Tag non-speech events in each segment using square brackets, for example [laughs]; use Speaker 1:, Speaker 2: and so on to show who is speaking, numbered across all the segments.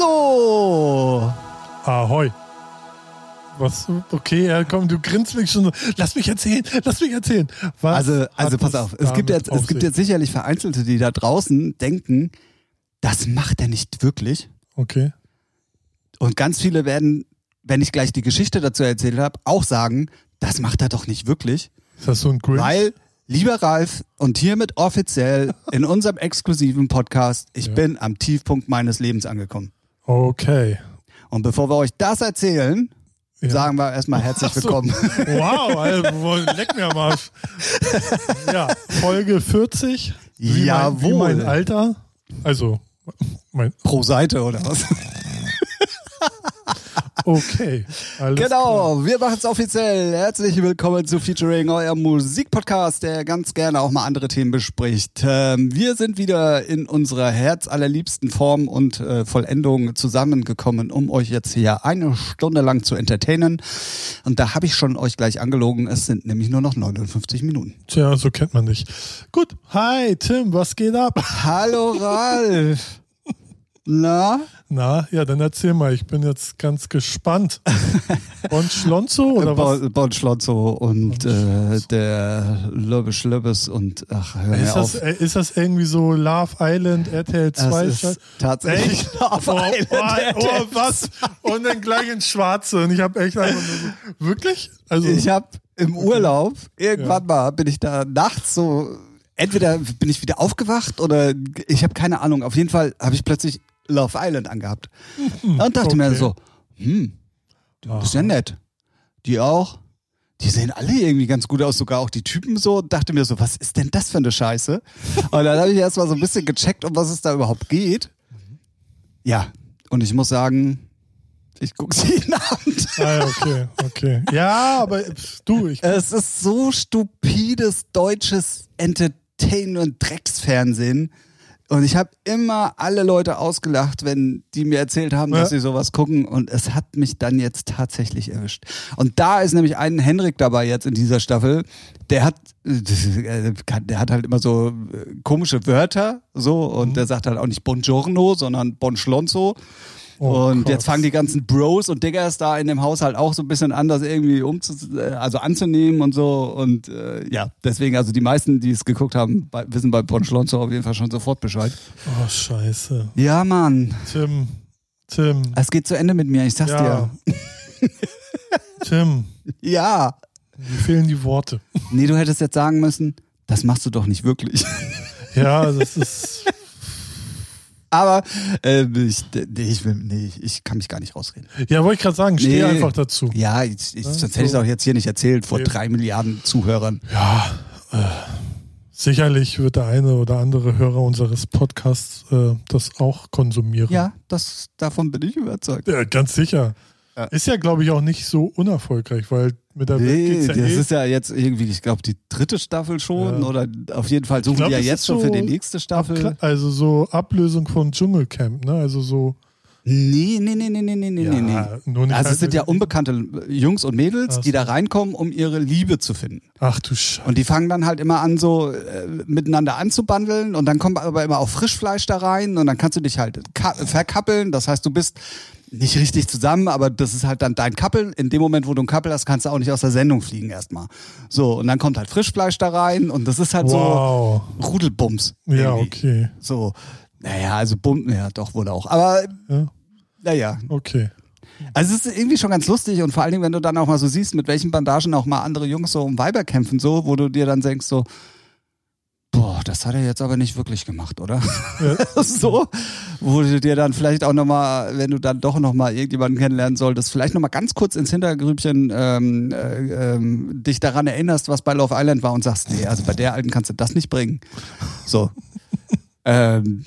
Speaker 1: Bonschlonzo!
Speaker 2: Ahoi. Was? Okay, ja, komm, du grinst mich schon so. Lass mich erzählen, lass mich erzählen. Was
Speaker 1: Also, also
Speaker 2: hat
Speaker 1: pass auf, es gibt,
Speaker 2: damit
Speaker 1: jetzt, es
Speaker 2: auf
Speaker 1: gibt
Speaker 2: sich?
Speaker 1: jetzt sicherlich Vereinzelte, die da draußen denken, das macht er nicht wirklich.
Speaker 2: Okay.
Speaker 1: Und ganz viele werden, wenn ich gleich die Geschichte dazu erzählt habe, auch sagen, das macht er doch nicht wirklich.
Speaker 2: Ist das so ein Grinch?
Speaker 1: Weil, lieber Ralf, und hiermit offiziell in unserem exklusiven Podcast, ich
Speaker 2: Ja.
Speaker 1: bin am Tiefpunkt meines Lebens angekommen.
Speaker 2: Okay.
Speaker 1: Und bevor wir euch das erzählen,
Speaker 2: Ja.
Speaker 1: sagen wir erstmal herzlich
Speaker 2: [laughs] Ach so.
Speaker 1: willkommen.
Speaker 2: Wow,
Speaker 1: [laughs]
Speaker 2: Alter, wo- leck mir am Arsch. Ja, Folge 40. Wie Mein, wie
Speaker 1: Jawohl.
Speaker 2: mein Alter. Also, mein,
Speaker 1: Pro Seite oder was? [laughs]
Speaker 2: okay. Alles
Speaker 1: Genau, wir machen es offiziell. Herzlich willkommen zu Featuring, euer Musikpodcast, der ganz gerne auch mal andere Themen bespricht. Ähm, wir sind wieder in unserer herzallerliebsten Form und äh, Vollendung zusammengekommen, um euch jetzt hier eine Stunde lang zu entertainen. Und da habe ich schon euch gleich angelogen, es sind nämlich nur noch 59 Minuten.
Speaker 2: Tja, so kennt man dich. Gut. Hi, Tim, was geht ab?
Speaker 1: Hallo
Speaker 2: [laughs]
Speaker 1: Ralf! Na?
Speaker 2: Na, ja, dann erzähl mal. Ich bin jetzt ganz
Speaker 1: [laughs]
Speaker 2: gespannt. Und Schlonzo oder was?
Speaker 1: Äh, Bon, bon Schlonzo und äh, der Löbisch Löbes und ach, hör mir
Speaker 2: Ist
Speaker 1: auf.
Speaker 2: das, äh, ist das irgendwie so Love Island, RTL 2?
Speaker 1: Das ist tatsächlich [laughs]
Speaker 2: Echt?
Speaker 1: Love
Speaker 2: oh,
Speaker 1: Island,
Speaker 2: Oh, oh,
Speaker 1: RTL
Speaker 2: was? Und dann gleich ins Schwarze. Und ich habe echt einfach nur so, wirklich? Also,
Speaker 1: Ich habe im Urlaub irgendwann mal bin ich da nachts so entweder bin ich wieder aufgewacht oder ich habe keine Ahnung. Auf jeden Fall habe ich plötzlich Love Island angehabt und dachte mir
Speaker 2: okay.
Speaker 1: so, hm, das ist ja nett. Die auch. Die sehen alle irgendwie ganz gut aus, sogar auch die Typen so. Und dachte mir so, was ist denn das für eine Scheiße? Und dann habe ich erst mal so ein bisschen gecheckt, um was es da überhaupt geht. Ja, und ich muss sagen, ich gucke sie [laughs] jeden Abend.
Speaker 2: Ah, ja, okay, okay. Ja, aber pff, du, ich,
Speaker 1: Es ist so stupides deutsches Entertainment-Drecksfernsehen. Und ich habe immer alle Leute ausgelacht, wenn die mir erzählt haben, dass
Speaker 2: Ja.
Speaker 1: sie sowas gucken. Und es hat mich dann jetzt tatsächlich erwischt. Und da ist nämlich ein Henrik dabei jetzt in dieser Staffel. Der hat, [laughs] äh, kann- der hat halt immer so äh, komische Wörter, so. Und der sagt halt auch nicht Buongiorno, sondern Bonschlonzo.
Speaker 2: Oh
Speaker 1: und
Speaker 2: Gott.
Speaker 1: jetzt fangen die ganzen Bros und Diggers da in dem Haushalt auch so ein bisschen anders irgendwie umzu äh, also anzunehmen und so. Und äh, ja, deswegen, also die meisten, die es geguckt haben, bei, wissen bei Bon Schlonzo auf jeden Fall schon sofort Bescheid.
Speaker 2: oh, scheiße.
Speaker 1: Ja, Mann,
Speaker 2: Tim, Tim,
Speaker 1: es geht zu Ende mit mir, ich sag's
Speaker 2: ja. [laughs] Tim,
Speaker 1: dir. Ja.
Speaker 2: mir fehlen die Worte.
Speaker 1: Nee, du hättest jetzt sagen müssen, das machst du doch nicht wirklich.
Speaker 2: Ja, das ist,
Speaker 1: [laughs] Aber äh, ich, nee, ich, will, nee, ich kann mich gar nicht rausreden.
Speaker 2: ja, wollte ich gerade sagen, steh
Speaker 1: Nee.
Speaker 2: einfach dazu.
Speaker 1: Ja, ich, ich, sonst hätte ich es
Speaker 2: so.
Speaker 1: auch jetzt hier nicht erzählt vor
Speaker 2: Nee.
Speaker 1: drei Milliarden Zuhörern.
Speaker 2: Sicherlich wird der eine oder andere Hörer unseres Podcasts äh, das auch konsumieren.
Speaker 1: Ja, das, davon bin ich überzeugt.
Speaker 2: Ja, ganz sicher.
Speaker 1: Ja.
Speaker 2: Ist ja, glaube ich, auch nicht so unerfolgreich, weil mit der Welt
Speaker 1: Nee,
Speaker 2: geht's ja
Speaker 1: das
Speaker 2: eh.
Speaker 1: ist ja jetzt irgendwie, ich glaube, die dritte Staffel schon
Speaker 2: Ja.
Speaker 1: oder auf jeden Fall suchen
Speaker 2: Ich glaub,
Speaker 1: die ja
Speaker 2: das
Speaker 1: jetzt
Speaker 2: ist
Speaker 1: schon für
Speaker 2: so
Speaker 1: die nächste Staffel.
Speaker 2: Klar, Also so Ablösung von Dschungelcamp, ne? Also so.
Speaker 1: Nee, nee, nee, nee, nee, nee, nee, nee, nee.
Speaker 2: Nur nicht
Speaker 1: Also es
Speaker 2: halt-
Speaker 1: sind ja unbekannte Jungs und Mädels,
Speaker 2: Ach
Speaker 1: die
Speaker 2: so.
Speaker 1: da reinkommen, um ihre Liebe zu finden.
Speaker 2: Ach du Scheiße.
Speaker 1: Und die fangen dann halt immer an, so äh, miteinander anzubandeln und dann kommt aber immer auch Frischfleisch da rein und dann kannst du dich halt ka- verkappeln. Das heißt, du bist nicht richtig zusammen, aber das ist halt dann dein Kappeln. In dem Moment, wo du ein Kappel hast, kannst du auch nicht aus der Sendung fliegen erstmal. So, und dann kommt halt Frischfleisch da rein und das ist halt
Speaker 2: Wow.
Speaker 1: so Rudelbums.
Speaker 2: ja,
Speaker 1: irgendwie.
Speaker 2: okay.
Speaker 1: So, naja, also Bumpen, ja doch wohl auch. Aber
Speaker 2: Ja,
Speaker 1: naja,
Speaker 2: okay.
Speaker 1: also es ist irgendwie schon ganz lustig und vor allen Dingen, wenn du dann auch mal so siehst, mit welchen Bandagen auch mal andere Jungs so um Weiber kämpfen, so, wo du dir dann denkst so, boah, das hat er jetzt aber nicht wirklich gemacht, oder? [laughs] so, wo du dir dann vielleicht auch nochmal, wenn du dann doch nochmal irgendjemanden kennenlernen solltest, vielleicht nochmal ganz kurz ins Hintergrübchen ähm, äh, ähm, dich daran erinnerst, was bei Love Island war und sagst, nee, also bei der Alten kannst du das nicht bringen. So. ähm,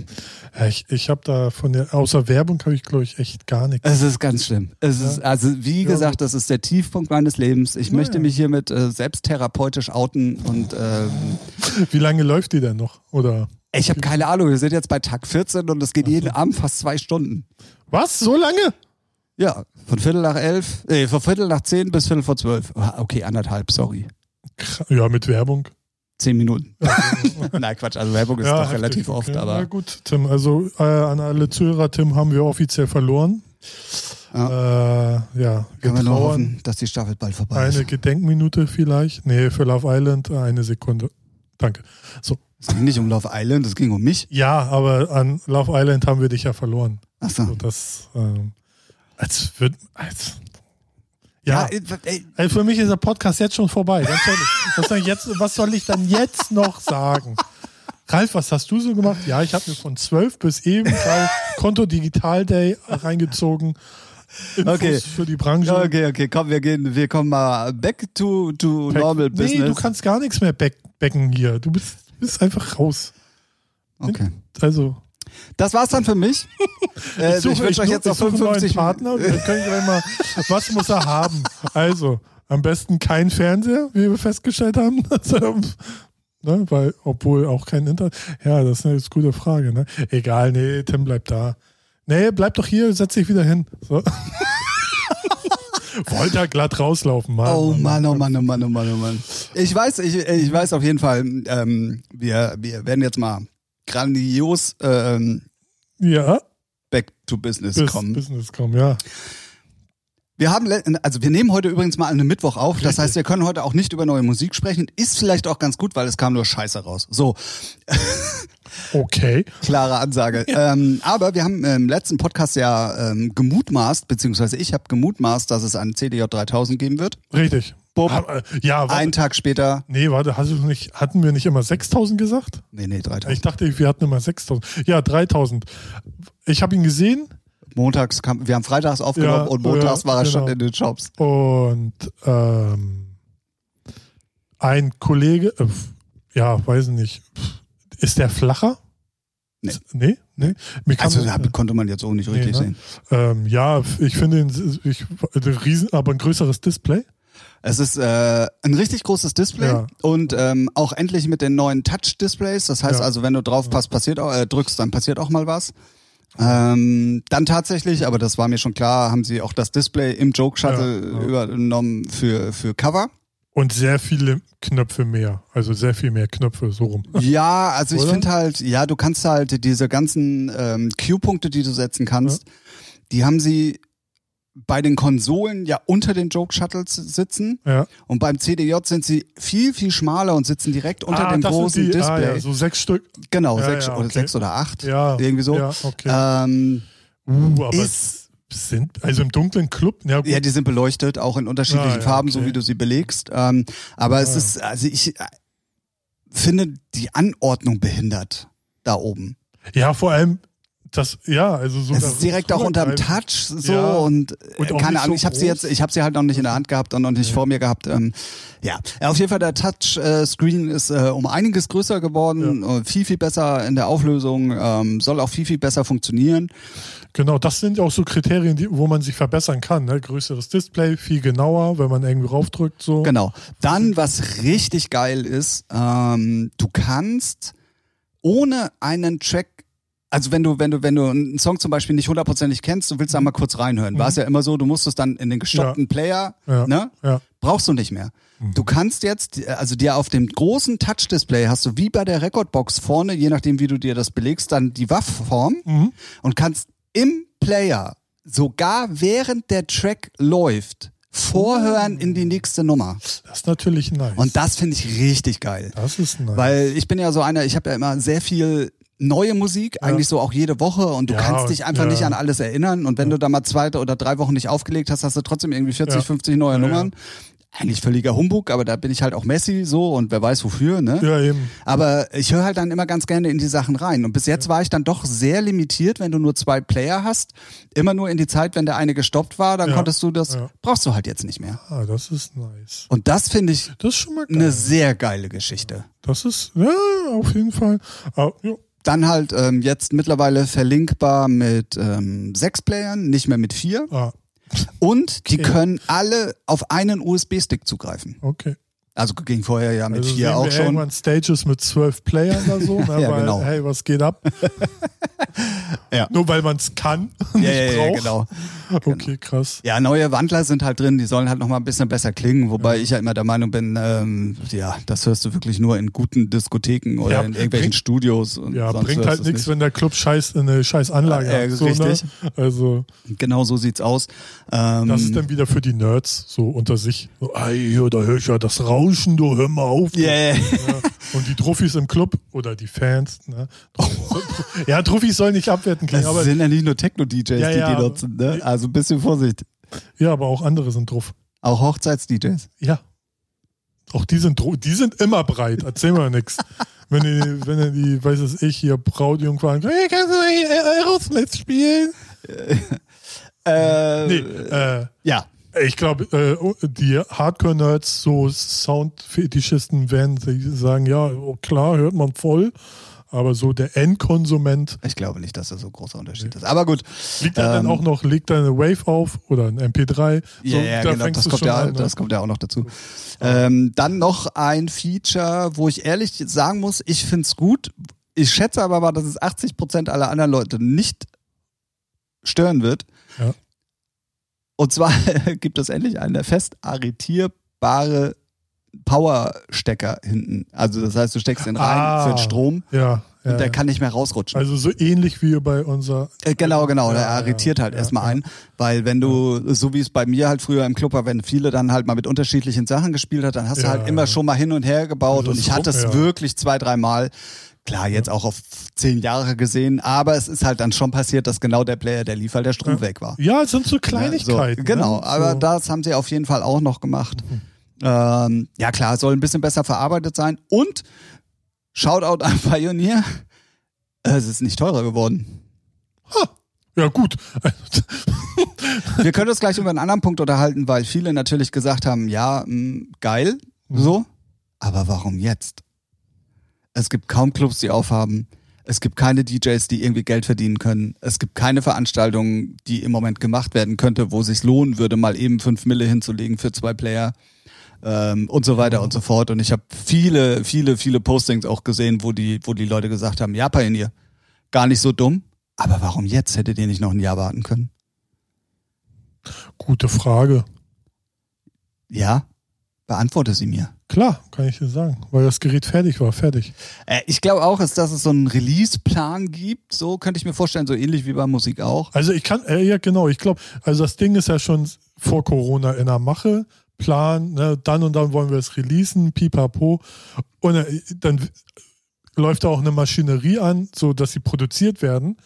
Speaker 2: Ja, ich ich habe da von der, außer Werbung habe ich, glaube ich, echt
Speaker 1: [laughs]
Speaker 2: gar nichts.
Speaker 1: Es ist ganz schlimm. Es ist, also wie
Speaker 2: Ja,
Speaker 1: gesagt, das ist der Tiefpunkt meines Lebens. Ich möchte
Speaker 2: ja.
Speaker 1: mich hiermit äh, selbst therapeutisch outen und ähm,
Speaker 2: Wie lange läuft die denn noch? Oder
Speaker 1: ich habe keine Ahnung. Wir sind jetzt bei Tag 14 und es geht jeden Abend fast zwei Stunden.
Speaker 2: was? So lange?
Speaker 1: Ja, von Viertel nach elf, äh, von Viertel nach zehn bis Viertel vor zwölf. Ah, Okay, anderthalb, sorry.
Speaker 2: Kr- Ja, mit Werbung.
Speaker 1: zehn
Speaker 2: [laughs]
Speaker 1: Minuten. Nein, Quatsch, also Werbung ist
Speaker 2: Ja,
Speaker 1: doch
Speaker 2: heftig.
Speaker 1: relativ oft,
Speaker 2: Okay. Na
Speaker 1: aber
Speaker 2: gut, Tim, also äh, an alle Zuhörer, Tim haben wir offiziell verloren. Ja, äh, ja wir
Speaker 1: können wir nur
Speaker 2: trauern.
Speaker 1: hoffen, dass die Staffel bald vorbei ist.
Speaker 2: Eine Gedenkminute vielleicht. Nee, für Love Island äh, eine Sekunde. Danke. So.
Speaker 1: Es ging nicht um Love Island, es ging um mich.
Speaker 2: Ja, aber an Love Island haben wir dich ja verloren. So,
Speaker 1: Achso.
Speaker 2: das, ähm, als wird, als, ja,
Speaker 1: Ja, äh, ey, ey,
Speaker 2: Ey, für mich ist der Podcast jetzt schon vorbei. Ganz ehrlich. Was soll ich jetzt, was soll ich dann jetzt noch sagen? Ralf, was hast du so gemacht? Ja, ich habe mir von 12 bis eben gerade Konto Digital Day reingezogen. Infos
Speaker 1: Okay.
Speaker 2: für die Branche.
Speaker 1: okay, okay, komm, wir gehen, wir kommen mal back to, to normal
Speaker 2: nee,
Speaker 1: business.
Speaker 2: du kannst gar nichts mehr back, backen hier. Du bist, bist einfach raus.
Speaker 1: okay.
Speaker 2: Also,
Speaker 1: Das war's dann für
Speaker 2: [laughs]
Speaker 1: mich. Äh, ich wünsche euch
Speaker 2: suche-
Speaker 1: jetzt noch
Speaker 2: ich suche einen neuen
Speaker 1: 55
Speaker 2: Partner. Wir können
Speaker 1: [laughs]
Speaker 2: gleich mal, was muss er haben? Also, am besten kein Fernseher, wie wir festgestellt haben. [laughs] Also, ne, weil, obwohl auch kein Internet. Ja, das ist eine gute Frage. Ne? Egal, nee, Tim bleibt da. Nee, bleib doch hier, setz dich wieder hin.
Speaker 1: [laughs]
Speaker 2: So. Wollte er glatt rauslaufen, Mann.
Speaker 1: Oh Mann, oh Mann, oh Mann, oh Mann, oh Mann. Ich weiß, ich, ich weiß auf jeden Fall, ähm, wir, wir werden jetzt mal grandios ähm,
Speaker 2: Ja,
Speaker 1: back to business
Speaker 2: bis,
Speaker 1: kommen.
Speaker 2: Business kommen, ja.
Speaker 1: Wir haben, le- also wir nehmen heute übrigens mal an einem Mittwoch auf. Das heißt, wir können heute auch nicht über neue Musik sprechen. Ist vielleicht auch ganz gut, weil es kam nur Scheiße raus. So,
Speaker 2: Okay.
Speaker 1: klare Ansage. Ähm, aber wir haben im letzten Podcast ja ähm, gemutmaßt, beziehungsweise ich habe gemutmaßt, dass es einen CDJ 3000 geben wird.
Speaker 2: Richtig.
Speaker 1: Bob.
Speaker 2: Ah, äh, Ja, warte.
Speaker 1: Einen Tag später,
Speaker 2: Nee, warte, hast du nicht, hatten wir nicht immer 6000 gesagt?
Speaker 1: nee, nee, 3000.
Speaker 2: Ich dachte, wir hatten immer 6000. Ja, 3000. Ich habe ihn gesehen
Speaker 1: Montags kam, wir haben freitags aufgenommen
Speaker 2: Ja,
Speaker 1: und montags
Speaker 2: ja,
Speaker 1: war er schon
Speaker 2: genau.
Speaker 1: in den Shops.
Speaker 2: und ähm, ein Kollege, äh, ja, weiß nicht, ist der flacher?
Speaker 1: Nee.
Speaker 2: Nee? nee? Mir kam-
Speaker 1: Also da konnte man jetzt auch nicht
Speaker 2: Nee,
Speaker 1: richtig
Speaker 2: ne?
Speaker 1: sehen.
Speaker 2: ähm, ja, ich finde ihn, ich, ein riesen, aber ein größeres Display.
Speaker 1: Es ist äh, ein richtig großes Display
Speaker 2: Ja.
Speaker 1: und ähm, auch endlich mit den neuen Touch-Displays. Das heißt
Speaker 2: Ja.
Speaker 1: also, wenn du drauf passt, passiert auch, äh, drückst, dann passiert auch mal was. Ähm, dann tatsächlich, aber das war mir schon klar, haben sie auch das Display im Joke Shuttle
Speaker 2: Ja, ja.
Speaker 1: übernommen für, für
Speaker 2: [laughs]
Speaker 1: Cover.
Speaker 2: Und sehr viele Knöpfe mehr. Also sehr viel mehr Knöpfe, so rum.
Speaker 1: Ja, also ich
Speaker 2: Oder?
Speaker 1: finde halt, ja, du kannst halt diese ganzen ähm, Q-Punkte, die du setzen kannst, die haben sie bei den Konsolen ja unter den Joke Shuttles sitzen
Speaker 2: Ja.
Speaker 1: und beim CDJ sind sie viel, viel schmaler und sitzen direkt unter
Speaker 2: Ah,
Speaker 1: dem
Speaker 2: das sind
Speaker 1: großen
Speaker 2: die- Ah,
Speaker 1: Display.
Speaker 2: ja, so sechs Stück.
Speaker 1: Genau,
Speaker 2: Ja,
Speaker 1: sechs,
Speaker 2: ja,
Speaker 1: oder
Speaker 2: okay.
Speaker 1: sechs oder acht.
Speaker 2: Ja.
Speaker 1: Irgendwie so.
Speaker 2: Ja, okay.
Speaker 1: Ähm,
Speaker 2: uh, aber
Speaker 1: ist,
Speaker 2: sind, also im dunklen Club, ja, gut.
Speaker 1: ja, die sind beleuchtet, auch in unterschiedlichen
Speaker 2: Ah, ja,
Speaker 1: Farben, so
Speaker 2: okay.
Speaker 1: wie du sie belegst. Ähm, aber es
Speaker 2: Ah.
Speaker 1: ist, also ich äh, finde die Anordnung behindert da oben.
Speaker 2: Ja, vor allem das, ja, also so.
Speaker 1: Es
Speaker 2: da
Speaker 1: ist direkt auch unterm
Speaker 2: rübergreifen.
Speaker 1: Touch so
Speaker 2: Ja.
Speaker 1: und, äh,
Speaker 2: Und auch
Speaker 1: keine
Speaker 2: nicht
Speaker 1: Ahnung,
Speaker 2: so
Speaker 1: ich habe sie
Speaker 2: groß.
Speaker 1: jetzt, ich habe sie halt noch nicht in der Hand gehabt und noch nicht vor mir gehabt. Ähm, ja, Ja, auf jeden Fall der Touchscreen ist äh, um einiges größer geworden, äh, viel, viel besser in der Auflösung, ähm, soll auch viel, viel besser funktionieren.
Speaker 2: Genau, das sind auch so Kriterien, die, wo man sich verbessern kann. Ne? Größeres Display, viel genauer, wenn man irgendwie raufdrückt. So.
Speaker 1: Genau. Dann, was richtig geil ist, ähm, du kannst ohne einen Track, also wenn du, wenn du, wenn du einen Song zum Beispiel nicht hundertprozentig kennst, du willst da mal kurz reinhören. War es ja immer so, du musstest dann in den gestoppten Player,
Speaker 2: Mhm. Ja.
Speaker 1: ne?
Speaker 2: Ja.
Speaker 1: Brauchst du nicht mehr. Du kannst jetzt, also dir auf dem großen Touch-Display hast du wie bei der Recordbox vorne, je nachdem wie du dir das belegst, dann die Waffform
Speaker 2: Mhm.
Speaker 1: und kannst im Player sogar während der Track läuft vorhören in die nächste Nummer.
Speaker 2: Das ist natürlich nice.
Speaker 1: Und das finde ich richtig geil.
Speaker 2: das ist nice.
Speaker 1: Weil ich bin ja so einer, ich habe ja immer sehr viel neue Musik, eigentlich so auch jede Woche und du
Speaker 2: Ja,
Speaker 1: kannst dich einfach
Speaker 2: ja.
Speaker 1: nicht an alles erinnern und wenn du da mal zwei oder drei Wochen nicht aufgelegt hast, hast du trotzdem irgendwie 40,
Speaker 2: Ja.
Speaker 1: 50 neue
Speaker 2: Ja,
Speaker 1: Nummern. Eigentlich völliger Humbug, aber da bin ich halt auch Messi so und wer weiß wofür, ne?
Speaker 2: ja, eben.
Speaker 1: Aber ich höre halt dann immer ganz gerne in die Sachen rein. Und bis jetzt war ich dann doch sehr limitiert, wenn du nur zwei Player hast. Immer nur in die Zeit, wenn der eine gestoppt war, dann
Speaker 2: Ja,
Speaker 1: konntest du das,
Speaker 2: ja.
Speaker 1: brauchst du halt jetzt nicht mehr.
Speaker 2: Ah, das ist nice.
Speaker 1: Und das finde ich
Speaker 2: Das ist schon mal geil.
Speaker 1: eine sehr geile Geschichte.
Speaker 2: Das ist, ja, auf jeden Fall. Ah, ja.
Speaker 1: Dann halt ähm, jetzt mittlerweile verlinkbar mit ähm, sechs Playern, nicht mehr mit vier.
Speaker 2: ah,
Speaker 1: Und die
Speaker 2: Okay.
Speaker 1: können alle auf einen USB-Stick zugreifen.
Speaker 2: okay.
Speaker 1: Also ging vorher ja mit
Speaker 2: also
Speaker 1: vier
Speaker 2: sehen
Speaker 1: auch
Speaker 2: wir
Speaker 1: schon.
Speaker 2: irgendwann Stages mit zwölf Playern
Speaker 1: [laughs]
Speaker 2: oder so, ne,
Speaker 1: Ja,
Speaker 2: weil,
Speaker 1: genau.
Speaker 2: hey, was geht ab?
Speaker 1: [laughs] Ja.
Speaker 2: Nur weil man
Speaker 1: [laughs]
Speaker 2: es kann,
Speaker 1: Ja, ja, ja,
Speaker 2: braucht.
Speaker 1: genau.
Speaker 2: Okay, krass.
Speaker 1: Ja, neue Wandler sind halt drin, die sollen halt nochmal ein bisschen besser klingen, wobei ich ja immer der Meinung bin, ähm, ja, das hörst du wirklich nur in guten Diskotheken oder
Speaker 2: Ja,
Speaker 1: in irgendwelchen
Speaker 2: bringt-
Speaker 1: Studios. Und
Speaker 2: Ja,
Speaker 1: sonst
Speaker 2: bringt
Speaker 1: hörst
Speaker 2: halt
Speaker 1: du's
Speaker 2: nichts, wenn der Club scheiß, eine scheiß Anlage
Speaker 1: Äh,
Speaker 2: hat. So, ne?
Speaker 1: richtig.
Speaker 2: Also,
Speaker 1: Genau so sieht's aus. Ähm,
Speaker 2: das ist dann wieder für die Nerds so unter sich. So, Ei, hier, da höre ich ja das Rauschen, du hör mal auf.
Speaker 1: ja, ja, ja.
Speaker 2: Ja. Und die Trophys im Club oder die Fans.
Speaker 1: [laughs]
Speaker 2: Ne? Ja, Trophys sollen nicht abwerten klingen,
Speaker 1: das
Speaker 2: aber,
Speaker 1: sind ja nicht nur Techno-DJs,
Speaker 2: Ja,
Speaker 1: die
Speaker 2: ja,
Speaker 1: die
Speaker 2: aber-
Speaker 1: nutzen. Ne? Also ein bisschen Vorsicht.
Speaker 2: ja, aber auch andere sind drauf.
Speaker 1: Auch Hochzeits-DJs.
Speaker 2: Ja. Auch die sind, dro- die sind immer breit. Erzähl
Speaker 1: [laughs]
Speaker 2: mal nix. Wenn die, wenn die, die, weiß es ich, hier Brautjungfrauen, hey, kannst du hier Aerosmith spielen?
Speaker 1: Äh,
Speaker 2: Nee, äh,
Speaker 1: Ja,
Speaker 2: ich glaube, äh, die Hardcore-Nerds, so Sound-Fetischisten werden sie sagen, ja, oh, klar, hört man voll. Aber so der Endkonsument
Speaker 1: ich glaube nicht, dass das so ein großer Unterschied ist. Aber gut.
Speaker 2: liegt da dann
Speaker 1: Ähm.
Speaker 2: auch noch, legt da eine Wave auf oder ein MP3. So,
Speaker 1: Ja, ja,
Speaker 2: da
Speaker 1: genau,
Speaker 2: fängst
Speaker 1: das
Speaker 2: du
Speaker 1: kommt,
Speaker 2: schon
Speaker 1: ja,
Speaker 2: an, ne?
Speaker 1: das kommt ja auch noch dazu. Ähm, dann noch ein Feature, wo ich ehrlich sagen muss, ich finde es gut. Ich schätze aber mal, dass es 80% aller anderen Leute nicht stören wird.
Speaker 2: Ja.
Speaker 1: Und zwar [laughs] gibt es endlich eine fest arretierbare Powerstecker hinten. Also das heißt, du steckst den rein
Speaker 2: Ah.
Speaker 1: für den Strom
Speaker 2: ja, ja,
Speaker 1: und der
Speaker 2: ja.
Speaker 1: kann nicht mehr rausrutschen.
Speaker 2: Also so ähnlich wie bei unser
Speaker 1: Äh, Genau, genau.
Speaker 2: Ja,
Speaker 1: der
Speaker 2: ja,
Speaker 1: arretiert halt
Speaker 2: ja,
Speaker 1: erstmal
Speaker 2: ja.
Speaker 1: ein, weil wenn du, so wie es bei mir halt früher im Club war, wenn viele dann halt mal mit unterschiedlichen Sachen gespielt hat, dann hast du
Speaker 2: Ja,
Speaker 1: halt immer
Speaker 2: ja.
Speaker 1: schon mal hin und her gebaut
Speaker 2: Also
Speaker 1: und
Speaker 2: das
Speaker 1: ich hatte es
Speaker 2: Rum- ja.
Speaker 1: wirklich zwei, dreimal. Klar, jetzt auch auf zehn Jahre gesehen, aber es ist halt dann schon passiert, dass genau der Player, der lief, halt der Strom weg war.
Speaker 2: Ja, es sind so
Speaker 1: Ja,
Speaker 2: Kleinigkeiten.
Speaker 1: so, genau,
Speaker 2: ne?
Speaker 1: aber
Speaker 2: so. Mhm.
Speaker 1: das haben sie auf jeden Fall auch noch gemacht. Ähm, ja klar, soll ein bisschen besser verarbeitet sein und Shoutout an [laughs] Pioneer. Es ist nicht teurer geworden.
Speaker 2: Ja, gut. [laughs]
Speaker 1: Wir können uns gleich über einen anderen Punkt unterhalten, weil viele natürlich gesagt haben, ja, mh, geil, so, aber warum jetzt? Es gibt kaum Clubs, die aufhaben. Es gibt keine DJs, die irgendwie Geld verdienen können. Es gibt keine Veranstaltungen, die im Moment gemacht werden könnte, wo sich lohnen würde, mal eben fünf Mille hinzulegen für zwei Player ähm, und so weiter und so fort. Und ich habe viele, viele, viele Postings auch gesehen, wo die, wo die Leute gesagt haben, ja, Pioneer, gar nicht so dumm, aber warum jetzt? Hättet ihr nicht noch ein Jahr warten können?
Speaker 2: Gute Frage.
Speaker 1: Ja, beantworte sie mir.
Speaker 2: Klar, kann ich dir sagen, weil das Gerät fertig war, fertig.
Speaker 1: Äh, ich glaube auch, ist, dass es so einen Release-Plan gibt. So könnte ich mir vorstellen, so ähnlich wie bei Musik auch.
Speaker 2: Also ich kann, äh, ja genau, ich glaube, also das Ding ist ja schon vor Corona in der Mache, Plan, ne, dann und dann wollen wir es releasen, pipapo. Und äh, dann w- läuft da auch eine Maschinerie an, so dass sie produziert werden.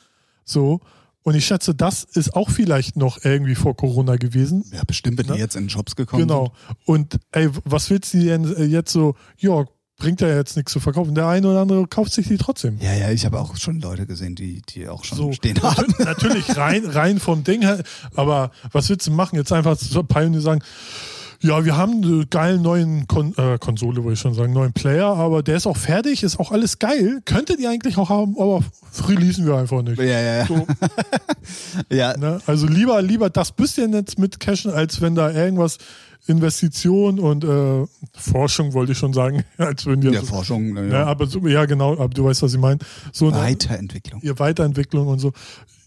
Speaker 2: So. Und ich schätze, das ist auch vielleicht noch irgendwie vor Corona gewesen.
Speaker 1: Ja, bestimmt, wenn
Speaker 2: Ne?
Speaker 1: die jetzt in Shops gekommen
Speaker 2: Genau. Und ey, was willst du denn äh, jetzt so, ja, bringt ja jetzt nichts zu verkaufen. Der eine oder andere kauft sich die trotzdem.
Speaker 1: sind. Ja, ja, ich habe auch schon Leute gesehen, die, die auch schon
Speaker 2: So.
Speaker 1: stehen haben. [laughs]
Speaker 2: Natürlich rein, rein vom Ding her, aber was willst du machen? Jetzt einfach so Pioneer sagen, ja, wir haben eine geilen neuen Kon äh, Konsole, wollte ich schon sagen, neuen Player, aber der ist auch fertig, ist auch alles geil. Könntet ihr eigentlich auch haben, aber releasen wir einfach nicht.
Speaker 1: Ja, ja, ja.
Speaker 2: So,
Speaker 1: ja.
Speaker 2: Ne? Also lieber, lieber das bisschen jetzt mit cashen, als wenn da irgendwas Investition und äh, Forschung, wollte ich schon sagen, [laughs] als würden die
Speaker 1: Ja,
Speaker 2: so-
Speaker 1: Forschung, na
Speaker 2: ja,
Speaker 1: ja.
Speaker 2: aber so, ja, genau, aber du weißt, was ich meine. So eine
Speaker 1: Weiterentwicklung.
Speaker 2: ihr Weiterentwicklung und so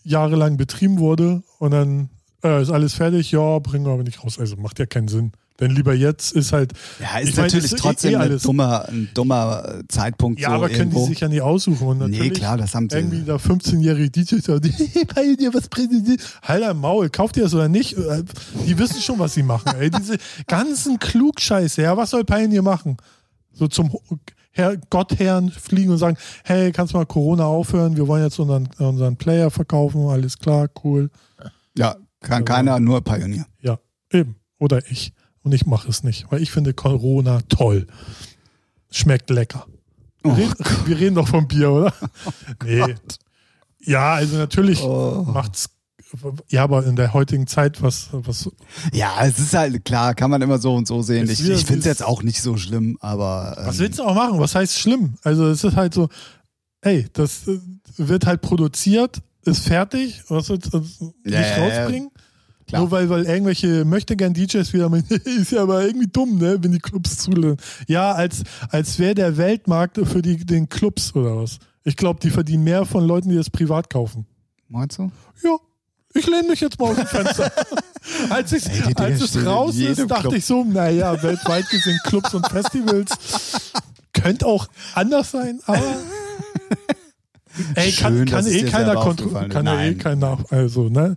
Speaker 2: jahrelang betrieben wurde und dann äh, ist alles fertig, ja, bringen wir aber nicht raus. Also macht ja keinen Sinn. Denn lieber jetzt ist halt.
Speaker 1: Ja, ist
Speaker 2: Ich mein,
Speaker 1: natürlich
Speaker 2: ist eh
Speaker 1: trotzdem ein
Speaker 2: alles-
Speaker 1: dummer, ein dummer äh, Zeitpunkt.
Speaker 2: Ja,
Speaker 1: so
Speaker 2: aber können
Speaker 1: irgendwo.
Speaker 2: die sich ja nicht aussuchen. Und natürlich
Speaker 1: Nee, klar, das haben
Speaker 2: Irgendwie
Speaker 1: sie.
Speaker 2: da 15-jährige DJs, sagen, [laughs] hey, bei dir, was bringt dir? Halt am Maul, kauft ihr das oder nicht? Äh, Die wissen schon, was sie machen. Ey, diese ganzen Klugscheiße, ja, was soll Pioneer machen? So zum Ho- Herr, Gottherrn fliegen und sagen, hey, kannst du mal Corona aufhören? Wir wollen jetzt unseren, unseren Player verkaufen, alles klar, cool.
Speaker 1: Ja, kann keiner, nur Pionier.
Speaker 2: Ja, eben. Oder ich. Und ich mache es nicht, weil ich finde Corona toll. Schmeckt lecker. Wir,
Speaker 1: Oh
Speaker 2: reden, wir reden doch vom Bier, oder? nee. Ja, also
Speaker 1: Oh
Speaker 2: natürlich macht's. Ja, aber in der heutigen Zeit, was, was
Speaker 1: Ja, es ist halt klar, kann man immer so und so sehen.
Speaker 2: Es
Speaker 1: Ich,
Speaker 2: wird-
Speaker 1: ich finde es
Speaker 2: es-
Speaker 1: jetzt auch nicht so schlimm, aber. ähm,
Speaker 2: Was willst du auch machen? Was heißt schlimm? Also es ist halt so, ey, das äh, wird halt produziert, ist fertig, was willst du das
Speaker 1: Ja,
Speaker 2: nicht
Speaker 1: ja, ja.
Speaker 2: rausbringen?
Speaker 1: Klar.
Speaker 2: Nur weil, weil irgendwelche möchte gern DJs wieder mit, [laughs] ist ja aber irgendwie dumm, ne, wenn die Clubs zulassen. Ja, als, als wäre der Weltmarkt für die, den Clubs oder was. Ich glaube, die verdienen mehr von Leuten, die das privat kaufen.
Speaker 1: Meinst du?
Speaker 2: Ja, ich lehne mich jetzt mal aus
Speaker 3: [laughs]
Speaker 2: dem Fenster. als, ich,
Speaker 3: Ey, die Dinger
Speaker 2: als es
Speaker 3: stehen in
Speaker 2: raus ist,
Speaker 3: jedem
Speaker 2: dachte
Speaker 3: Club.
Speaker 2: ich so, naja, weltweit gesehen Clubs und Festivals könnte auch anders sein,
Speaker 3: [laughs]
Speaker 2: aber... Ey, kann,
Speaker 3: Schön,
Speaker 2: kann
Speaker 3: dass es
Speaker 2: eh
Speaker 3: dir
Speaker 2: keiner
Speaker 3: selber
Speaker 2: kontrollieren.
Speaker 3: aufgefallen ist.
Speaker 2: Kann ja eh
Speaker 3: Nein.
Speaker 2: kein Nach... Also, ne?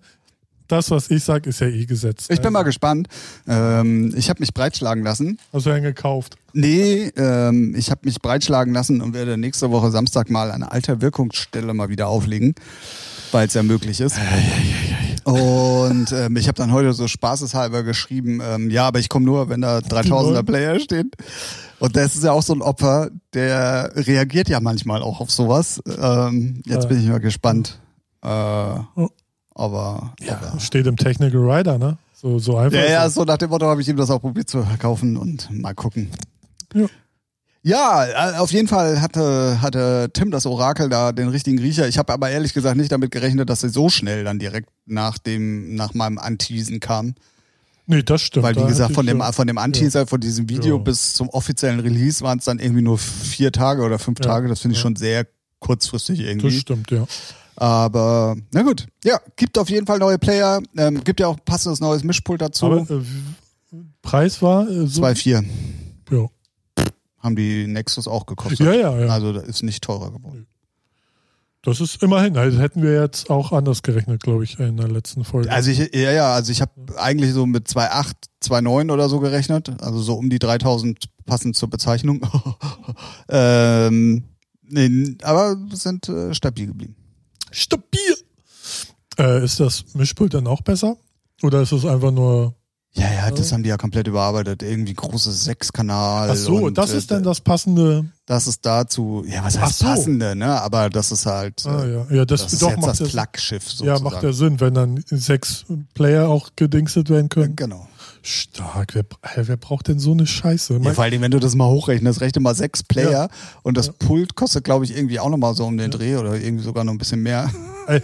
Speaker 2: Das, was ich sage, ist ja eh Gesetz.
Speaker 1: Ich bin
Speaker 2: also.
Speaker 1: mal gespannt. Ähm, ich habe mich breitschlagen lassen.
Speaker 2: Hast du einen Also, gekauft?
Speaker 1: Nee, ähm, ich habe mich breitschlagen lassen und werde nächste Woche Samstag mal an alter Wirkungsstelle mal wieder auflegen, weil es ja möglich ist. Und ähm, ich habe dann heute so spaßeshalber geschrieben, ähm, ja, aber ich komme nur, wenn da 3000er Player stehen. Und das ist ja auch so ein Opfer, der reagiert ja manchmal auch auf sowas. Ähm, jetzt
Speaker 2: Ja.
Speaker 1: bin ich mal gespannt. Äh,
Speaker 2: Oh.
Speaker 1: aber
Speaker 2: Ja. Steht im Technical Rider, ne? So, so einfach.
Speaker 1: ja, ja,
Speaker 2: ist
Speaker 1: so nach dem Motto habe ich ihm das auch probiert zu verkaufen und mal gucken.
Speaker 2: Ja.
Speaker 1: Ja, äh, auf jeden Fall hatte, hatte Tim das Orakel da den richtigen Riecher. Ich habe aber ehrlich gesagt nicht damit gerechnet, dass er so schnell dann direkt nach dem, nach meinem Anteasen kam.
Speaker 2: Nee, das stimmt.
Speaker 1: Weil,
Speaker 2: da
Speaker 1: wie gesagt,
Speaker 2: hätte
Speaker 1: von
Speaker 2: ich
Speaker 1: dem,
Speaker 2: ja-
Speaker 1: von dem Anteaser, von diesem Video
Speaker 2: Ja.
Speaker 1: bis zum offiziellen Release waren es dann irgendwie nur vier Tage oder fünf
Speaker 2: Ja.
Speaker 1: Tage. Das finde ich
Speaker 2: Ja.
Speaker 1: schon sehr kurzfristig irgendwie.
Speaker 2: Das stimmt, ja.
Speaker 1: Aber, na gut. Ja, gibt auf jeden Fall neue Player. Ähm, gibt ja auch passendes neues Mischpult dazu.
Speaker 2: Aber äh, Preis war äh, so.
Speaker 1: 2,4.
Speaker 2: Ja.
Speaker 1: haben die Nexus auch gekostet.
Speaker 2: ja, ja, ja.
Speaker 1: Also da ist nicht teurer geworden.
Speaker 2: Das ist immerhin. Also hätten wir jetzt auch anders gerechnet, glaube ich, in der letzten Folge.
Speaker 1: Also ich, ja, ja, also ich habe eigentlich so mit 2,8, 2,9 oder so gerechnet. Also so um die 3000 passend zur Bezeichnung. [laughs] ähm, nee, aber sind äh, stabil geblieben.
Speaker 2: stabil. Äh, ist das Mischpult dann auch besser? Oder ist es einfach nur.
Speaker 1: Ja, ja, das haben die ja komplett überarbeitet. Irgendwie großes Sechskanal.
Speaker 2: Ach so,
Speaker 1: und,
Speaker 2: das
Speaker 1: äh,
Speaker 2: ist dann das passende.
Speaker 1: Das ist dazu, ja, was
Speaker 2: Ach
Speaker 1: heißt
Speaker 2: so.
Speaker 1: passende, ne? Aber das ist halt, äh,
Speaker 2: Ah, ja. ja, das,
Speaker 1: das, ist
Speaker 2: doch
Speaker 1: jetzt
Speaker 2: macht
Speaker 1: das
Speaker 2: ja-
Speaker 1: Flaggschiff
Speaker 2: Ja,
Speaker 1: sozusagen.
Speaker 2: macht ja Sinn, wenn dann sechs Player auch gedingstet werden können.
Speaker 1: Genau.
Speaker 2: Stark. Wer, Hä, wer braucht denn so eine Scheiße?
Speaker 1: Ja,
Speaker 2: Mein-
Speaker 1: vor allem, wenn du das mal hochrechnest, rechne mal sechs Player und das Pult kostet, glaube ich, irgendwie auch nochmal so um den Dreh oder irgendwie sogar noch ein bisschen mehr. [laughs]
Speaker 2: Äh,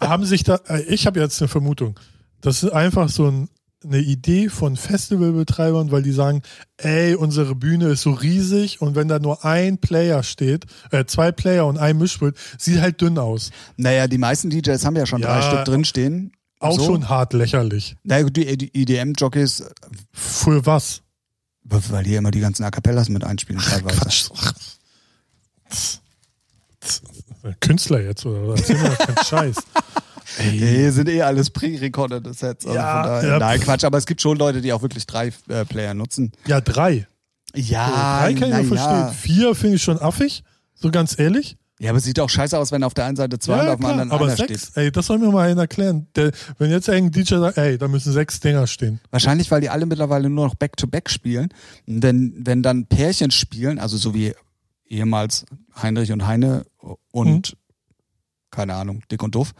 Speaker 2: haben sich da, äh, ich habe jetzt eine Vermutung, das ist einfach so ein, eine Idee von Festivalbetreibern, weil die sagen, ey, unsere Bühne ist so riesig und wenn da nur ein Player steht, äh, zwei Player und ein Mischpult, sieht halt dünn aus.
Speaker 1: Naja, die meisten DJs haben ja schon drei
Speaker 2: Ja,
Speaker 1: Stück drinstehen.
Speaker 2: Auch
Speaker 1: So.
Speaker 2: schon hart lächerlich.
Speaker 1: Naja, gut, die, E die EDM-Jockeys,
Speaker 2: Für was?
Speaker 1: weil die ja immer die ganzen A Cappellas mit einspielen teilweise.
Speaker 2: Quatsch. Künstler jetzt oder was? Erzähl mir
Speaker 1: [laughs]
Speaker 2: doch keinen Scheiß.
Speaker 1: Nee, sind eh alles pre-recordete Sets. Also
Speaker 2: Ja,
Speaker 1: von daher,
Speaker 2: ja.
Speaker 1: Nein, Quatsch, aber es gibt schon Leute, die auch wirklich drei äh, Player nutzen. Äh,
Speaker 2: Ja, drei.
Speaker 1: Ja,
Speaker 2: drei kann ich
Speaker 1: na
Speaker 2: noch verstehen.
Speaker 1: Ah, ja.
Speaker 2: Vier finde ich schon affig, so ganz ehrlich.
Speaker 1: ja, aber es sieht auch scheiße aus, wenn auf der einen Seite zwei und auf der
Speaker 2: klar,
Speaker 1: anderen
Speaker 2: aber
Speaker 1: einer
Speaker 2: sechs,
Speaker 1: steht.
Speaker 2: ey, das soll mir mal einer erklären. Der, wenn jetzt irgendein DJ sagt, ey, da müssen sechs Dinger stehen.
Speaker 1: Wahrscheinlich, weil die alle mittlerweile nur noch Back-to-Back spielen. Denn wenn dann Pärchen spielen, also so wie ehemals Heinrich und Heine und
Speaker 2: Mhm.
Speaker 1: keine Ahnung, dick und doof,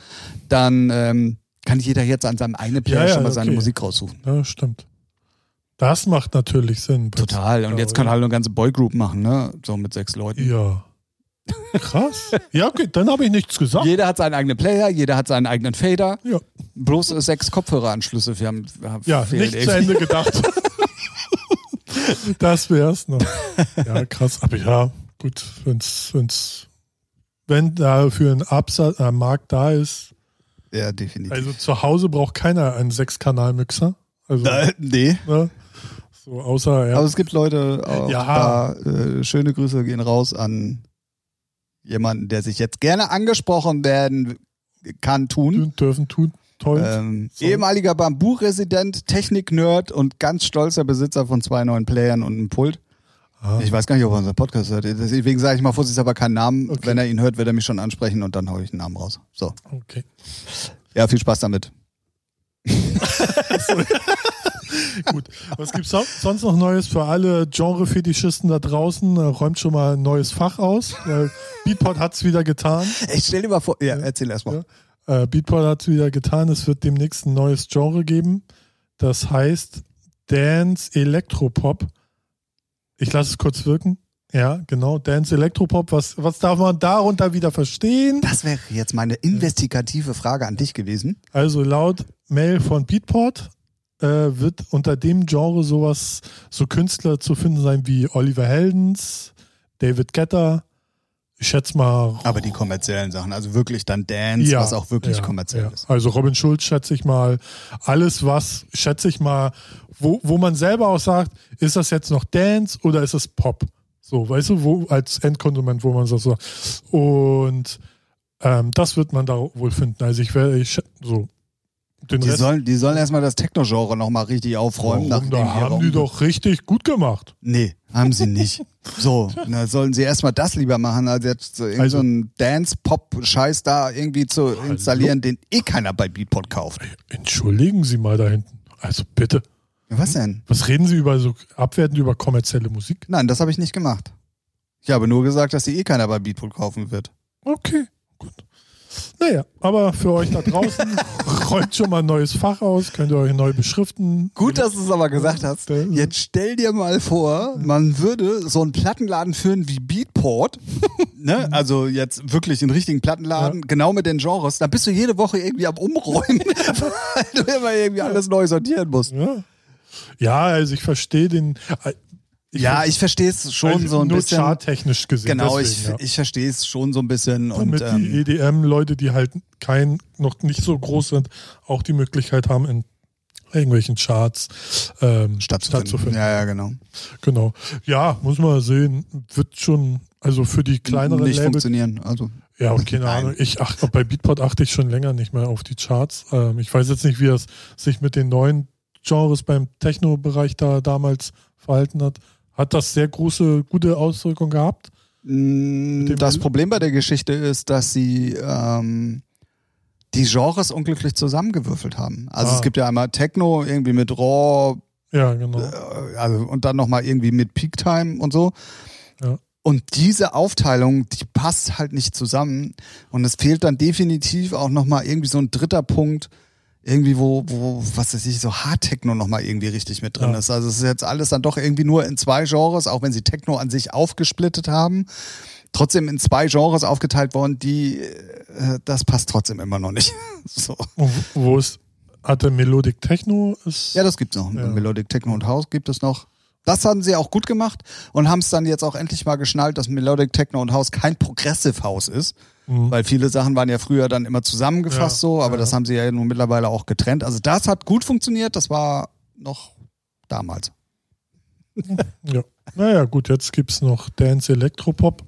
Speaker 1: dann ähm, kann jeder jetzt an seinem einen Player
Speaker 2: Ja, ja,
Speaker 1: schon mal seine
Speaker 2: okay.
Speaker 1: Musik raussuchen.
Speaker 2: Ja, stimmt. Das macht natürlich Sinn.
Speaker 1: Total. Und
Speaker 2: Ja,
Speaker 1: jetzt kann
Speaker 2: ja.
Speaker 1: halt eine ganze Boygroup machen, ne? So mit sechs Leuten.
Speaker 2: Ja. Krass. ja, okay, dann habe ich nichts gesagt.
Speaker 1: Jeder hat seinen eigenen Player, jeder hat seinen eigenen Fader.
Speaker 2: Ja.
Speaker 1: Bloß äh, sechs Kopfhöreranschlüsse. Wir haben, wir haben
Speaker 2: ja,
Speaker 1: fehlen
Speaker 2: nicht zu
Speaker 1: irgendwie.
Speaker 2: Ende gedacht. das wär's noch. Ja, krass. Aber ja, gut, wenn's, wenn's, wenn dafür ein Absatz, ein Markt da ist.
Speaker 1: Ja, definitiv.
Speaker 2: Also zu Hause braucht keiner einen Sechskanal-Mixer. Also,
Speaker 1: Äh, [laughs] nee.
Speaker 2: ne? So, außer er
Speaker 1: Aber Also es gibt Leute, auch
Speaker 2: Ja.
Speaker 1: da äh, schöne Grüße gehen raus an jemanden, der sich jetzt gerne angesprochen werden kann, tun.
Speaker 2: dürfen, dürfen tun. Toll.
Speaker 1: Ähm,
Speaker 2: So.
Speaker 1: ehemaliger Bamboo-Resident, Technik-Nerd und ganz stolzer Besitzer von zwei neuen Playern und einem Pult. [laughs]
Speaker 2: ah,
Speaker 1: Ich weiß gar nicht, ob er unseren Podcast hört. Deswegen sage ich mal vorsichtig, aber keinen Namen.
Speaker 2: Okay.
Speaker 1: Wenn er ihn hört, wird er mich schon ansprechen und dann haue ich einen Namen raus. So.
Speaker 2: okay.
Speaker 1: Ja, viel Spaß damit.
Speaker 2: Gut. Was gibt's so- sonst noch Neues für alle Genre-Fetischisten da draußen? Äh, Räumt schon mal ein neues Fach aus. Äh, Beatport hat's wieder getan.
Speaker 1: Ich stell dir mal vor. Ja, erzähl erst mal.
Speaker 2: Ja. Äh, Beatport hat's wieder getan. Es wird demnächst ein neues Genre geben. Das heißt Dance Elektropop. Ich lasse es kurz wirken. Ja, genau. Dance Electropop, was, was darf man darunter wieder verstehen?
Speaker 1: Das wäre jetzt meine investigative Frage an dich gewesen.
Speaker 2: Also laut Mail von Beatport äh, wird unter dem Genre sowas, so Künstler zu finden sein wie Oliver Heldens, David Getter, ich schätze mal.
Speaker 1: Aber die kommerziellen Sachen, also wirklich dann Dance,
Speaker 2: Ja,
Speaker 1: was auch wirklich
Speaker 2: ja,
Speaker 1: kommerziell
Speaker 2: ja.
Speaker 1: ist.
Speaker 2: Also Robin Schulz, schätze ich mal, alles was, schätze ich mal, wo, wo man selber auch sagt, ist das jetzt noch Dance oder ist es Pop? So, weißt du, wo als Endkonsument, wo man so sagt. Und ähm, das wird man da wohl finden. Also ich werde ich, schä- so den
Speaker 1: Die
Speaker 2: Rest
Speaker 1: sollen, die sollen erstmal das Techno-Genre nochmal richtig aufräumen.
Speaker 2: warum, da
Speaker 1: nachdem hier
Speaker 2: haben
Speaker 1: rum-
Speaker 2: die doch richtig gut gemacht.
Speaker 1: Nee, haben sie
Speaker 2: [laughs]
Speaker 1: nicht. So, na, sollen sie erstmal das lieber machen, als jetzt so irgendeinen
Speaker 2: Also-
Speaker 1: so einen Dance-Pop-Scheiß da irgendwie zu installieren, den eh keiner bei Beatport kauft.
Speaker 2: Entschuldigen Sie mal da hinten. Also bitte.
Speaker 1: Ja, Was denn?
Speaker 2: Was reden Sie über so abwertend über kommerzielle Musik?
Speaker 1: Nein, das habe ich nicht gemacht. Ich habe nur gesagt, dass sie eh keiner bei Beatport kaufen wird.
Speaker 2: Okay, gut. Naja, aber für euch da draußen
Speaker 1: [laughs]
Speaker 2: rollt schon mal ein neues Fach aus, könnt ihr euch neu beschriften.
Speaker 1: Gut, dass du es aber gesagt hast.
Speaker 2: Ja.
Speaker 1: Jetzt stell dir mal vor, man würde so einen Plattenladen führen wie Beatport, [laughs] ne? also jetzt wirklich einen richtigen Plattenladen, genau mit den Genres. Da bist du jede Woche irgendwie am
Speaker 2: [laughs]
Speaker 1: Umräumen, weil du immer irgendwie alles neu sortieren musst.
Speaker 2: Ja, ja also ich verstehe den. äh,
Speaker 1: Ja, ich verstehe es schon
Speaker 2: also
Speaker 1: so ein
Speaker 2: nur
Speaker 1: bisschen.
Speaker 2: charttechnisch gesehen.
Speaker 1: Genau, ich,
Speaker 2: deswegen, ja.
Speaker 1: ich verstehe es schon so ein bisschen.
Speaker 2: Damit
Speaker 1: und ähm,
Speaker 2: die EDM-Leute, die halt kein, noch nicht so groß sind, auch die Möglichkeit haben, in irgendwelchen Charts ähm,
Speaker 1: stattzufinden.
Speaker 2: stattzufinden.
Speaker 1: Ja, ja, genau.
Speaker 2: Genau. Ja, muss man sehen. Wird schon, also für die kleineren
Speaker 1: Nicht
Speaker 2: Labels
Speaker 1: funktionieren. Also,
Speaker 2: Ja, und keine
Speaker 1: Nein.
Speaker 2: Ahnung. Ich ach, bei Beatport achte ich schon länger nicht mehr auf die Charts. Ähm, ich weiß jetzt nicht, wie das sich mit den neuen Genres beim Techno-Bereich da damals verhalten hat. Hat das sehr große, gute Auswirkungen gehabt?
Speaker 1: mh,
Speaker 2: dem
Speaker 1: Mm, das
Speaker 2: Bild?
Speaker 1: Problem bei der Geschichte ist, dass sie ähm, die Genres unglücklich zusammengewürfelt haben. Also
Speaker 2: Ah.
Speaker 1: es gibt ja einmal Techno irgendwie mit Raw,
Speaker 2: Ja, genau.
Speaker 1: äh, also und dann nochmal irgendwie mit Peak Time und so.
Speaker 2: Ja.
Speaker 1: Und diese Aufteilung, die passt halt nicht zusammen. Und es fehlt dann definitiv auch nochmal irgendwie so ein dritter Punkt, irgendwie, wo, wo, was weiß ich, so Hard-Techno nochmal irgendwie richtig mit drin
Speaker 2: Ja.
Speaker 1: ist. Also es ist jetzt alles dann doch irgendwie nur in zwei Genres, auch wenn sie Techno an sich aufgesplittet haben. Trotzdem in zwei Genres aufgeteilt worden, die, äh, das passt trotzdem immer noch nicht. [laughs] so.
Speaker 2: Und wo ist, hatte Melodic Techno? Ist,
Speaker 1: Ja, das gibt's noch.
Speaker 2: Ja.
Speaker 1: Melodic Techno und House gibt es noch. Das haben sie auch gut gemacht und haben es dann jetzt auch endlich mal geschnallt, dass Melodic Techno und House kein Progressive House ist,
Speaker 2: Mhm.
Speaker 1: weil viele Sachen waren ja früher dann immer zusammengefasst
Speaker 2: Ja,
Speaker 1: so, aber
Speaker 2: ja.
Speaker 1: das haben sie ja nun mittlerweile auch getrennt. Also das hat gut funktioniert, das war noch damals.
Speaker 2: ja. Naja, gut, jetzt gibt es noch Dance Electropop.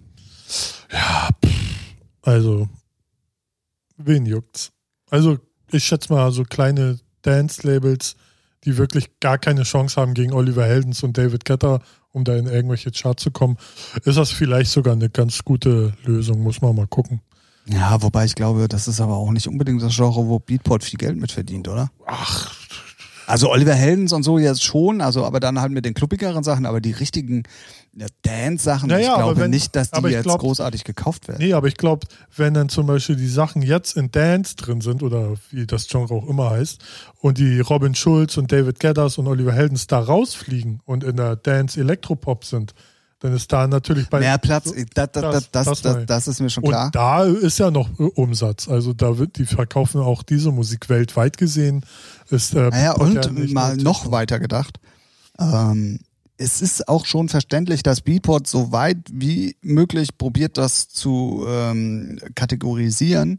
Speaker 2: Ja, pff, also, wen juckt's? Also, ich schätze mal, so kleine Dance-Labels, die wirklich gar keine Chance haben gegen Oliver Heldens und David Getter, um da in irgendwelche Charts zu kommen, ist das vielleicht sogar eine ganz gute Lösung, muss man mal gucken.
Speaker 1: Ja, wobei ich glaube, das ist aber auch nicht unbedingt das Genre, wo Beatport viel Geld mit verdient, oder?
Speaker 2: Ach,
Speaker 1: Also Oliver Heldens und so jetzt schon, also aber dann halt mit den kluppigeren Sachen, aber die richtigen ja, Dance-Sachen,
Speaker 2: Naja,
Speaker 1: ich
Speaker 2: aber
Speaker 1: glaube
Speaker 2: wenn-
Speaker 1: nicht, dass die
Speaker 2: aber ich
Speaker 1: jetzt
Speaker 2: glaub-
Speaker 1: großartig gekauft werden.
Speaker 2: Nee, aber ich glaube, wenn dann zum Beispiel die Sachen jetzt in Dance drin sind oder wie das Genre auch immer heißt und die Robin Schulz und David Geddes und Oliver Heldens da rausfliegen und in der Dance Elektropop sind, dann ist da natürlich bei
Speaker 1: Mehr Platz, äh, das, das, das,
Speaker 2: das- das
Speaker 1: das,
Speaker 2: meine
Speaker 1: das,
Speaker 2: ich.
Speaker 1: das ist mir schon
Speaker 2: und
Speaker 1: klar.
Speaker 2: da ist ja noch äh, Umsatz. Also da wird die verkaufen auch diese Musik weltweit gesehen ist äh,
Speaker 1: Naja,
Speaker 2: Beatport ja
Speaker 1: und
Speaker 2: nicht
Speaker 1: mal
Speaker 2: nur-
Speaker 1: noch weiter gedacht. Ähm, es ist auch schon verständlich, dass Beatport so weit wie möglich probiert, das zu ähm, kategorisieren,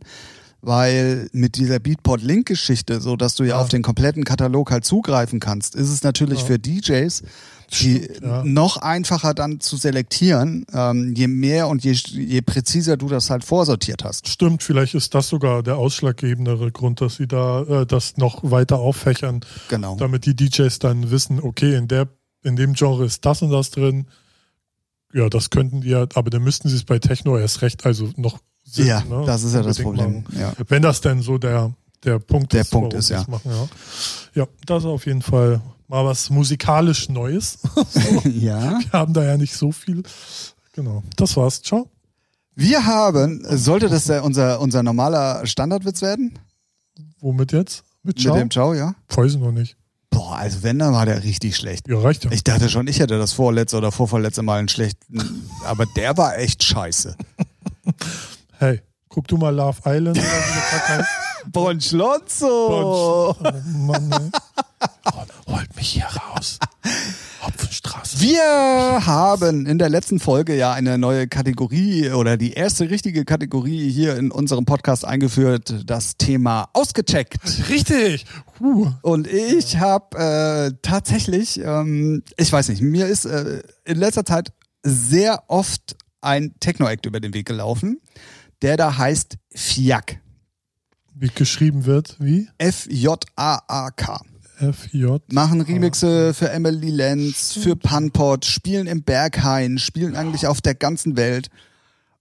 Speaker 1: weil mit dieser Beatport-Link-Geschichte, so dass du ja,
Speaker 2: Ja.
Speaker 1: auf den kompletten Katalog halt zugreifen kannst, ist es natürlich
Speaker 2: Ja.
Speaker 1: für DJs die
Speaker 2: ja.
Speaker 1: noch einfacher dann zu selektieren, ähm, je mehr und je, je präziser du das halt vorsortiert hast.
Speaker 2: Stimmt, vielleicht ist das sogar der ausschlaggebendere Grund, dass sie da äh, das noch weiter auffächern,
Speaker 1: Genau.
Speaker 2: damit die DJs dann wissen, okay, in, der, in dem Genre ist das und das drin. Ja, das könnten die ja, aber dann müssten sie es bei Techno erst recht, also noch sitzen,
Speaker 1: Ja,
Speaker 2: ne?
Speaker 1: das ist ja das Problem.
Speaker 2: Unbedingt machen.
Speaker 1: Ja.
Speaker 2: Wenn das denn so der, der Punkt
Speaker 1: Der
Speaker 2: ist,
Speaker 1: Punkt
Speaker 2: warum
Speaker 1: ist,
Speaker 2: sie
Speaker 1: ja.
Speaker 2: es Machen, ja. Ja, das ist auf jeden Fall mal was musikalisch Neues. [laughs] Wir
Speaker 1: ja. [laughs]
Speaker 2: haben da ja nicht so viel. Genau, das war's. Ciao.
Speaker 1: Wir haben, sollte das der, unser, unser normaler Standardwitz werden?
Speaker 2: Womit jetzt? Mit Ciao?
Speaker 1: Mit dem Ciao, ja?
Speaker 2: Weiß ich noch nicht.
Speaker 1: Boah, also wenn, dann war der richtig schlecht.
Speaker 2: Ja, reicht ja.
Speaker 1: Ich dachte schon, ich hätte das vorletzte oder vorvorletzte Mal einen schlechten, aber der war echt scheiße.
Speaker 2: Hey, guck du mal Love Island.
Speaker 1: [laughs]
Speaker 2: oder wie der Kack heißt.
Speaker 1: Bonchlonzo! [laughs]
Speaker 2: Mann, ey. Hol- Holt mich hier raus. Hopfenstraße.
Speaker 1: Wir haben in der letzten Folge ja eine neue Kategorie oder die erste richtige Kategorie hier in unserem Podcast eingeführt, das Thema ausgecheckt.
Speaker 2: Richtig. Huh.
Speaker 1: Und ich habe äh, tatsächlich, ähm, ich weiß nicht, mir ist äh, in letzter Zeit sehr oft ein Techno-Act über den Weg gelaufen, der da heißt FJAK.
Speaker 2: Wie geschrieben wird, wie?
Speaker 1: F-J-A-A-K.
Speaker 2: FJ.
Speaker 1: Machen Remixe für Emily Lenz, für Punpot, spielen im Berghain, spielen eigentlich auf der ganzen Welt.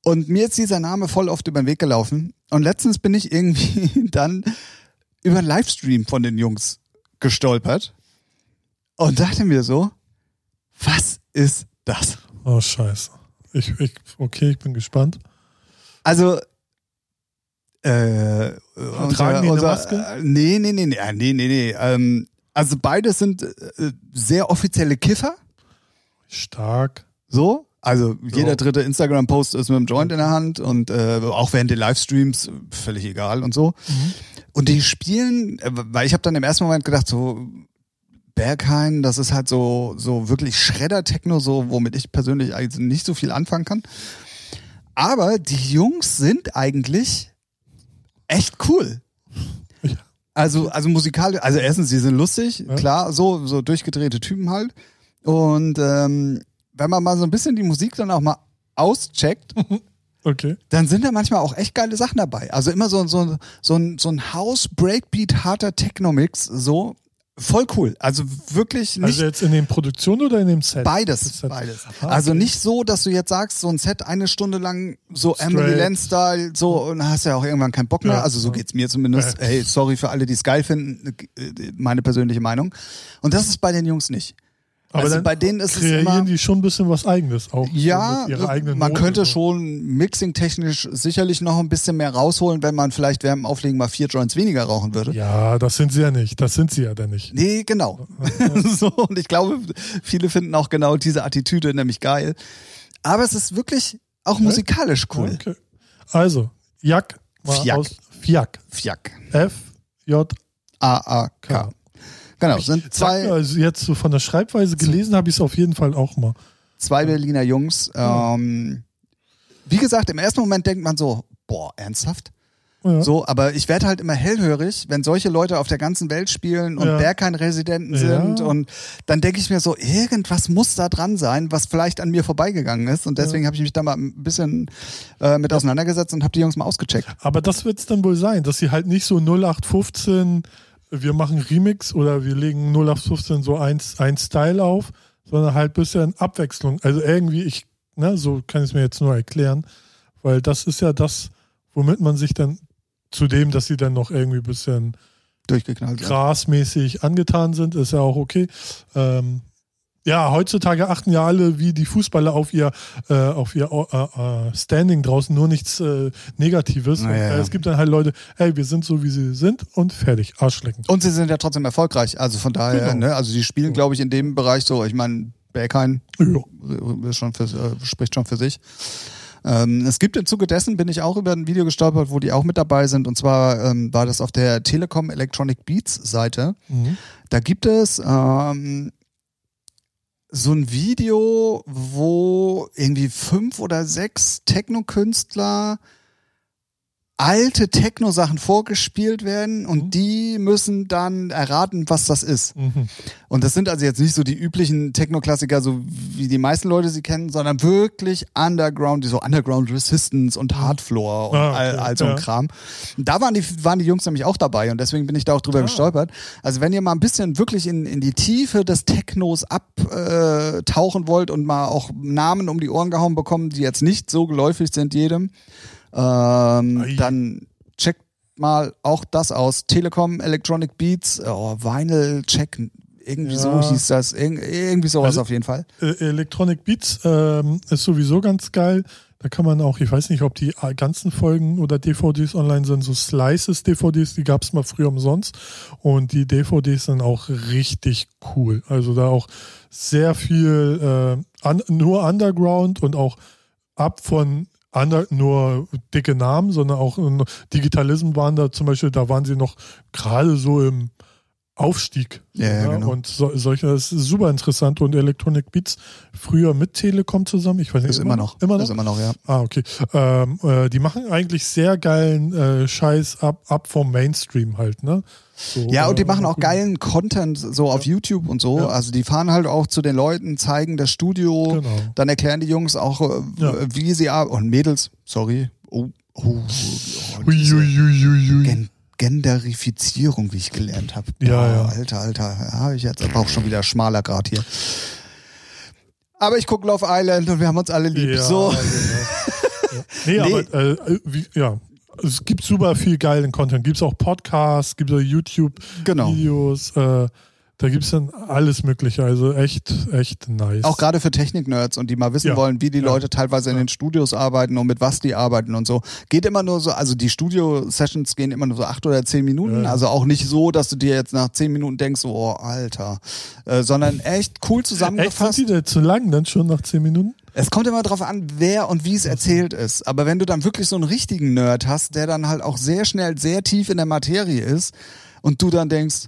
Speaker 1: Und mir ist dieser Name voll oft über den Weg gelaufen. Und letztens bin ich irgendwie [laughs] dann über einen Livestream von den Jungs gestolpert und dachte mir so, was ist das?
Speaker 2: Oh, scheiße. Ich, ich, okay, ich bin gespannt.
Speaker 1: Also, äh,
Speaker 2: Tragen die eine Maske?
Speaker 1: äh, Nee, nee, nee, nee, äh, nee, nee, nee. Ähm, also beides sind äh, sehr offizielle Kiffer.
Speaker 2: Stark.
Speaker 1: So. Also jeder
Speaker 2: Ja.
Speaker 1: dritte Instagram-Post ist mit dem Joint in der Hand und äh, auch während den Livestreams, äh, völlig egal und so.
Speaker 2: Mhm.
Speaker 1: Und die spielen, äh, weil ich habe dann im ersten Moment gedacht, so Berghain, das ist halt so, so wirklich Schredder-Techno, so womit ich persönlich eigentlich nicht so viel anfangen kann. Aber die Jungs sind eigentlich echt cool.
Speaker 2: Ja.
Speaker 1: Also, also musikalisch, also erstens, sie sind lustig,
Speaker 2: Ja.
Speaker 1: klar, so, so durchgedrehte Typen halt. Und ähm, wenn man mal so ein bisschen die Musik dann auch mal auscheckt,
Speaker 2: Okay.
Speaker 1: dann sind da manchmal auch echt geile Sachen dabei. Also immer so, so, so ein, so ein House-Breakbeat, harter Techno-Mix, so voll cool. Also wirklich nicht
Speaker 2: Also jetzt in den Produktionen oder in dem Set?
Speaker 1: beides.
Speaker 2: Ist das-
Speaker 1: beides.
Speaker 2: Ah,
Speaker 1: Also
Speaker 2: okay.
Speaker 1: nicht so, dass du jetzt sagst, so ein Set eine Stunde lang so Emily
Speaker 2: Straight.
Speaker 1: Lenz-Style, so und hast ja auch irgendwann keinen Bock mehr.
Speaker 2: Ja.
Speaker 1: Also so geht's mir zumindest.
Speaker 2: Ja.
Speaker 1: Hey, sorry für alle, die es geil finden, äh, meine persönliche Meinung. Und das ist bei den Jungs nicht.
Speaker 2: Aber
Speaker 1: also
Speaker 2: dann
Speaker 1: bei denen ist es
Speaker 2: kreieren
Speaker 1: immer,
Speaker 2: die schon ein bisschen was Eigenes auch. so
Speaker 1: ja,
Speaker 2: mit ihrer eigenen
Speaker 1: man
Speaker 2: Note
Speaker 1: könnte
Speaker 2: so.
Speaker 1: schon mixing-technisch sicherlich noch ein bisschen mehr rausholen, wenn man vielleicht während dem Auflegen mal vier Joints weniger rauchen würde.
Speaker 2: Ja, das sind sie ja nicht. Das sind sie ja dann nicht.
Speaker 1: Nee, genau. [laughs] so, und ich glaube, viele finden auch genau diese Attitüde nämlich geil. Aber es ist wirklich auch musikalisch cool.
Speaker 2: Okay. Also, Jack. mal
Speaker 1: Fjak.
Speaker 2: aus- Fjak.
Speaker 1: Fjack.
Speaker 2: F-J-K.
Speaker 1: A-A-K. Genau, sind
Speaker 2: Sag mir,
Speaker 1: zwei,
Speaker 2: Also jetzt so von der Schreibweise gelesen habe ich es auf jeden Fall auch mal. Mhm.
Speaker 1: zwei Berliner Jungs. Ähm, wie gesagt, im ersten Moment denkt man so, boah, ernsthaft?
Speaker 2: Ja.
Speaker 1: So, aber ich werde halt immer hellhörig, wenn solche Leute auf der ganzen Welt spielen und
Speaker 2: Ja.
Speaker 1: Berghain-Residenten
Speaker 2: Ja.
Speaker 1: sind und dann denke ich mir so, irgendwas muss da dran sein, was vielleicht an mir vorbeigegangen ist und deswegen habe ich mich da mal ein bisschen äh, mit auseinandergesetzt und habe die Jungs mal ausgecheckt.
Speaker 2: Aber das wird es dann wohl sein, dass sie halt nicht so 0815, wir machen Remix oder wir legen 0815 so ein, ein Style auf, sondern halt bisschen Abwechslung. Also irgendwie, ich, ne, so kann ich es mir jetzt nur erklären, weil das ist ja das, womit man sich dann zu dem, dass sie dann noch irgendwie ein bisschen
Speaker 1: Durchgeknallt. Ja.
Speaker 2: grasmäßig angetan sind, ist ja auch okay. Ähm, ja, heutzutage achten ja alle wie die Fußballer auf ihr, äh, auf ihr äh, äh, Standing draußen, nur nichts äh, Negatives.
Speaker 1: Naja,
Speaker 2: und,
Speaker 1: ja.
Speaker 2: äh, es gibt dann halt Leute, ey, wir sind so, wie sie sind und fertig, Arschlecken.
Speaker 1: Und sie sind ja trotzdem erfolgreich, also von daher,
Speaker 2: Genau.
Speaker 1: ne, also sie spielen, glaube ich, in dem Bereich so, ich meine, Berghain
Speaker 2: Ja.
Speaker 1: ist schon für, äh, spricht schon für sich. Ähm, es gibt im Zuge dessen, bin ich auch über ein Video gestolpert, wo die auch mit dabei sind. Und zwar ähm, war das auf der Telekom Electronic Beats Seite.
Speaker 2: Mhm.
Speaker 1: Da gibt es ähm, so ein Video, wo irgendwie fünf oder sechs Techno-Künstler alte Techno-Sachen vorgespielt werden und
Speaker 2: Mhm.
Speaker 1: die müssen dann erraten, was das ist.
Speaker 2: Mhm.
Speaker 1: Und das sind also jetzt nicht so die üblichen Techno-Klassiker, so wie die meisten Leute sie kennen, sondern wirklich Underground, die so Underground Resistance und Hardfloor und
Speaker 2: Ah, okay,
Speaker 1: all, all so ein
Speaker 2: ja.
Speaker 1: Kram. Und da waren die, waren die Jungs nämlich auch dabei und deswegen bin ich da auch drüber
Speaker 2: Ah.
Speaker 1: gestolpert. Also wenn ihr mal ein bisschen wirklich in, in die Tiefe des Technos abtauchen wollt und mal auch Namen um die Ohren gehauen bekommen, die jetzt nicht so geläufig sind jedem, ähm,
Speaker 2: Ei.
Speaker 1: dann checkt mal auch das aus. Telekom, Electronic Beats, oh, Vinyl, check. Irgendwie
Speaker 2: Ja.
Speaker 1: so hieß das. Irg irgendwie sowas
Speaker 2: Also-
Speaker 1: auf jeden Fall.
Speaker 2: Äh, Electronic Beats ähm, ist sowieso ganz geil. Da kann man auch, ich weiß nicht, ob die äh, ganzen Folgen oder DVDs online sind, so Slices DVDs, die gab es mal früher umsonst. Und die DVDs sind auch richtig cool. Also da auch sehr viel, äh, un nur Underground und auch ab von Ander, nur dicke Namen, sondern auch äh, Digitalism waren da zum Beispiel, da waren sie noch gerade so im Aufstieg.
Speaker 1: Ja, ja, genau.
Speaker 2: Und so, solche, das ist super interessant. Und Electronic Beats früher mit Telekom zusammen, ich weiß nicht,
Speaker 1: Ist immer noch.
Speaker 2: Immer noch?
Speaker 1: Ist immer noch, ja.
Speaker 2: Ah, okay. Ähm, äh, die machen eigentlich sehr geilen äh, Scheiß ab, ab vom Mainstream halt, ne? So,
Speaker 1: Ja, und die
Speaker 2: äh,
Speaker 1: machen auch
Speaker 2: cool.
Speaker 1: geilen Content so auf YouTube und so.
Speaker 2: Ja.
Speaker 1: Also die fahren halt auch zu den Leuten, zeigen das Studio,
Speaker 2: Genau.
Speaker 1: dann erklären die Jungs auch, äh,
Speaker 2: Ja.
Speaker 1: wie sie arbeiten. Und Mädels, sorry. Oh, oh, oh, oh diese
Speaker 2: Uiuiuiui.
Speaker 1: Gen Genderifizierung, wie ich gelernt habe.
Speaker 2: Mhm. Ja, ja.
Speaker 1: Alter, Alter, ja, habe ich jetzt aber auch schon wieder schmaler Grad hier. Aber ich gucke Love Island und wir haben uns alle lieb.
Speaker 2: Ja,
Speaker 1: so. [laughs]
Speaker 2: genau. Ja.
Speaker 1: Nee.
Speaker 2: Nee, aber äh, äh, wie, ja. Es gibt super viel geilen Content. Gibt es auch Podcasts, gibt es
Speaker 1: Genau.
Speaker 2: YouTube-Videos. Äh, da gibt es dann alles Mögliche. Also echt, echt nice.
Speaker 1: Auch gerade für Technik-Nerds und die mal wissen
Speaker 2: Ja,
Speaker 1: wollen, wie die
Speaker 2: ja.
Speaker 1: Leute teilweise in den Studios arbeiten und mit was die arbeiten und so. Geht immer nur so, also die Studio-Sessions gehen immer nur so acht oder zehn Minuten.
Speaker 2: Ja, ja.
Speaker 1: Also auch nicht so, dass du dir jetzt nach zehn Minuten denkst, oh, Alter. Äh, sondern echt cool
Speaker 2: Echt, sind
Speaker 1: zusammengefasst.
Speaker 2: die denn zu lang dann schon nach 10 Minuten?
Speaker 1: es kommt immer drauf an, wer und wie es
Speaker 2: Mhm.
Speaker 1: erzählt ist. Aber wenn du dann wirklich so einen richtigen Nerd hast, der dann halt auch sehr schnell sehr tief in der Materie ist und du dann denkst,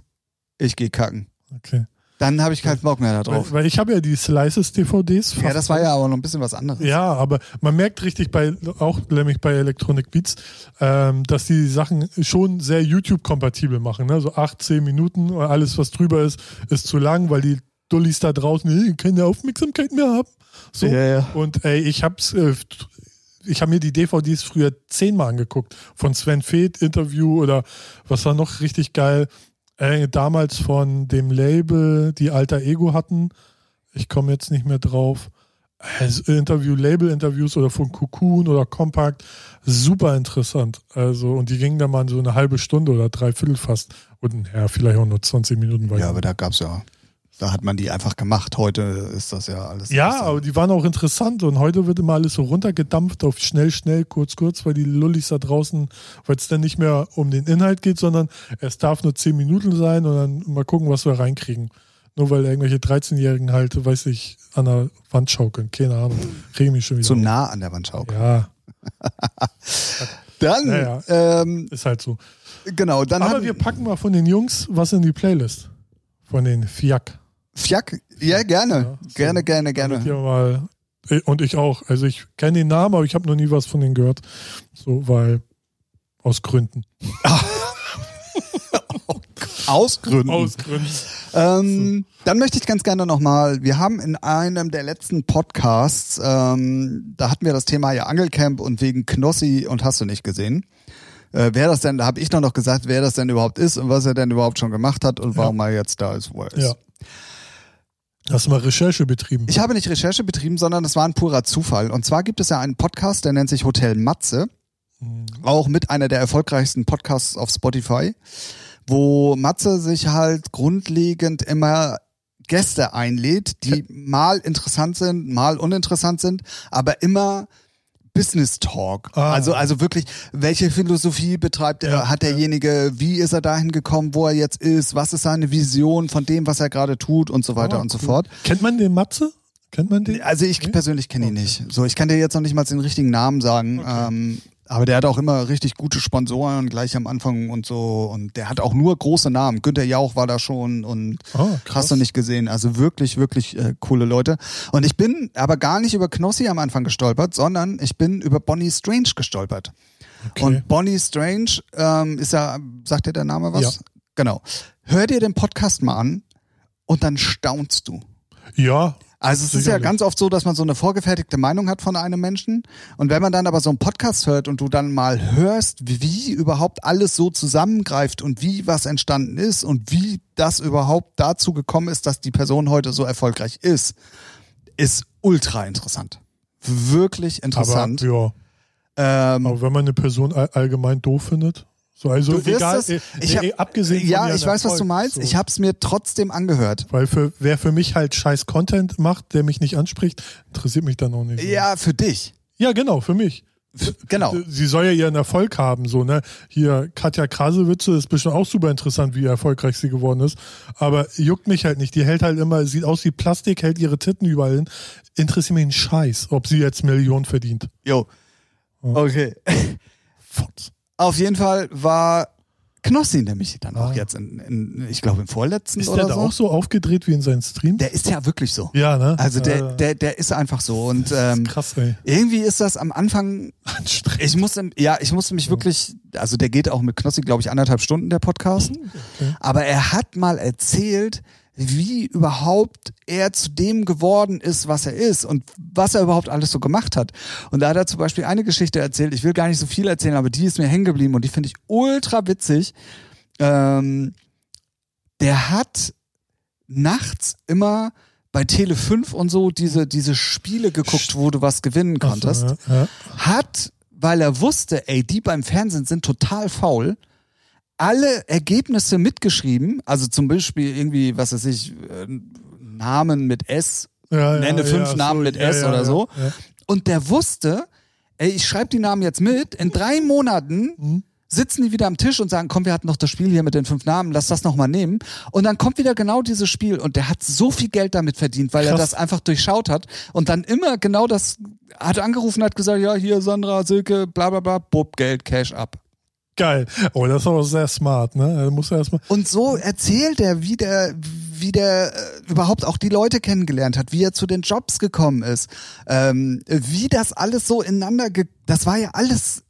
Speaker 1: ich geh kacken.
Speaker 2: Okay.
Speaker 1: Dann habe ich keinen Bock mehr
Speaker 2: Weil,
Speaker 1: darauf.
Speaker 2: weil ich habe ja die Slices-DVDs.
Speaker 1: Ja, das war ja aber noch ein bisschen was anderes.
Speaker 2: Ja, aber man merkt richtig bei, auch nämlich bei Electronic Beats, ähm, dass die Sachen schon sehr YouTube-kompatibel machen. Ne? So 8, 10 Minuten, und alles was drüber ist, ist zu lang, weil die Dullis da draußen äh, keine Aufmerksamkeit mehr haben. So.
Speaker 1: Ja, ja.
Speaker 2: Und ey, ich hab's, äh, ich habe mir die DVDs früher zehnmal angeguckt. Von Sven Feth Interview oder was war noch richtig geil. Äh, damals von dem Label, die Alter Ego hatten. Ich komme jetzt nicht mehr drauf. Also Interview, Label-Interviews oder von Cocoon oder Compact. Super interessant. Also, und die gingen dann mal so eine halbe Stunde oder dreiviertel fast. Und ja, vielleicht auch nur 20 Minuten
Speaker 1: Ja, aber da gab's ja, da hat man die einfach gemacht. Heute ist das ja alles.
Speaker 2: Ja,
Speaker 1: alles-
Speaker 2: aber die waren auch interessant und heute wird immer alles so runtergedampft auf schnell, schnell, kurz, kurz, weil die Lullis da draußen, weil es dann nicht mehr um den Inhalt geht, sondern es darf nur 10 Minuten sein und dann mal gucken, was wir reinkriegen. Nur weil irgendwelche 13-Jährigen halt, weiß ich, an der Wand schaukeln. Keine Ahnung. Regen mich schon wieder.
Speaker 1: zu
Speaker 2: auf.
Speaker 1: nah an der Wand schaukeln.
Speaker 2: ja,
Speaker 1: Dann,
Speaker 2: Ja,
Speaker 1: Ähm,
Speaker 2: ist halt so.
Speaker 1: genau, dann
Speaker 2: Aber
Speaker 1: haben
Speaker 2: wir packen mal von den Jungs was in die Playlist. Von den Fiak.
Speaker 1: Fjack, ja gerne,
Speaker 2: Ja, so.
Speaker 1: gerne, gerne, gerne.
Speaker 2: Damit ihr mal, und ich auch. Also ich kenne den Namen, aber ich habe noch nie was von denen gehört. So, weil aus Gründen.
Speaker 1: Ausgründen.
Speaker 2: Gründen.
Speaker 1: Ähm, dann möchte ich ganz gerne nochmal, wir haben in einem der letzten Podcasts, ähm, da hatten wir das Thema ja Angelcamp und wegen Knossi und hast du nicht gesehen. Äh, wer das denn, da habe ich noch noch gesagt, wer das denn überhaupt ist und was er denn überhaupt schon gemacht hat und warum er jetzt da ist, wo er ist.
Speaker 2: Ja. Hast du mal Recherche betrieben?
Speaker 1: Ich habe nicht Recherche betrieben, sondern es war ein purer Zufall. Und zwar gibt es ja einen Podcast, der nennt sich Hotel Matze,
Speaker 2: Mhm.
Speaker 1: auch mit einer der erfolgreichsten Podcasts auf Spotify, wo Matze sich halt grundlegend immer Gäste einlädt, die mal interessant sind, mal uninteressant sind, aber immer Business Talk.
Speaker 2: Ah.
Speaker 1: Also, also wirklich, welche Philosophie betreibt er,
Speaker 2: Ja,
Speaker 1: hat derjenige, wie ist er dahin gekommen, wo er jetzt ist, was ist seine Vision von dem, was er gerade tut und so weiter
Speaker 2: Ah,
Speaker 1: und so
Speaker 2: cool.
Speaker 1: fort.
Speaker 2: Kennt man den Matze? Kennt man den?
Speaker 1: Also ich
Speaker 2: Okay.
Speaker 1: persönlich kenne ihn
Speaker 2: Okay.
Speaker 1: nicht. So, ich kann dir jetzt noch nicht mal den richtigen Namen sagen.
Speaker 2: Okay.
Speaker 1: Ähm, aber der hat auch immer richtig gute Sponsoren gleich am Anfang und so. Und der hat auch nur große Namen. Günther Jauch war da schon und
Speaker 2: Ah,
Speaker 1: hast du nicht gesehen. Also wirklich, wirklich äh, coole Leute. Und ich bin aber gar nicht über Knossi am Anfang gestolpert, sondern ich bin über Bonnie Strange gestolpert.
Speaker 2: Okay.
Speaker 1: Und Bonnie Strange ähm, ist ja, sagt dir der Name was?
Speaker 2: Ja.
Speaker 1: Genau. Hör dir den Podcast mal an und dann staunst du.
Speaker 2: Ja.
Speaker 1: Also es ist ja
Speaker 2: Sicherlich.
Speaker 1: ganz oft so, dass man so eine vorgefertigte Meinung hat von einem Menschen. Und wenn man dann aber so einen Podcast hört und du dann mal hörst, wie überhaupt alles so zusammengreift und wie was entstanden ist und wie das überhaupt dazu gekommen ist, dass die Person heute so erfolgreich ist, ist ultra interessant. Wirklich
Speaker 2: Aber,
Speaker 1: interessant.
Speaker 2: ja.
Speaker 1: ähm,
Speaker 2: aber wenn man eine Person all, allgemein doof findet, so also
Speaker 1: Du wirst
Speaker 2: egal,
Speaker 1: es-
Speaker 2: eh,
Speaker 1: ich
Speaker 2: eh,
Speaker 1: hab-
Speaker 2: eh, abgesehen von
Speaker 1: ja,
Speaker 2: ihren
Speaker 1: ich weiß, was
Speaker 2: Erfolg,
Speaker 1: du meinst.
Speaker 2: so.
Speaker 1: Ich habe es mir trotzdem angehört.
Speaker 2: Weil für, wer für mich halt scheiß Content macht, der mich nicht anspricht, interessiert mich dann auch nicht. so.
Speaker 1: Ja, für dich.
Speaker 2: Ja, genau, für mich.
Speaker 1: Genau.
Speaker 2: Sie soll ja ihren Erfolg haben, so, ne? Hier, Katja Krasewitze ist bestimmt auch super interessant, wie erfolgreich sie geworden ist. Aber juckt mich halt nicht. Die hält halt immer, sieht aus wie Plastik, hält ihre Titten überall hin. Interessiert mich einen Scheiß, ob sie jetzt Millionen verdient.
Speaker 1: Jo.
Speaker 2: Hm.
Speaker 1: Okay.
Speaker 2: Fotz.
Speaker 1: Auf jeden Fall war Knossi nämlich dann auch
Speaker 2: Ah.
Speaker 1: jetzt, in, in, ich glaube, im vorletzten
Speaker 2: Ist
Speaker 1: oder
Speaker 2: der da
Speaker 1: so.
Speaker 2: auch so aufgedreht wie in seinen Streams?
Speaker 1: Der ist ja wirklich so.
Speaker 2: ja, ne?
Speaker 1: Also der,
Speaker 2: Äh,
Speaker 1: der, der ist einfach so. Und
Speaker 2: das
Speaker 1: ähm,
Speaker 2: ist krass, ey.
Speaker 1: irgendwie ist das am Anfang,
Speaker 2: Anstrengend.
Speaker 1: ich musste, ja, ich musste mich wirklich, also der geht auch mit Knossi, glaube ich, anderthalb Stunden, der Podcast. Aber er hat mal erzählt, wie überhaupt er zu dem geworden ist, was er ist und was er überhaupt alles so gemacht hat. Und da hat er zum Beispiel eine Geschichte erzählt, ich will gar nicht so viel erzählen, aber die ist mir hängen geblieben und die finde ich ultra witzig. Ähm, der hat nachts immer bei Tele 5 und so diese, diese Spiele geguckt, wo du was gewinnen
Speaker 2: Ach so,
Speaker 1: konntest
Speaker 2: ja, ja.
Speaker 1: hat, weil er wusste, ey, die beim Fernsehen sind total faul, alle Ergebnisse mitgeschrieben, also zum Beispiel irgendwie, was weiß ich, äh, Namen mit S
Speaker 2: Ja, ja,
Speaker 1: Nenne Ne,
Speaker 2: ja,
Speaker 1: fünf
Speaker 2: so,
Speaker 1: Namen mit S oder so.
Speaker 2: Ja.
Speaker 1: und der wusste, ey, ich schreibe die Namen jetzt mit, in drei Monaten
Speaker 2: Mhm.
Speaker 1: sitzen die wieder am Tisch und sagen, komm, wir hatten noch das Spiel hier mit den fünf Namen, lass das nochmal nehmen. Und dann kommt wieder genau dieses Spiel und der hat so viel Geld damit verdient, weil er
Speaker 2: Krass.
Speaker 1: das einfach durchschaut hat und dann immer genau das hat angerufen, hat gesagt, ja, hier Sandra, Silke, bla bla bla, Bob, Geld, Cash ab.
Speaker 2: Geil. Oh, das ist aber sehr smart, ne? Da muss er erstmal.
Speaker 1: Und so erzählt er, wie der, wie der äh, überhaupt auch die Leute kennengelernt hat, wie er zu den Jobs gekommen ist, ähm, wie das alles so ineinander, ge das war ja alles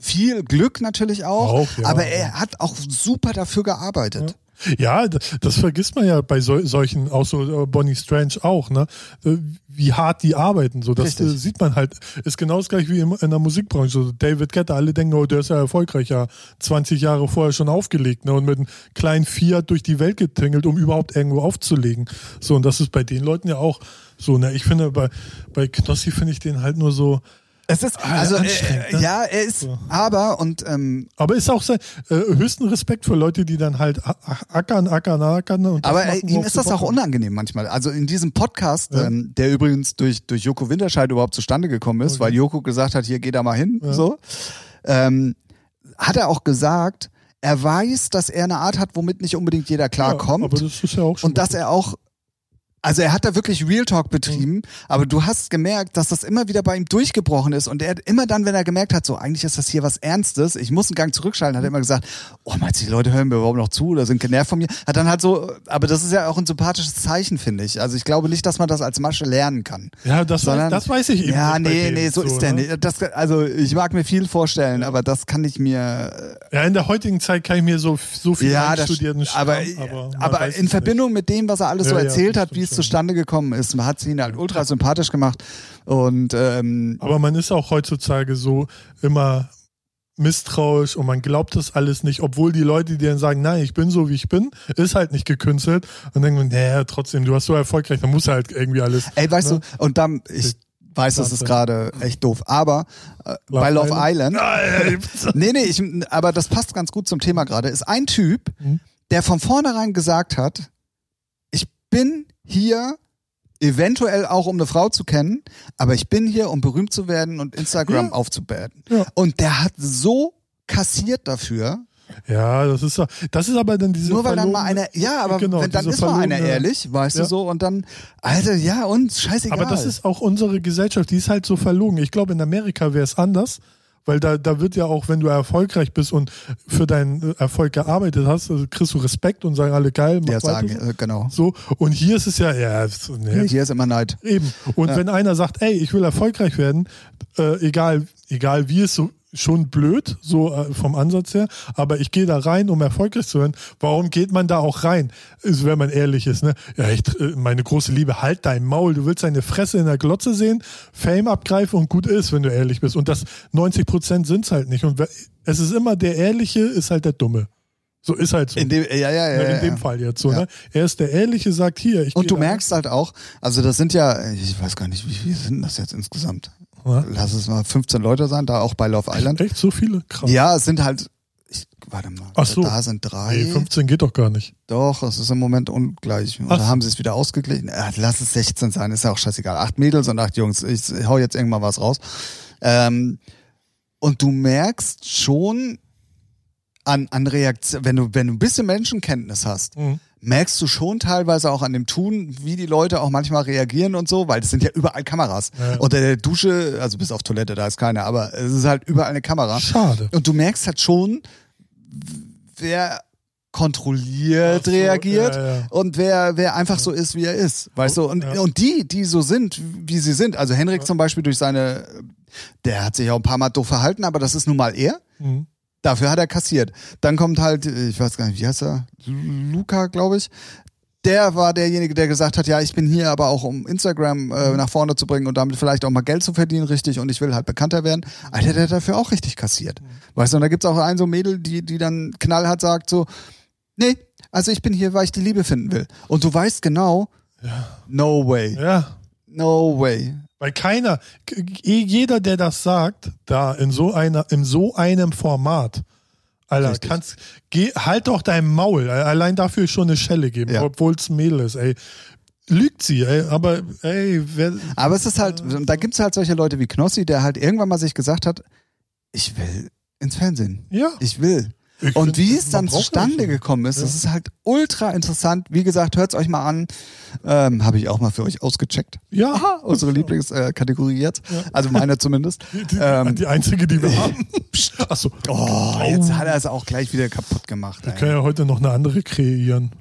Speaker 1: viel Glück natürlich auch,
Speaker 2: Auch, ja.
Speaker 1: aber er hat auch super dafür gearbeitet.
Speaker 2: Ja, d- das vergisst man ja bei sol solchen, auch so äh, Bonnie Strange auch, ne? Äh, Wie hart die arbeiten, so das
Speaker 1: Richtig.
Speaker 2: äh, sieht man halt. Ist genau das gleiche wie im- in der Musikbranche. So David Guetta, alle denken, oh, der ist ja erfolgreich, ja, 20 Jahre vorher schon aufgelegt, ne? Und mit einem kleinen Fiat durch die Welt getingelt, um überhaupt irgendwo aufzulegen. So, und das ist bei den Leuten ja auch so, ne? Ich finde, bei, bei Knossi finde ich den halt nur so,
Speaker 1: Es ist,
Speaker 2: Ah,
Speaker 1: also,
Speaker 2: anstrengend,
Speaker 1: äh,
Speaker 2: ne?
Speaker 1: ja, er ist,
Speaker 2: So.
Speaker 1: aber, und, ähm,
Speaker 2: Aber ist auch sein, äh, höchsten Respekt für Leute, die dann halt a- a- ackern, ackern, ackern. Und das
Speaker 1: aber
Speaker 2: machen, um
Speaker 1: äh, ihm
Speaker 2: worauf
Speaker 1: ist
Speaker 2: sie
Speaker 1: das
Speaker 2: Bock
Speaker 1: auch
Speaker 2: haben.
Speaker 1: unangenehm manchmal. Also in diesem Podcast,
Speaker 2: Ja.
Speaker 1: ähm, der übrigens durch, durch Joko Winterscheid überhaupt zustande gekommen ist,
Speaker 2: Okay.
Speaker 1: weil Joko gesagt hat, hier geh da mal hin,
Speaker 2: Ja.
Speaker 1: so, ähm, hat er auch gesagt, er weiß, dass er eine Art hat, womit nicht unbedingt jeder
Speaker 2: Ja,
Speaker 1: klarkommt.
Speaker 2: Aber das ist ja auch schon.
Speaker 1: und dass er auch, also er hat da wirklich Real Talk betrieben, aber du hast gemerkt, dass das immer wieder bei ihm durchgebrochen ist und er hat immer dann, wenn er gemerkt hat, so eigentlich ist das hier was Ernstes, ich muss einen Gang zurückschalten, hat er immer gesagt, oh meinst du, die Leute hören mir überhaupt noch zu oder sind genervt von mir? Hat dann halt so, aber das ist ja auch ein sympathisches Zeichen, finde ich. Also ich glaube nicht, dass man das als Masche lernen kann.
Speaker 2: ja, das,
Speaker 1: sondern-
Speaker 2: weiß, das weiß ich eben.
Speaker 1: Ja,
Speaker 2: nicht bei
Speaker 1: nee,
Speaker 2: dem,
Speaker 1: nee, so, ist der
Speaker 2: ne?
Speaker 1: nicht. Das, also ich mag mir viel vorstellen, aber das kann ich mir
Speaker 2: Ja, in der heutigen Zeit kann ich mir so, so viel
Speaker 1: ja, das,
Speaker 2: studierten
Speaker 1: aber,
Speaker 2: man
Speaker 1: aber
Speaker 2: weiß
Speaker 1: in
Speaker 2: es
Speaker 1: Verbindung mit dem, was er alles so
Speaker 2: Ja, ja,
Speaker 1: erzählt
Speaker 2: das
Speaker 1: hat, wie
Speaker 2: stimmt
Speaker 1: es
Speaker 2: schon.
Speaker 1: zustande gekommen ist, hat es ihn halt ultra sympathisch gemacht. Und ähm,
Speaker 2: Nicht. Aber man ist auch heutzutage so immer misstrauisch und man glaubt das alles nicht, obwohl die Leute, die dann sagen, nein, ich bin so, wie ich bin, ist halt nicht gekünstelt. Und denkt man, naja, trotzdem, du warst so erfolgreich, dann muss halt irgendwie
Speaker 1: [laughs]
Speaker 2: alles.
Speaker 1: ey, weißt
Speaker 2: Ne?
Speaker 1: du, und dann, ich weiß, das ist gerade echt doof, aber äh, bei Love Island, nee, nee, ich, aber das passt ganz gut zum Thema gerade, ist ein Typ,
Speaker 2: Mhm.
Speaker 1: der von vornherein gesagt hat, ich bin hier eventuell auch um eine Frau zu kennen, aber ich bin hier, um berühmt zu werden und Instagram
Speaker 2: Ja.
Speaker 1: aufzubaden.
Speaker 2: Ja.
Speaker 1: Und der hat so kassiert dafür,
Speaker 2: Ja, das ist, so- das ist aber dann diese.
Speaker 1: nur weil dann mal
Speaker 2: verlogene-
Speaker 1: einer, ja, aber
Speaker 2: Genau,
Speaker 1: wenn, dann
Speaker 2: diese
Speaker 1: ist mal einer
Speaker 2: verlogene-
Speaker 1: ehrlich, weißt du
Speaker 2: Ja.
Speaker 1: so, und dann, Alter, ja, und scheißegal.
Speaker 2: Aber das ist auch unsere Gesellschaft, die ist halt so verlogen. Ich glaube, in Amerika wäre es anders, weil da, da wird ja auch, wenn du erfolgreich bist und für deinen äh, Erfolg gearbeitet hast, also kriegst du Respekt und sagen alle geil, mach
Speaker 1: ja,
Speaker 2: weiter
Speaker 1: sagen, äh, genau.
Speaker 2: so. Und hier ist es ja, ja, so, nee,
Speaker 1: Hier ist immer Neid.
Speaker 2: eben. Und
Speaker 1: Ja.
Speaker 2: wenn einer sagt, ey, ich will erfolgreich werden, äh, egal, egal wie es so schon blöd, so äh, vom Ansatz her, aber ich gehe da rein, um erfolgreich zu werden. Warum geht man da auch rein? Ist, wenn man ehrlich ist, ne? Ja, ich, tr- äh, meine große Liebe, halt dein Maul, du willst deine Fresse in der Glotze sehen, Fame abgreifen und gut ist, wenn du ehrlich bist. Und das 90 Prozent sind's halt nicht. Und wer- es ist immer der Ehrliche, ist halt der Dumme. So ist halt so.
Speaker 1: In dem, ja, ja, ja.
Speaker 2: Ne,
Speaker 1: ja,
Speaker 2: in dem
Speaker 1: ja.
Speaker 2: Fall jetzt so,
Speaker 1: Ja.
Speaker 2: ne? Er ist der Ehrliche, sagt hier, ich
Speaker 1: Und
Speaker 2: geh
Speaker 1: du
Speaker 2: da-
Speaker 1: merkst halt auch, also das sind ja, ich weiß gar nicht, wie viele sind das jetzt insgesamt?
Speaker 2: Ja.
Speaker 1: Lass es mal 15 Leute sein, da auch bei Love Island.
Speaker 2: Echt so viele? Krass.
Speaker 1: Ja, es sind halt, Ich, warte mal.
Speaker 2: Ach so.
Speaker 1: Da sind drei.
Speaker 2: Nee, 15 geht doch gar nicht.
Speaker 1: Doch, es ist im Moment ungleich. Und
Speaker 2: Ach.
Speaker 1: da haben sie es wieder ausgeglichen. Äh, lass es 16 sein, ist ja auch scheißegal. Acht Mädels und acht Jungs. Ich hau jetzt irgendwann was raus. Ähm, und du merkst schon an, an Reaktion, wenn du, wenn du ein bisschen Menschenkenntnis hast,
Speaker 2: Mhm.
Speaker 1: merkst du schon teilweise auch an dem Tun, wie die Leute auch manchmal reagieren und so, weil es sind ja überall Kameras.
Speaker 2: Ja.
Speaker 1: Unter der Dusche, also bis auf Toilette, da ist keine, aber es ist halt überall eine Kamera.
Speaker 2: Schade.
Speaker 1: Und du merkst halt schon, wer kontrolliert
Speaker 2: Ach so,
Speaker 1: reagiert
Speaker 2: ja, ja.
Speaker 1: und wer, wer einfach so ist, wie er ist. Weißt du, und,
Speaker 2: Ja.
Speaker 1: und die, die so sind, wie sie sind, also Henrik zum Beispiel durch seine, der hat sich auch ein paar Mal doof verhalten, aber das ist nun mal er.
Speaker 2: Mhm.
Speaker 1: Dafür hat er kassiert. Dann kommt halt, ich weiß gar nicht, wie heißt er? Lu- Luca, glaube ich. Der war derjenige, der gesagt hat, ja, ich bin hier aber auch, um Instagram äh, nach vorne zu bringen und damit vielleicht auch mal Geld zu verdienen, richtig, und ich will halt bekannter werden. Alter, der hat dafür auch richtig kassiert. Weißt du, und da gibt's auch ein so Mädel, die, die dann Knall hat, sagt so, nee, also ich bin hier, weil ich die Liebe finden will. Und du weißt genau, no way,
Speaker 2: Ja.
Speaker 1: no way.
Speaker 2: Weil keiner, k- eh jeder, der das sagt, da in so einer, in so einem Format, Alter,
Speaker 1: Richtig.
Speaker 2: kannst, geh, halt doch dein Maul. Allein dafür schon eine Schelle geben,
Speaker 1: Ja.
Speaker 2: obwohl es ein Mädel ist, ey. Lügt sie, ey, aber, ey, wer,
Speaker 1: Aber es ist halt, da gibt's halt solche Leute wie Knossi, der halt irgendwann mal sich gesagt hat, ich will ins Fernsehen.
Speaker 2: ja.
Speaker 1: Ich will.
Speaker 2: Ich
Speaker 1: Und
Speaker 2: find,
Speaker 1: wie es
Speaker 2: man
Speaker 1: dann
Speaker 2: braucht
Speaker 1: zustande
Speaker 2: das nicht.
Speaker 1: gekommen ist, das ist halt ultra interessant. Wie gesagt, hört es euch mal an. Ähm, Habe ich auch mal für euch ausgecheckt.
Speaker 2: Ja,
Speaker 1: Aha, unsere Lieblingskategorie jetzt. Also meine zumindest.
Speaker 2: die,
Speaker 1: Ähm,
Speaker 2: Ah, die einzige, die wir haben. Achso,
Speaker 1: oh, jetzt hat er es auch gleich wieder kaputt gemacht.
Speaker 2: wir können
Speaker 1: Ey.
Speaker 2: ja heute noch eine andere kreieren.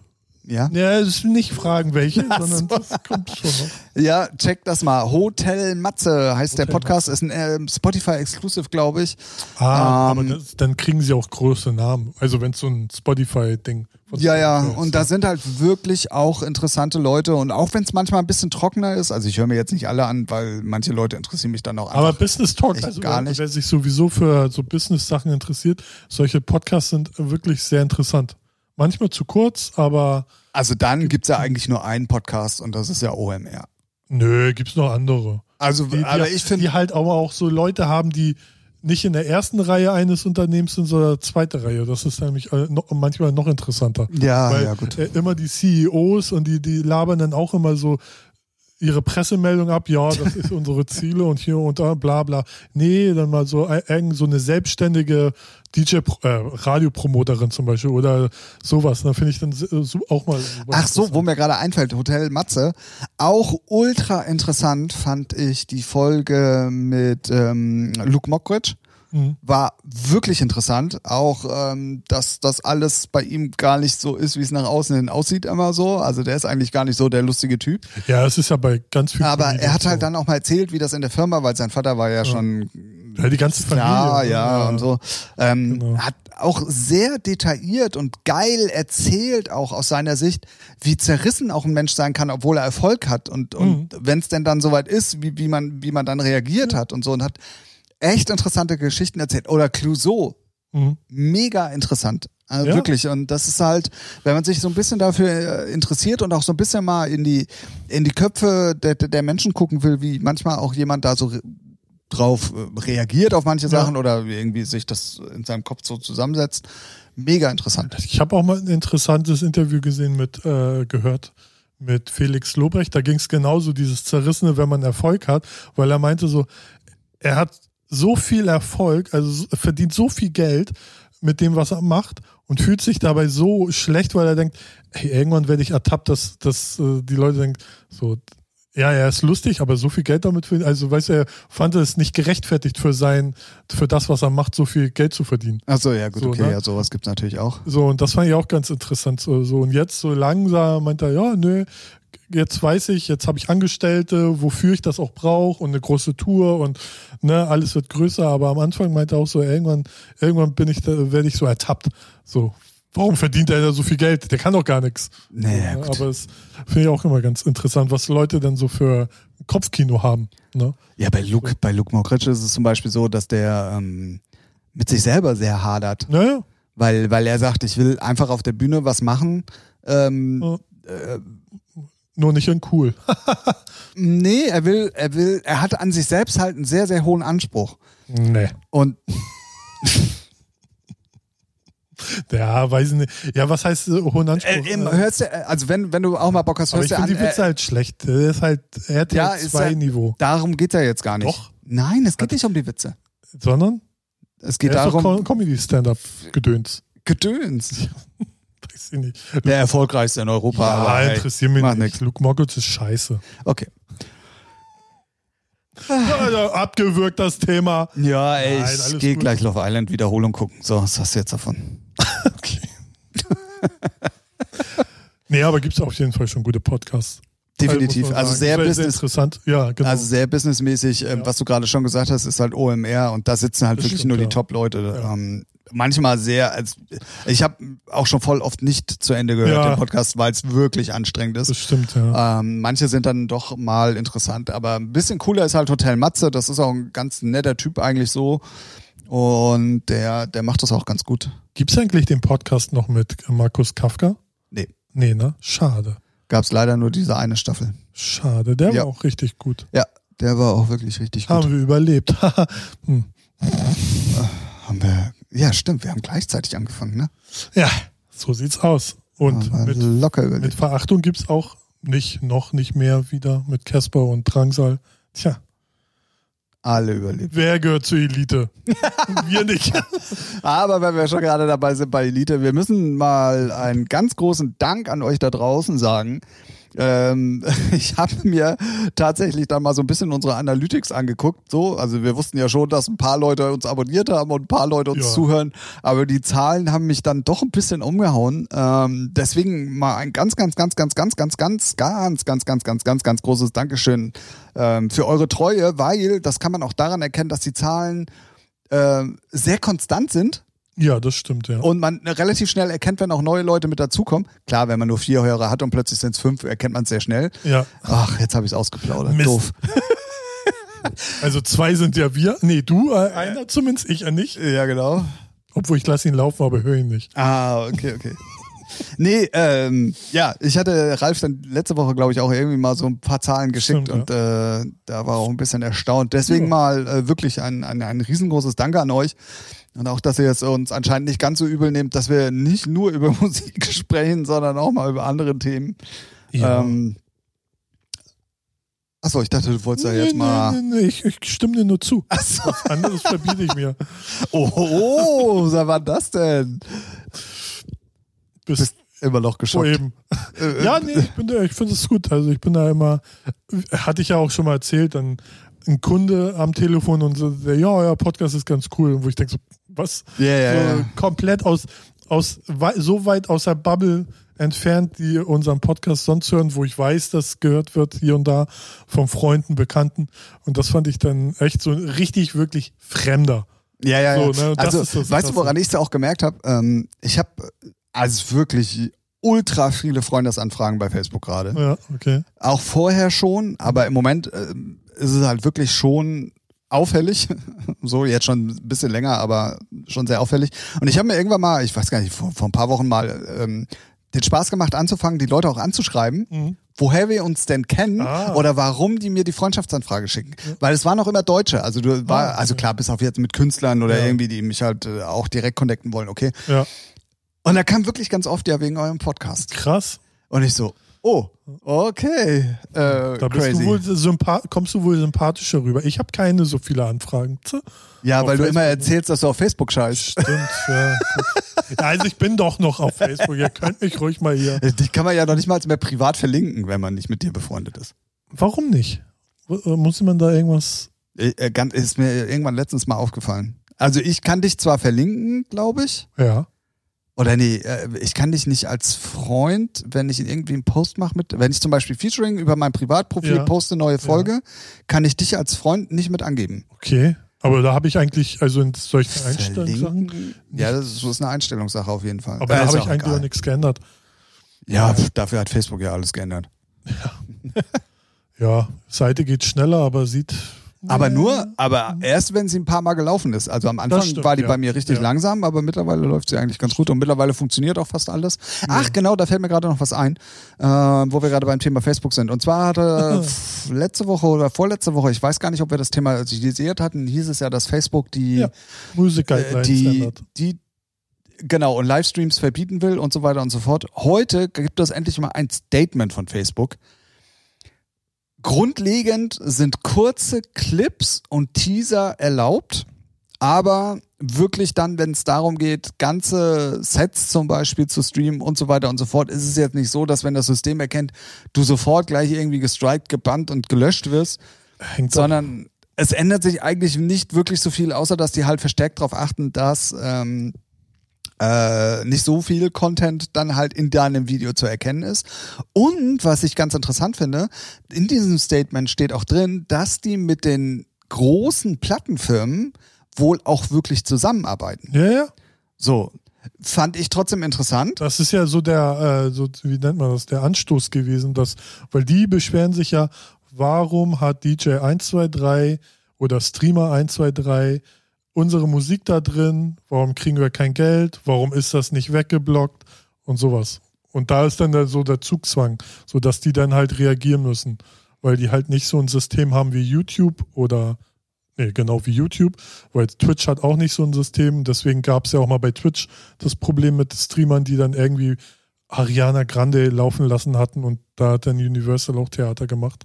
Speaker 1: Ja?
Speaker 2: Ja, es ist nicht fragen, welche,
Speaker 1: Ach
Speaker 2: sondern
Speaker 1: so.
Speaker 2: das kommt schon noch.
Speaker 1: ja, checkt das mal. Hotel Matze heißt der
Speaker 2: Hotel
Speaker 1: Podcast. Ist ein ähm, Spotify-Exclusive, glaube ich.
Speaker 2: Ah,
Speaker 1: Ähm.
Speaker 2: aber das, dann kriegen sie auch große Namen. Also wenn es so ein Spotify-Ding von
Speaker 1: Ja, ja,
Speaker 2: Spotify ist,
Speaker 1: und da sind halt wirklich auch interessante Leute. Und auch wenn es manchmal ein bisschen trockener ist, also ich höre mir jetzt nicht alle an, weil manche Leute interessieren mich dann auch einfach.
Speaker 2: Aber Business Talk,
Speaker 1: echt
Speaker 2: also
Speaker 1: gar
Speaker 2: wer,
Speaker 1: nicht.
Speaker 2: wer sich sowieso für so Business-Sachen interessiert, solche Podcasts sind wirklich sehr interessant. Manchmal zu kurz, aber
Speaker 1: Also dann gibt's ja eigentlich nur einen Podcast und das ist ja OMR.
Speaker 2: nö, gibt's noch andere.
Speaker 1: Also,
Speaker 2: Die, die,
Speaker 1: aber ich finde,
Speaker 2: die halt aber auch so Leute haben, die nicht in der ersten Reihe eines Unternehmens sind, sondern zweite Reihe. Das ist nämlich äh, noch, manchmal noch interessanter.
Speaker 1: ja,
Speaker 2: Weil
Speaker 1: Ah, ja, gut.
Speaker 2: äh, immer die CEOs und die, die labern dann auch immer so ihre Pressemeldung ab, ja,
Speaker 1: [laughs]
Speaker 2: das ist unsere Ziele und hier und da, bla bla. Nee, dann mal so ei- irgend so eine selbstständige DJ, Pro- äh, Radiopromoterin zum Beispiel oder sowas. Da finde ich dann so- so auch mal.
Speaker 1: Ach so, wo mir gerade einfällt, Hotel Matze. Auch ultra interessant fand ich die Folge mit ähm, Luke Mockridge.
Speaker 2: Mhm.
Speaker 1: War wirklich interessant. Auch, ähm, dass das alles bei ihm gar nicht so ist, wie es nach außen hin aussieht, immer so. Also der ist eigentlich gar nicht so der lustige Typ.
Speaker 2: Ja, es ist ja bei ganz vielen.
Speaker 1: Aber
Speaker 2: Comedians
Speaker 1: er hat halt
Speaker 2: so.
Speaker 1: dann auch mal erzählt, wie das in der Firma, weil sein Vater war ja, schon
Speaker 2: Ja, die ganze Familie. ne?
Speaker 1: Ja, ja, und so. Ähm,
Speaker 2: Genau.
Speaker 1: Hat auch sehr detailliert und geil erzählt, auch aus seiner Sicht, wie zerrissen auch ein Mensch sein kann, obwohl er Erfolg hat. Und,
Speaker 2: Mhm.
Speaker 1: und wenn es denn dann soweit ist, wie, wie, man, wie man dann reagiert hat und so. Und hat echt interessante Geschichten erzählt. Oder Clouseau,
Speaker 2: Mhm.
Speaker 1: mega interessant. Also
Speaker 2: Ja.
Speaker 1: Wirklich. Und das ist halt, wenn man sich so ein bisschen dafür äh, interessiert und auch so ein bisschen mal in die, in die Köpfe der, der der Menschen gucken will, wie manchmal auch jemand da so re- drauf äh, reagiert auf manche Sachen oder irgendwie sich das in seinem Kopf so zusammensetzt. Mega interessant.
Speaker 2: Ich habe auch mal ein interessantes Interview gesehen mit, äh, gehört mit Felix Lobrecht. Da ging es genauso, dieses Zerrissene, wenn man Erfolg hat, weil er meinte so, er hat so viel Erfolg, also so- verdient so viel Geld mit dem, was er macht und fühlt sich dabei so schlecht, weil er denkt, hey, irgendwann werde ich ertappt, dass, dass äh, die Leute denken, so, ja, er ist lustig, aber so viel Geld damit verdient, also weißt du, er fand es nicht gerechtfertigt für sein, für das, was er macht, so viel Geld zu verdienen.
Speaker 1: Achso, ja, gut,
Speaker 2: So,
Speaker 1: okay,
Speaker 2: ne?
Speaker 1: ja, sowas gibt's natürlich auch.
Speaker 2: So, und das fand ich auch ganz interessant. So, so. und jetzt so langsam meint er, ja, nö, jetzt weiß ich, jetzt habe ich Angestellte, wofür ich das auch brauche und eine große Tour und ne, alles wird größer. Aber am Anfang meint er auch so, irgendwann, irgendwann bin ich da, werde ich so ertappt. So, warum verdient er da so viel Geld? Der kann doch gar nichts.
Speaker 1: Naja,
Speaker 2: so, ne?
Speaker 1: gut.
Speaker 2: aber es finde ich auch immer ganz interessant, was Leute dann so für Kopfkino haben. Ne?
Speaker 1: Ja, bei Luke, bei Luke Mockridge ist es zum Beispiel so, dass der ähm, mit sich selber sehr hadert.
Speaker 2: Naja,
Speaker 1: weil, weil er sagt, ich will einfach auf der Bühne was machen. Ähm,
Speaker 2: Ja. nur nicht in cool.
Speaker 1: Nee, er will, er will, er hat an sich selbst halt einen sehr, sehr hohen Anspruch.
Speaker 2: nee.
Speaker 1: Und
Speaker 2: Ja, weiß ich nicht. Ja, was heißt äh, hohen
Speaker 1: Äh,
Speaker 2: Anspruch?
Speaker 1: im,
Speaker 2: Äh,
Speaker 1: hörst du, äh, also wenn, wenn du auch mal Bock hast,
Speaker 2: aber
Speaker 1: hörst
Speaker 2: ich
Speaker 1: du
Speaker 2: finde
Speaker 1: an.
Speaker 2: die Witze
Speaker 1: äh,
Speaker 2: halt schlecht. Das ist halt RTL
Speaker 1: Ja, ist
Speaker 2: 2
Speaker 1: ja-
Speaker 2: Niveau.
Speaker 1: darum geht ja jetzt gar nicht.
Speaker 2: Doch.
Speaker 1: Nein, es geht nicht um die Witze.
Speaker 2: Sondern
Speaker 1: Es
Speaker 2: er
Speaker 1: geht
Speaker 2: ist doch
Speaker 1: darum,
Speaker 2: Com- Comedy-Stand-Up-Gedöns.
Speaker 1: Gedöns.
Speaker 2: Weiß ich nicht.
Speaker 1: Der erfolgreichste in Europa. aber
Speaker 2: Ja,
Speaker 1: hey,
Speaker 2: interessiert mich
Speaker 1: macht
Speaker 2: nicht.
Speaker 1: nix.
Speaker 2: Luke Mockridge
Speaker 1: [laughs]
Speaker 2: ist scheiße.
Speaker 1: Okay.
Speaker 2: Alter, abgewürgt das Thema.
Speaker 1: [laughs] Ja, ey,
Speaker 2: Nein,
Speaker 1: ich
Speaker 2: alles
Speaker 1: gehe
Speaker 2: gut.
Speaker 1: gleich
Speaker 2: Also,
Speaker 1: Love Island Wiederholung gucken. So, was hast du jetzt davon?
Speaker 2: Okay. nee, aber gibt es auf jeden Fall schon gute Podcasts.
Speaker 1: Definitiv.
Speaker 2: muss man
Speaker 1: Also
Speaker 2: sagen.
Speaker 1: sehr
Speaker 2: Sehr- sehr
Speaker 1: business,
Speaker 2: interessant. Ja, genau.
Speaker 1: also sehr businessmäßig, ähm,
Speaker 2: Ja.
Speaker 1: was du gerade schon gesagt hast, ist halt OMR und da sitzen halt
Speaker 2: Das
Speaker 1: wirklich
Speaker 2: stimmt,
Speaker 1: nur die
Speaker 2: ja.
Speaker 1: Top-Leute.
Speaker 2: Ja.
Speaker 1: Ähm, manchmal sehr, als, ich habe auch schon voll oft nicht zu Ende gehört,
Speaker 2: Ja.
Speaker 1: den Podcast, weil es wirklich anstrengend ist.
Speaker 2: das stimmt, ja.
Speaker 1: Ähm, manche sind dann doch mal interessant, aber ein bisschen cooler ist halt Hotel Matze. Das ist auch ein ganz netter Typ eigentlich so. Und der, der macht das auch ganz gut.
Speaker 2: Gibt es eigentlich den Podcast noch mit Markus Kafka?
Speaker 1: Nee.
Speaker 2: Nee, ne? Schade.
Speaker 1: Gab's leider nur diese eine Staffel.
Speaker 2: Schade. Der
Speaker 1: Ja.
Speaker 2: war auch richtig gut.
Speaker 1: Ja, der war auch wirklich richtig gut.
Speaker 2: Haben wir überlebt. [laughs] hm.
Speaker 1: Haben wir, ja, stimmt, wir haben gleichzeitig angefangen, ne?
Speaker 2: Ja, so sieht's aus. Und
Speaker 1: Haben wir
Speaker 2: mit,
Speaker 1: locker
Speaker 2: mit
Speaker 1: also überlebt.
Speaker 2: Verachtung gibt's auch nicht, noch nicht mehr wieder mit Casper und Drangsal. Tja,
Speaker 1: Alle überlebt.
Speaker 2: wer gehört zur
Speaker 1: [laughs]
Speaker 2: Elite? wir nicht.
Speaker 1: Aber wenn wir schon gerade dabei sind bei Elite, wir müssen mal einen ganz großen Dank an euch da draußen sagen. Ähm, [laughs] ich habe mir tatsächlich dann mal so ein bisschen unsere Analytics angeguckt. So, also wir wussten ja schon, dass ein paar Leute uns abonniert haben und ein paar Leute uns
Speaker 2: Ja.
Speaker 1: zuhören, aber die Zahlen haben mich dann doch ein bisschen umgehauen. Ähm, deswegen mal ein ganz, ganz, ganz, ganz, ganz, ganz, ganz, ganz, ganz, ganz, ganz, ganz, ganz großes Dankeschön ähm, für eure Treue, weil das kann man auch daran erkennen, dass die Zahlen ähm, sehr konstant sind
Speaker 2: Ja, das stimmt, ja.
Speaker 1: und man äh, relativ schnell erkennt, wenn auch neue Leute mit dazukommen. Klar, wenn man nur vier Hörer hat und plötzlich sind es fünf, erkennt man es sehr schnell.
Speaker 2: ja.
Speaker 1: Ach, jetzt habe ich es ausgeplaudert.
Speaker 2: Mist.
Speaker 1: Doof.
Speaker 2: [laughs] Also zwei sind ja wir. Nee, du, äh, einer zumindest, ich äh, nicht.
Speaker 1: Ja, genau.
Speaker 2: Obwohl ich lasse ihn laufen, aber höre ihn nicht.
Speaker 1: Ah, okay, okay. Nee, ähm, ja, ich hatte Ralf dann letzte Woche, glaube ich, auch irgendwie mal so ein paar Zahlen geschickt
Speaker 2: Stimmt,
Speaker 1: und äh, da war auch ein bisschen erstaunt. Deswegen
Speaker 2: Ja.
Speaker 1: mal äh, wirklich ein, ein, ein riesengroßes Danke an euch. Und auch, dass ihr es uns anscheinend nicht ganz so übel nehmt, dass wir nicht nur über [laughs] Musik sprechen, sondern auch mal über andere Themen.
Speaker 2: Ja.
Speaker 1: Ähm, achso, ich dachte, du wolltest ja jetzt
Speaker 2: Nee,
Speaker 1: mal.
Speaker 2: nee, nee, ich, ich stimme dir nur zu.
Speaker 1: Achso.
Speaker 2: Anderes verbiete
Speaker 1: [laughs]
Speaker 2: ich mir.
Speaker 1: Oh, oh, oh, sag, war das denn?
Speaker 2: Bis
Speaker 1: Bist immer noch
Speaker 2: vor
Speaker 1: geschockt.
Speaker 2: eben.
Speaker 1: Äh,
Speaker 2: Ja, nee, ich, bin da- ich finde es gut. Also ich bin da immer, hatte ich ja auch schon mal erzählt, dann ein Kunde am Telefon und so, der, ja, euer Podcast ist ganz cool. Und wo ich denke so, was?
Speaker 1: Ja, ja,
Speaker 2: so
Speaker 1: ja.
Speaker 2: Komplett aus, aus, wei- so weit aus der Bubble entfernt, die unseren Podcast sonst hören, wo ich weiß, dass gehört wird hier und da von Freunden, Bekannten. Und das fand ich dann echt so ein richtig, wirklich Fremder.
Speaker 1: Ja, ja, ja.
Speaker 2: So, ne, das
Speaker 1: also,
Speaker 2: ist das
Speaker 1: weißt du,
Speaker 2: Krasse.
Speaker 1: woran ich es auch gemerkt habe? Ähm, ich habe also wirklich ultra viele Freundesanfragen bei Facebook gerade.
Speaker 2: Ja, okay.
Speaker 1: Auch vorher schon, aber im Moment ähm, ist es halt wirklich schon auffällig. [laughs] so, jetzt schon ein bisschen länger, aber schon sehr auffällig. Und ich habe mir irgendwann mal, ich weiß gar nicht, vor, vor ein paar Wochen mal ähm, den Spaß gemacht, anzufangen, die Leute auch anzuschreiben, woher wir uns denn kennen
Speaker 2: Mhm. Ah.
Speaker 1: oder warum die mir die Freundschaftsanfrage schicken. Weil es waren auch immer Deutsche. Also du war, also klar, bis auf jetzt mit Künstlern oder
Speaker 2: Ah, Ja.
Speaker 1: irgendwie, die mich halt äh, auch direkt connecten wollen, okay.
Speaker 2: Ja,
Speaker 1: Und da kam wirklich ganz oft ja wegen eurem Podcast.
Speaker 2: krass.
Speaker 1: Und ich so, oh, okay. Äh,
Speaker 2: Da bist
Speaker 1: crazy.
Speaker 2: du wohl sympath kommst du wohl sympathischer rüber. Ich habe keine so viele Anfragen. Tja.
Speaker 1: Ja,
Speaker 2: Auf
Speaker 1: weil du immer
Speaker 2: Facebook, ne?
Speaker 1: erzählst, dass du auf Facebook scheißt.
Speaker 2: Stimmt, ja. gut. ja. Also ich bin doch noch auf Facebook. Ihr könnt mich ruhig mal hier.
Speaker 1: Dich kann man ja noch nicht mal mehr privat verlinken, wenn man nicht mit dir befreundet ist.
Speaker 2: Warum nicht? W- äh, Muss man da irgendwas?
Speaker 1: Äh, äh, ganz- Ist mir irgendwann letztens mal aufgefallen. Also ich kann dich zwar verlinken, glaube ich.
Speaker 2: Ja.
Speaker 1: Oder nee, äh, ich kann dich nicht als Freund, wenn ich in irgendwie einen Post mache mit, wenn ich zum Beispiel Featuring über mein Privatprofil
Speaker 2: Ja.
Speaker 1: poste, neue Folge, kann ich dich als Freund nicht mit angeben.
Speaker 2: Okay. Aber da habe ich eigentlich, also in solchen Einstellungen.
Speaker 1: Verlinken? Ja, das ist, das ist eine Einstellungssache auf jeden Fall.
Speaker 2: Aber
Speaker 1: Äh,
Speaker 2: da
Speaker 1: ist
Speaker 2: habe
Speaker 1: auch
Speaker 2: ich eigentlich
Speaker 1: egal.
Speaker 2: auch nichts geändert.
Speaker 1: Ja, pf, dafür hat Facebook ja alles geändert.
Speaker 2: Ja, Seite geht schneller, aber sieht.
Speaker 1: Aber nur, aber erst wenn sie ein paar Mal gelaufen ist. Also am Anfang
Speaker 2: stimmt,
Speaker 1: war die
Speaker 2: ja.
Speaker 1: bei mir richtig
Speaker 2: Ja.
Speaker 1: langsam, aber mittlerweile läuft sie eigentlich ganz gut und mittlerweile funktioniert auch fast alles. Ach genau, da fällt mir gerade noch was ein, äh, wo wir gerade beim Thema Facebook sind. Und zwar hatte
Speaker 2: [laughs]
Speaker 1: f- letzte Woche oder vorletzte Woche, ich weiß gar nicht, ob wir das Thema kritisiert hatten, hieß es ja, dass Facebook die,
Speaker 2: Ja, Music
Speaker 1: äh,
Speaker 2: Guidelines
Speaker 1: die,
Speaker 2: ändert.
Speaker 1: die genau, und Livestreams verbieten will und so weiter und so fort. Heute gibt es endlich mal ein Statement von Facebook. Grundlegend sind kurze Clips und Teaser erlaubt, aber wirklich dann, wenn es darum geht, ganze Sets zum Beispiel zu streamen und so weiter und so fort, ist es jetzt nicht so, dass wenn das System erkennt, du sofort gleich irgendwie gestrikt, gebannt und gelöscht wirst,
Speaker 2: Hängt doch-
Speaker 1: sondern es ändert sich eigentlich nicht wirklich so viel, außer dass die halt verstärkt darauf achten, dass ähm, äh, nicht so viel Content dann halt in deinem Video zu erkennen ist. Und was ich ganz interessant finde, in diesem Statement steht auch drin, dass die mit den großen Plattenfirmen wohl auch wirklich zusammenarbeiten.
Speaker 2: Ja, ja.
Speaker 1: So, fand ich trotzdem interessant.
Speaker 2: Das ist ja so der, äh, so, wie nennt man das, der Anstoß gewesen, dass, weil die beschweren sich ja, warum hat DJ 123 oder Streamer 123 unsere Musik da drin, warum kriegen wir kein Geld, warum ist das nicht weggeblockt und sowas. Und da ist dann der, so der Zugzwang, sodass die dann halt reagieren müssen, weil die halt nicht so ein System haben wie YouTube oder Nee, genau wie YouTube, weil Twitch hat auch nicht so ein System. Deswegen gab es ja auch mal bei Twitch das Problem mit Streamern, die dann irgendwie Ariana Grande laufen lassen hatten und da hat dann Universal auch Theater gemacht.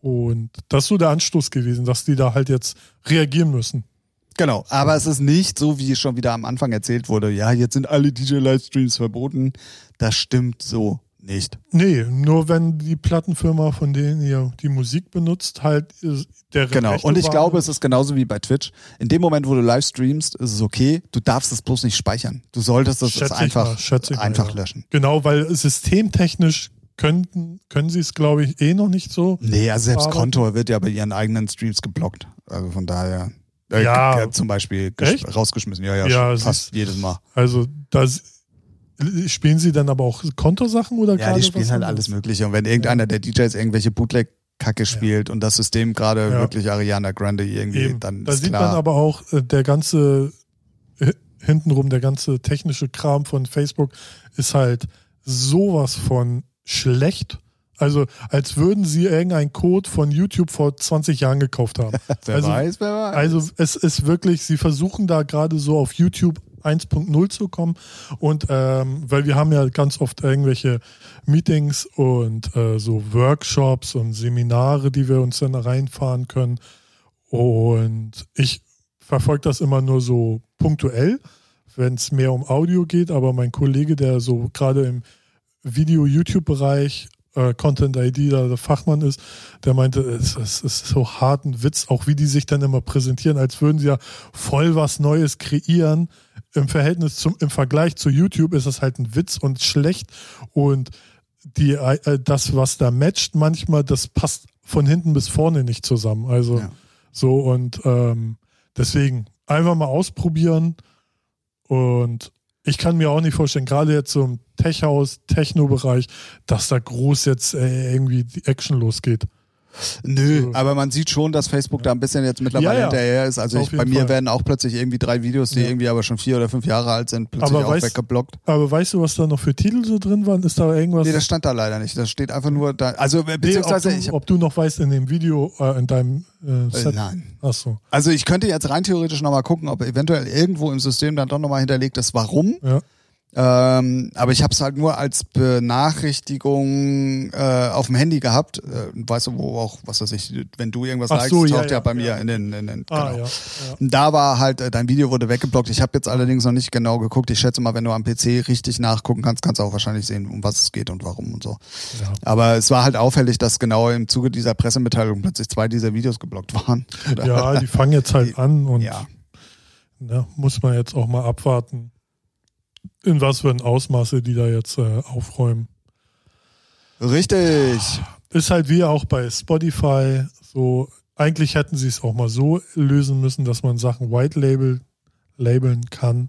Speaker 2: Und das ist so der Anstoß gewesen, dass die da halt jetzt reagieren müssen.
Speaker 1: Genau, aber es ist nicht so, wie schon wieder am Anfang erzählt wurde, ja, jetzt sind alle DJ-Livestreams verboten. Das stimmt so nicht.
Speaker 2: Nee, nur wenn die Plattenfirma, von denen ihr die Musik benutzt, halt äh, der
Speaker 1: Genau,
Speaker 2: Rechte
Speaker 1: und ich
Speaker 2: war-
Speaker 1: glaube, es ist genauso wie bei Twitch. In dem Moment, wo du live streamst, ist es okay, du darfst es bloß nicht speichern. Du solltest es
Speaker 2: Schätze ich mal,
Speaker 1: einfach,
Speaker 2: schätze ich mal,
Speaker 1: einfach
Speaker 2: ja.
Speaker 1: löschen.
Speaker 2: Genau, weil systemtechnisch könnten, können sie es, glaube ich, eh noch nicht so.
Speaker 1: Nee, also selbst
Speaker 2: Aber-
Speaker 1: Kontor wird ja bei ihren eigenen Streams geblockt. Also von daher. Äh,
Speaker 2: Ja.
Speaker 1: g- g- Zum Beispiel gesch-
Speaker 2: Echt?
Speaker 1: rausgeschmissen. Ja, ja,
Speaker 2: Ja,
Speaker 1: fast
Speaker 2: siehst-
Speaker 1: jedes Mal.
Speaker 2: Also das spielen sie dann aber auch Kontosachen oder
Speaker 1: Ja,
Speaker 2: gerade
Speaker 1: die spielen
Speaker 2: was
Speaker 1: halt
Speaker 2: anderes?
Speaker 1: alles Mögliche. Und wenn irgendeiner der DJs irgendwelche Bootleg-Kacke spielt und das System gerade
Speaker 2: Ja.
Speaker 1: wirklich Ariana Grande irgendwie,
Speaker 2: Eben.
Speaker 1: dann
Speaker 2: da
Speaker 1: ist
Speaker 2: sieht man
Speaker 1: klar.
Speaker 2: aber auch äh, der ganze äh, hintenrum der ganze technische Kram von Facebook ist halt sowas von schlecht. Also als würden sie irgendeinen Code von YouTube vor 20 Jahren gekauft haben.
Speaker 1: [laughs] wer
Speaker 2: also-
Speaker 1: weiß, wer weiß.
Speaker 2: Also es ist wirklich, sie versuchen da gerade so auf YouTube 1.0 zu kommen und ähm, weil wir haben ja ganz oft irgendwelche Meetings und äh, so Workshops und Seminare, die wir uns dann reinfahren können und ich verfolge das immer nur so punktuell, wenn es mehr um Audio geht, aber mein Kollege, der so gerade im Video-YouTube-Bereich äh, Content-ID da der Fachmann ist, der meinte, es, es ist so hart ein Witz, auch wie die sich dann immer präsentieren, als würden sie ja voll was Neues kreieren. Im Verhältnis zum, im Vergleich zu YouTube ist das halt ein Witz und schlecht und die, äh, das, was da matcht, manchmal, das passt von hinten bis vorne nicht zusammen. Also
Speaker 1: Ja.
Speaker 2: so und ähm, deswegen einfach mal ausprobieren und ich kann mir auch nicht vorstellen, gerade jetzt so im Tech-Haus, Techno-Bereich, dass da groß jetzt äh, irgendwie die Action losgeht.
Speaker 1: Nö,
Speaker 2: So.
Speaker 1: aber man sieht schon, dass Facebook da ein bisschen jetzt mittlerweile
Speaker 2: Ja, ja.
Speaker 1: hinterher ist. Also
Speaker 2: Auf
Speaker 1: ich,
Speaker 2: jeden
Speaker 1: bei mir
Speaker 2: Fall.
Speaker 1: werden auch plötzlich irgendwie drei Videos, die
Speaker 2: Ja.
Speaker 1: irgendwie aber schon vier oder fünf Jahre alt sind, plötzlich
Speaker 2: Aber
Speaker 1: auch
Speaker 2: weißt-
Speaker 1: weggeblockt.
Speaker 2: Aber weißt du, was da noch für Titel so drin waren? Ist da irgendwas?
Speaker 1: Nee, das stand da leider nicht. Das steht einfach nur da. Also äh,
Speaker 2: Nee, ob,
Speaker 1: beziehungsweise ich
Speaker 2: du, ob du noch weißt in dem Video, äh, in deinem äh,
Speaker 1: äh,
Speaker 2: Set?
Speaker 1: nein.
Speaker 2: Achso,
Speaker 1: Also ich könnte jetzt rein theoretisch nochmal gucken, ob eventuell irgendwo im System dann doch nochmal hinterlegt ist, warum.
Speaker 2: ja.
Speaker 1: Ähm, aber ich habe es halt nur als Benachrichtigung äh, auf dem Handy gehabt. Äh, weißt du, wo auch, was weiß ich, wenn du irgendwas
Speaker 2: Ach
Speaker 1: likest,
Speaker 2: so, ja,
Speaker 1: taucht ja,
Speaker 2: ja,
Speaker 1: bei mir
Speaker 2: ja.
Speaker 1: in den, in den
Speaker 2: Ah,
Speaker 1: genau.
Speaker 2: ja. ja.
Speaker 1: Da war halt, äh, dein Video wurde weggeblockt. Ich habe jetzt allerdings noch nicht genau geguckt. Ich schätze mal, wenn du am PC richtig nachgucken kannst, kannst du auch wahrscheinlich sehen, um was es geht und warum und so.
Speaker 2: ja.
Speaker 1: Aber es war halt auffällig, dass genau im Zuge dieser Pressemitteilung plötzlich zwei dieser Videos geblockt waren. [laughs] Oder-
Speaker 2: Ja, die fangen jetzt halt an und
Speaker 1: Ja.
Speaker 2: ne, muss man jetzt auch mal abwarten, in was für ein Ausmaße die da jetzt äh, aufräumen.
Speaker 1: Richtig.
Speaker 2: Ist halt wie auch bei Spotify so, eigentlich hätten sie es auch mal so lösen müssen, dass man Sachen White Label labeln kann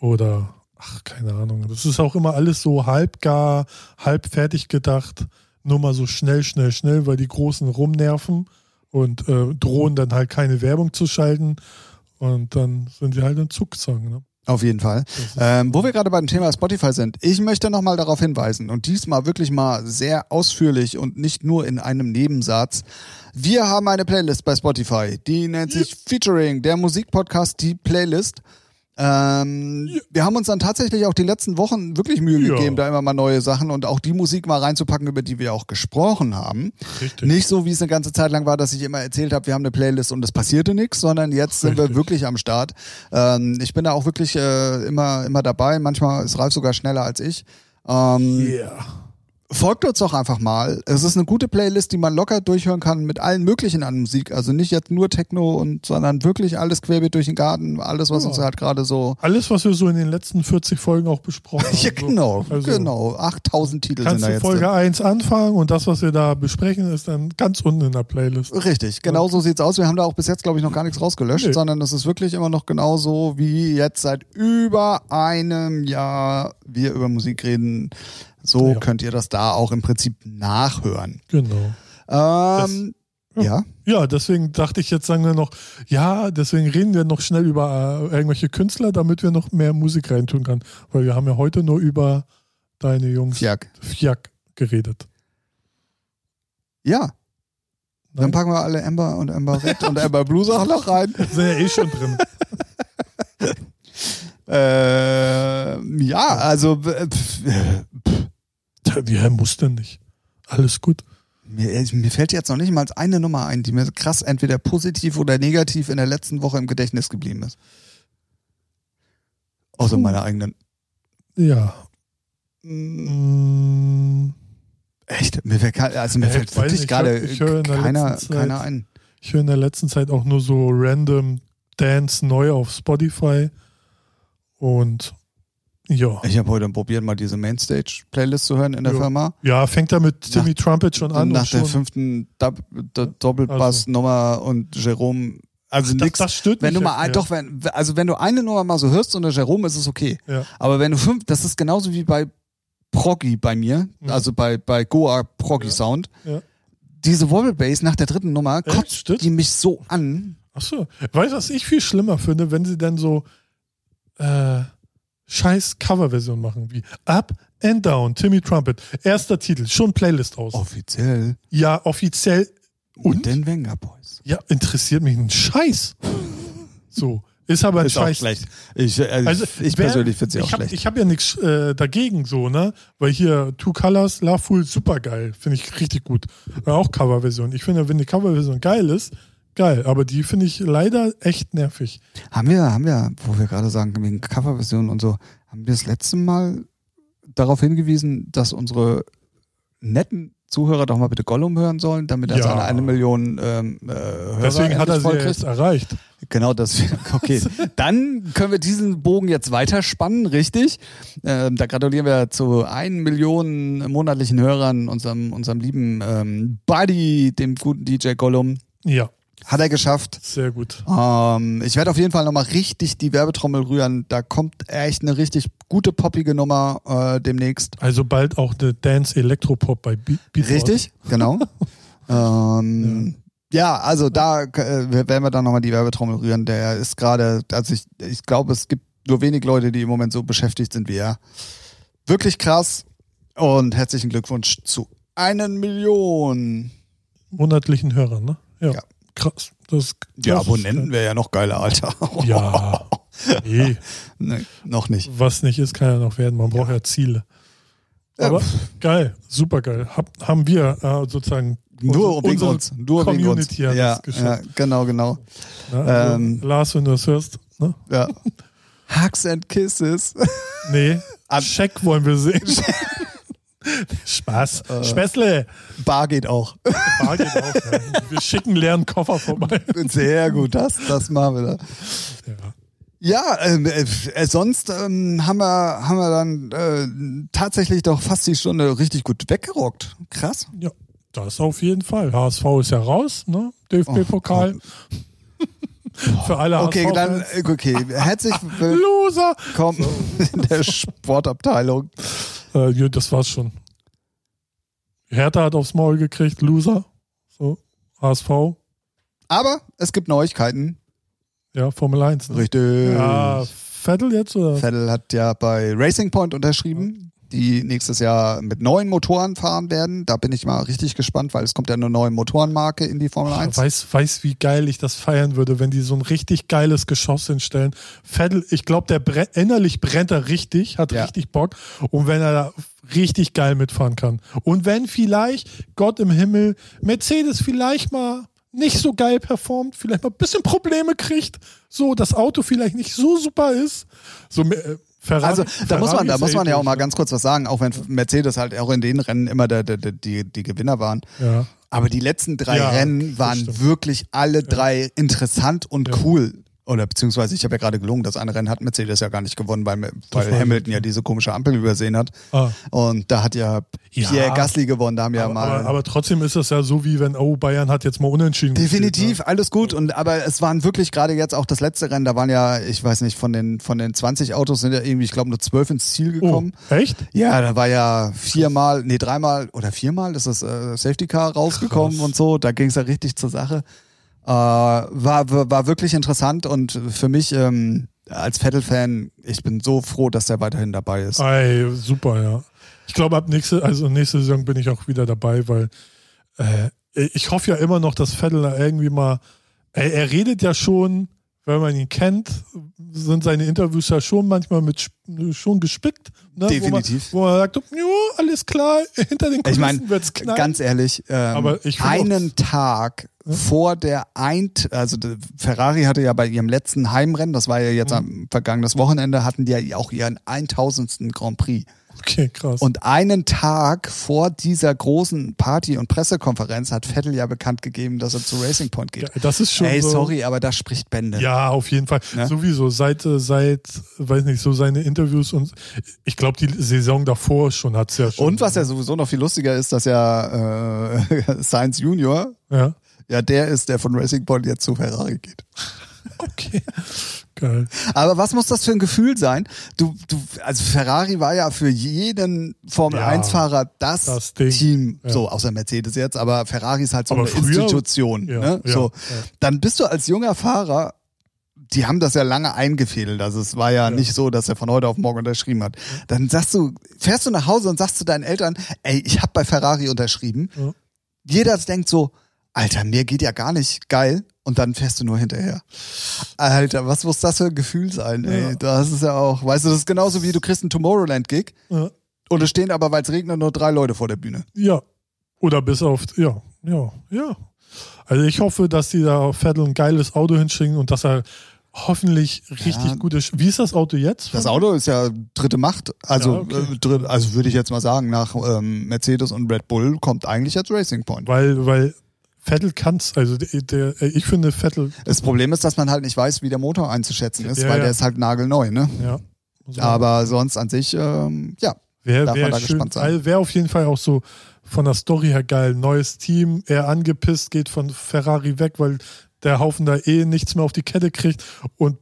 Speaker 2: oder ach, keine Ahnung. Das ist auch immer alles so halbgar, halb fertig gedacht, nur mal so schnell, schnell, schnell, weil die Großen rumnerven und äh, drohen dann halt keine Werbung zu schalten und dann sind sie halt im Zugzwang. Ne?
Speaker 1: Auf jeden Fall.
Speaker 2: Das ist-
Speaker 1: [laughs] Ähm, wo wir gerade beim Thema Spotify sind, ich möchte nochmal darauf hinweisen und diesmal wirklich mal sehr ausführlich und nicht nur in einem Nebensatz. Wir haben eine Playlist bei Spotify, die nennt sich Featuring, der Musikpodcast, die Playlist. Ähm, Wir haben uns dann tatsächlich auch die letzten Wochen wirklich Mühe
Speaker 2: Ja.
Speaker 1: gegeben, da immer mal neue Sachen und auch die Musik mal reinzupacken, über die wir auch gesprochen haben.
Speaker 2: Richtig.
Speaker 1: Nicht so, wie es eine ganze Zeit lang war, dass ich immer erzählt habe, wir haben eine Playlist und es passierte nichts, sondern jetzt sind wir
Speaker 2: Richtig.
Speaker 1: wirklich am Start. Ähm, ich bin da auch wirklich äh, immer, immer dabei. Manchmal ist Ralf sogar schneller als ich. Ähm,
Speaker 2: Yeah.
Speaker 1: folgt uns doch einfach mal. Es ist eine gute Playlist, die man locker durchhören kann mit allen möglichen an Musik. Also nicht jetzt nur Techno und sondern wirklich alles querbeet durch den Garten, alles, was
Speaker 2: Ja.
Speaker 1: uns halt gerade so.
Speaker 2: Alles, was wir so in den letzten 40 Folgen auch besprochen haben.
Speaker 1: [laughs] Ja,
Speaker 2: so.
Speaker 1: genau,
Speaker 2: Also,
Speaker 1: genau. 8000 Titel sind
Speaker 2: Kannst
Speaker 1: da
Speaker 2: du
Speaker 1: jetzt.
Speaker 2: Folge
Speaker 1: Drin.
Speaker 2: 1 anfangen und das, was wir da besprechen, ist dann ganz unten in der Playlist.
Speaker 1: Richtig, genau so sieht's aus. Wir haben da auch bis jetzt, glaube ich, noch gar nichts rausgelöscht,
Speaker 2: Nee.
Speaker 1: sondern das ist wirklich immer noch genauso wie jetzt seit über einem Jahr wir über Musik reden. So
Speaker 2: Ja.
Speaker 1: könnt ihr das da auch im Prinzip nachhören.
Speaker 2: Genau.
Speaker 1: Ähm,
Speaker 2: Hm.
Speaker 1: ja.
Speaker 2: Ja, deswegen dachte ich jetzt, sagen wir noch, ja, deswegen reden wir noch schnell über äh, irgendwelche Künstler, damit wir noch mehr Musik reintun können. Weil wir haben ja heute nur über deine Jungs
Speaker 1: Jack.
Speaker 2: Fjak geredet.
Speaker 1: Ja. Dann
Speaker 2: Nein?
Speaker 1: packen wir alle Ember und Ember Red und Ember Blue Sachen noch
Speaker 2: [laughs]
Speaker 1: rein.
Speaker 2: Sind ja eh schon drin. [laughs]
Speaker 1: Ähm, ja, also äh, pf, äh,
Speaker 2: Tja, Wie, hä, muss denn nicht? Alles gut.
Speaker 1: mir, mir fällt jetzt noch nicht mal eine Nummer ein, die mir krass entweder positiv oder negativ in der letzten Woche im Gedächtnis geblieben ist. Außer meiner eigenen.
Speaker 2: Ja.
Speaker 1: Mm,
Speaker 2: Mm,
Speaker 1: Echt? Mir fällt, kein- also mir
Speaker 2: Ja,
Speaker 1: fällt
Speaker 2: ich weiß
Speaker 1: wirklich
Speaker 2: nicht,
Speaker 1: gerade
Speaker 2: ich hör- ich hör in der
Speaker 1: keiner,
Speaker 2: letzten Zeit-
Speaker 1: keiner ein.
Speaker 2: Ich höre in der letzten Zeit auch nur so random Dance neu auf Spotify. Und ja.
Speaker 1: Ich habe heute probiert, mal diese Mainstage-Playlist zu hören in der
Speaker 2: Jo.
Speaker 1: Firma.
Speaker 2: Ja, fängt da mit Timmy Trumpet schon an.
Speaker 1: Nach
Speaker 2: und
Speaker 1: der
Speaker 2: schon,
Speaker 1: fünften Dub- Do- Doppelbass-Nummer und Jerome. Also
Speaker 2: das,
Speaker 1: nichts
Speaker 2: das stört
Speaker 1: Wenn
Speaker 2: mich
Speaker 1: du mal,
Speaker 2: jetzt
Speaker 1: ein,
Speaker 2: mehr.
Speaker 1: doch, wenn, also wenn du eine Nummer mal so hörst unter Jerome, ist es okay.
Speaker 2: Ja.
Speaker 1: Aber wenn du fünf, das ist genauso wie bei Proggy bei mir,
Speaker 2: Mhm.
Speaker 1: also bei, bei Goa Proggy
Speaker 2: Ja.
Speaker 1: Sound.
Speaker 2: Ja.
Speaker 1: Diese Wobble Bass nach der dritten Nummer
Speaker 2: Echt?
Speaker 1: kotzt
Speaker 2: Stimmt.
Speaker 1: die mich so an.
Speaker 2: Achso. Weißt du, was ich viel schlimmer finde, wenn sie dann so äh, scheiß Coverversion machen, wie Up and Down, Timmy Trumpet. Erster Titel, schon Playlist aus.
Speaker 1: Offiziell.
Speaker 2: Ja, offiziell.
Speaker 1: Und
Speaker 2: Und?
Speaker 1: den Wenger Boys.
Speaker 2: Ja, interessiert mich ein Scheiß. So. Ist aber ein
Speaker 1: Ist auch
Speaker 2: Scheiß.
Speaker 1: schlecht. Ich, äh,
Speaker 2: Also,
Speaker 1: ich
Speaker 2: wer-
Speaker 1: persönlich finde sie auch
Speaker 2: ich hab,
Speaker 1: schlecht.
Speaker 2: Ich habe ja nichts äh, dagegen, so, ne? Weil hier Two Colors, Love Fool, super geil. Finde ich richtig gut. Ja, auch Coverversion. Ich finde, wenn die Coverversion geil ist, geil. Aber die finde ich leider echt nervig.
Speaker 1: Haben wir, haben wir, wo wir gerade sagen, wegen Coverversionen und so, haben wir das letzte Mal darauf hingewiesen, dass unsere netten Zuhörer doch mal bitte Gollum hören sollen, damit er
Speaker 2: Ja.
Speaker 1: seine eine Million ähm, äh, Hörer
Speaker 2: Deswegen hat er
Speaker 1: endlich
Speaker 2: sie ja
Speaker 1: vollkriegt.
Speaker 2: jetzt erreicht.
Speaker 1: Genau, das. [laughs] Okay. Dann können wir diesen Bogen jetzt weiterspannen, richtig? Ähm, da gratulieren wir zu 1 Million monatlichen Hörern, unserem, unserem lieben ähm, Buddy, dem guten DJ Gollum.
Speaker 2: Ja,
Speaker 1: Hat er geschafft.
Speaker 2: sehr gut.
Speaker 1: Ähm, ich werde auf jeden Fall nochmal richtig die Werbetrommel rühren. Da kommt echt eine richtig gute poppige Nummer äh, demnächst.
Speaker 2: Also bald auch eine Dance Elektropop bei Be Beatport.
Speaker 1: Richtig, [laughs] genau. ähm, ja. also da äh, werden wir dann nochmal die Werbetrommel rühren. Der ist gerade, also ich, ich glaube, es gibt nur wenig Leute, die im Moment so beschäftigt sind wie er. Wirklich krass und herzlichen Glückwunsch zu einen Million.
Speaker 2: Monatlichen Hörern, ne? Ja.
Speaker 1: Ja.
Speaker 2: Krass. Das, das
Speaker 1: Ja,
Speaker 2: ist-
Speaker 1: Abonnenten wäre ja noch geiler, Alter.
Speaker 2: Ja. Nee,
Speaker 1: [laughs] nee, noch nicht.
Speaker 2: was nicht ist, kann ja noch werden. Man braucht ja Ziele. Aber
Speaker 1: Ja,
Speaker 2: geil, super geil. Hab, haben wir äh, sozusagen
Speaker 1: Nur
Speaker 2: unsere-
Speaker 1: wegen
Speaker 2: unsere
Speaker 1: uns. Nur wegen uns.
Speaker 2: Community hat
Speaker 1: Ja,
Speaker 2: das
Speaker 1: ja,
Speaker 2: geschafft.
Speaker 1: genau, genau.
Speaker 2: Ne? Also,
Speaker 1: Ähm.
Speaker 2: Lars, wenn du das hörst. Ne?
Speaker 1: [laughs] Ja. Hugs and Kisses.
Speaker 2: Nee,
Speaker 1: Ab-
Speaker 2: Scheck wollen
Speaker 1: [laughs]
Speaker 2: wir sehen. Spaß.
Speaker 1: Äh.
Speaker 2: Späßle.
Speaker 1: Bar geht auch.
Speaker 2: Bar geht auf, ne? Wir schicken leeren Koffer vorbei.
Speaker 1: [laughs] Sehr gut, das, das machen wir da.
Speaker 2: Ja.
Speaker 1: Ja, ähm, äh, äh, sonst ähm, haben, wir, haben wir dann äh, tatsächlich doch fast die Stunde richtig gut weggerockt. Krass.
Speaker 2: ja, das auf jeden Fall. HSV ist ja raus, ne?
Speaker 1: Oh,
Speaker 2: DFB-Pokal. Für alle
Speaker 1: Okay, äh,
Speaker 2: HSV.
Speaker 1: dann, äh, okay, herzlich
Speaker 2: Loser!
Speaker 1: willkommen in der Sportabteilung.
Speaker 2: Äh, ja, das war's schon. Hertha hat aufs Maul gekriegt, Loser. So, HSV.
Speaker 1: Aber es gibt Neuigkeiten.
Speaker 2: Ja, Formel 1. Ne?
Speaker 1: Richtig.
Speaker 2: Ja, Vettel jetzt oder?
Speaker 1: Vettel hat ja bei Racing Point unterschrieben. die nächstes Jahr mit neuen Motoren fahren werden. Da bin ich mal richtig gespannt, weil es kommt ja eine neue Motorenmarke in die Formel 1.
Speaker 2: Weiß, weiß, wie geil ich das feiern würde, wenn die so ein richtig geiles Geschoss hinstellen. Vettel, ich glaube, der brennt, innerlich brennt er richtig, hat
Speaker 1: Ja.
Speaker 2: richtig Bock. Und wenn er da richtig geil mitfahren kann. Und wenn vielleicht, Gott im Himmel, Mercedes vielleicht mal nicht so geil performt, vielleicht mal ein bisschen Probleme kriegt, so das Auto vielleicht nicht so super ist. So, äh, Ferrari,
Speaker 1: Also da muss man, da
Speaker 2: Ferrari
Speaker 1: muss man ja auch
Speaker 2: safe
Speaker 1: mal
Speaker 2: ist,
Speaker 1: ganz kurz was sagen, auch wenn Mercedes halt auch in den Rennen immer der, der, der, die, die Gewinner waren.
Speaker 2: Ja.
Speaker 1: Aber die letzten drei
Speaker 2: Ja,
Speaker 1: Rennen
Speaker 2: das
Speaker 1: waren
Speaker 2: stimmt.
Speaker 1: wirklich alle drei interessant und cool. Oder beziehungsweise, ich habe ja gerade gelungen, das eine Rennen hat Mercedes ja gar nicht gewonnen, weil, weil
Speaker 2: war
Speaker 1: Hamilton ja diese komische Ampel übersehen hat.
Speaker 2: Ah.
Speaker 1: Und da hat ja
Speaker 2: Ja.
Speaker 1: Pierre Gasly gewonnen, da haben ja
Speaker 2: aber,
Speaker 1: mal.
Speaker 2: aber, aber trotzdem ist das ja so, wie wenn, oh, Bayern hat jetzt mal unentschieden.
Speaker 1: Definitiv,
Speaker 2: gespielt,
Speaker 1: alles gut. Und aber es waren wirklich gerade jetzt auch das letzte Rennen, da waren ja, ich weiß nicht, von den von den 20 Autos sind ja irgendwie, ich glaube, nur 12 ins Ziel
Speaker 2: ne?
Speaker 1: gekommen.
Speaker 2: Oh, echt?
Speaker 1: Ja, da war ja viermal, nee, dreimal oder viermal ist das äh, Safety Car rausgekommen
Speaker 2: Krass.
Speaker 1: und so. Da ging es ja richtig zur Sache. Äh, war, war war wirklich interessant und für mich ähm, als Vettel-Fan, ich bin so froh, dass der weiterhin dabei ist.
Speaker 2: Ei, super, ja. Ich glaube, ab nächste, also nächste Saison bin ich auch wieder dabei, weil äh, ich hoffe ja immer noch, dass Vettel da irgendwie mal. Er, er redet ja schon, wenn man ihn kennt, sind seine Interviews ja schon manchmal mit sp- schon gespickt. Ne?
Speaker 1: Definitiv.
Speaker 2: Wo man, wo man sagt, jo, alles klar, [laughs] hinter den
Speaker 1: Ich
Speaker 2: Kulissen
Speaker 1: meine,
Speaker 2: wird's knallen.
Speaker 1: Ganz ehrlich, ähm,
Speaker 2: Aber ich finde Hm?
Speaker 1: einen Tag vor der Eint, also de- Ferrari hatte ja bei ihrem letzten Heimrennen, das war ja
Speaker 2: Hm.
Speaker 1: jetzt am vergangenes Wochenende, hatten die ja auch ihren 1000. Grand Prix.
Speaker 2: okay, krass.
Speaker 1: Und einen Tag vor dieser großen Party und Pressekonferenz hat Vettel ja bekannt gegeben, dass er zu Racing Point
Speaker 2: Ja,
Speaker 1: geht.
Speaker 2: das ist schon.
Speaker 1: Ey,
Speaker 2: so,
Speaker 1: sorry, aber das spricht Bände.
Speaker 2: Ja, auf jeden Fall.
Speaker 1: Ne?
Speaker 2: Sowieso, seit, äh, seit, weiß nicht, so seine Interviews und ich glaube, die Saison davor schon hat es ja schon.
Speaker 1: Und was ja sowieso noch viel lustiger ist, dass ja äh, [laughs] Science Junior,
Speaker 2: Ja.
Speaker 1: ja der ist, der von Racing Point jetzt zu Ferrari geht.
Speaker 2: Okay. Geil.
Speaker 1: Aber was muss das für ein Gefühl sein? Du, du, also Ferrari war ja für jeden Formel
Speaker 2: Ja,
Speaker 1: 1-Fahrer das,
Speaker 2: das Ding.
Speaker 1: Team,
Speaker 2: Ja.
Speaker 1: so außer Mercedes jetzt, aber Ferrari ist halt so
Speaker 2: Aber
Speaker 1: eine
Speaker 2: früher-
Speaker 1: Institution.
Speaker 2: ja,
Speaker 1: ne?
Speaker 2: ja,
Speaker 1: so.
Speaker 2: ja.
Speaker 1: Dann bist du als junger Fahrer, die haben das ja lange eingefädelt. Also es war ja,
Speaker 2: Ja.
Speaker 1: nicht so, dass er von heute auf morgen unterschrieben hat. Dann sagst du, fährst du nach Hause und sagst zu deinen Eltern, ey, ich habe bei Ferrari unterschrieben.
Speaker 2: Ja.
Speaker 1: Jeder denkt so, Alter, mir geht ja gar nicht geil. Und dann fährst du nur hinterher. Alter, was muss das für ein Gefühl sein, ey?
Speaker 2: Ja.
Speaker 1: Das ist ja auch, weißt du, das ist genauso wie du kriegst einen Tomorrowland-Gig
Speaker 2: Ja. Äh,
Speaker 1: und es stehen aber, weil es regnet, nur drei Leute vor der Bühne.
Speaker 2: ja. Oder bis auf, ja, ja, ja. Also ich hoffe, dass die da auf Vettel ein geiles Auto hinschicken und dass er hoffentlich richtig
Speaker 1: Ja.
Speaker 2: gute. Sch- Wie ist das Auto jetzt?
Speaker 1: Das Auto ist ja dritte Macht. Also,
Speaker 2: Ja, okay.
Speaker 1: äh, dritt, also würde ich jetzt mal sagen, nach ähm, Mercedes und Red Bull kommt eigentlich jetzt Racing Point.
Speaker 2: Weil, weil Vettel kann's, also der, der, ich finde Vettel,
Speaker 1: Das Problem ist, dass man halt nicht weiß, wie der Motor einzuschätzen ist,
Speaker 2: Ja,
Speaker 1: weil
Speaker 2: ja.
Speaker 1: der ist halt nagelneu, ne?
Speaker 2: ja. muss man-
Speaker 1: Aber sonst an sich, ähm, ja.
Speaker 2: Wäre
Speaker 1: Darf
Speaker 2: wär
Speaker 1: man da
Speaker 2: schön,
Speaker 1: gespannt sein.
Speaker 2: wäre auf jeden Fall auch so von der Story her geil. Neues Team, er angepisst, geht von Ferrari weg, weil der Haufen da eh nichts mehr auf die Kette kriegt. Und,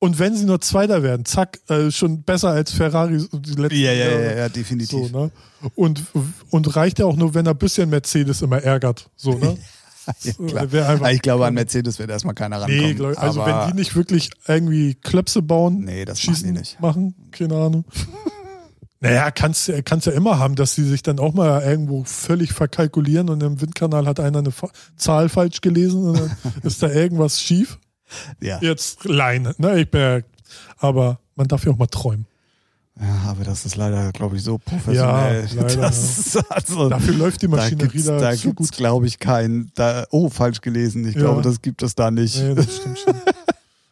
Speaker 2: und wenn sie nur Zweiter werden, zack, äh, schon besser als Ferrari so die letzten Jahre.
Speaker 1: definitiv.
Speaker 2: So, ne? und, und reicht ja auch nur, wenn er ein bisschen Mercedes immer ärgert. So, ne?
Speaker 1: [laughs] Ja, klar.
Speaker 2: Wär einfach-
Speaker 1: ich glaube, an Mercedes wird erstmal keiner rankommen.
Speaker 2: Nee, glaub, also
Speaker 1: aber
Speaker 2: wenn die nicht wirklich irgendwie Klöpse bauen,
Speaker 1: Nee, das machen
Speaker 2: schießen
Speaker 1: die nicht.
Speaker 2: machen, keine Ahnung. [laughs] naja, kannst kannst ja immer haben, dass sie sich dann auch mal irgendwo völlig verkalkulieren und im Windkanal hat einer eine Fa Zahl falsch gelesen
Speaker 1: [laughs]
Speaker 2: und dann ist da irgendwas schief.
Speaker 1: ja.
Speaker 2: Jetzt Leine, ne? Ich bin ja, aber man darf ja auch mal träumen.
Speaker 1: Ja, aber das ist leider, glaube ich, so professionell. [laughs]
Speaker 2: Ja, leider,
Speaker 1: das ist also,
Speaker 2: Dafür läuft die
Speaker 1: da
Speaker 2: Maschinerie
Speaker 1: gibt's,
Speaker 2: da,
Speaker 1: da
Speaker 2: zu
Speaker 1: gibt's,
Speaker 2: gut.
Speaker 1: glaube ich, keinen. Da, oh, falsch gelesen. Ich
Speaker 2: Ja.
Speaker 1: glaube, das gibt es da nicht.
Speaker 2: Nee, das
Speaker 1: [laughs]
Speaker 2: stimmt schon.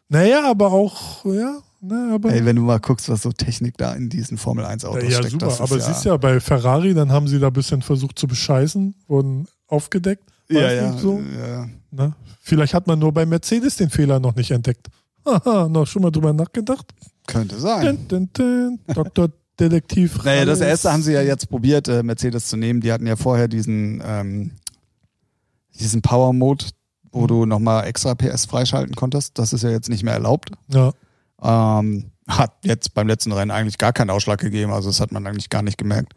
Speaker 2: naja, aber auch, ja, ne, aber.
Speaker 1: Ey, wenn du mal guckst, was so Technik da in diesen Formel 1 Autos
Speaker 2: Ja,
Speaker 1: steckt,
Speaker 2: super.
Speaker 1: das ist
Speaker 2: aber
Speaker 1: ja,
Speaker 2: siehst ja, bei Ferrari, dann haben sie da ein bisschen versucht zu bescheißen, wurden aufgedeckt.
Speaker 1: ja,
Speaker 2: Weiß
Speaker 1: ja,
Speaker 2: nicht So.
Speaker 1: ja.
Speaker 2: Ne? Vielleicht hat man nur bei Mercedes den Fehler noch nicht entdeckt. Haha, noch schon mal drüber nachgedacht.
Speaker 1: Könnte sein.
Speaker 2: Dun, dun, dun. Dr. Detektiv.
Speaker 1: Naja, das
Speaker 2: Ralles.
Speaker 1: erste haben sie ja jetzt probiert, äh, Mercedes zu nehmen. Die hatten ja vorher diesen, ähm, diesen Power Mode,
Speaker 2: Mhm.
Speaker 1: wo du nochmal extra PS freischalten konntest. Das ist ja jetzt nicht mehr erlaubt.
Speaker 2: Ja,
Speaker 1: Ähm, hat jetzt beim letzten Rennen eigentlich gar keinen Ausschlag gegeben, also das hat man eigentlich gar nicht gemerkt.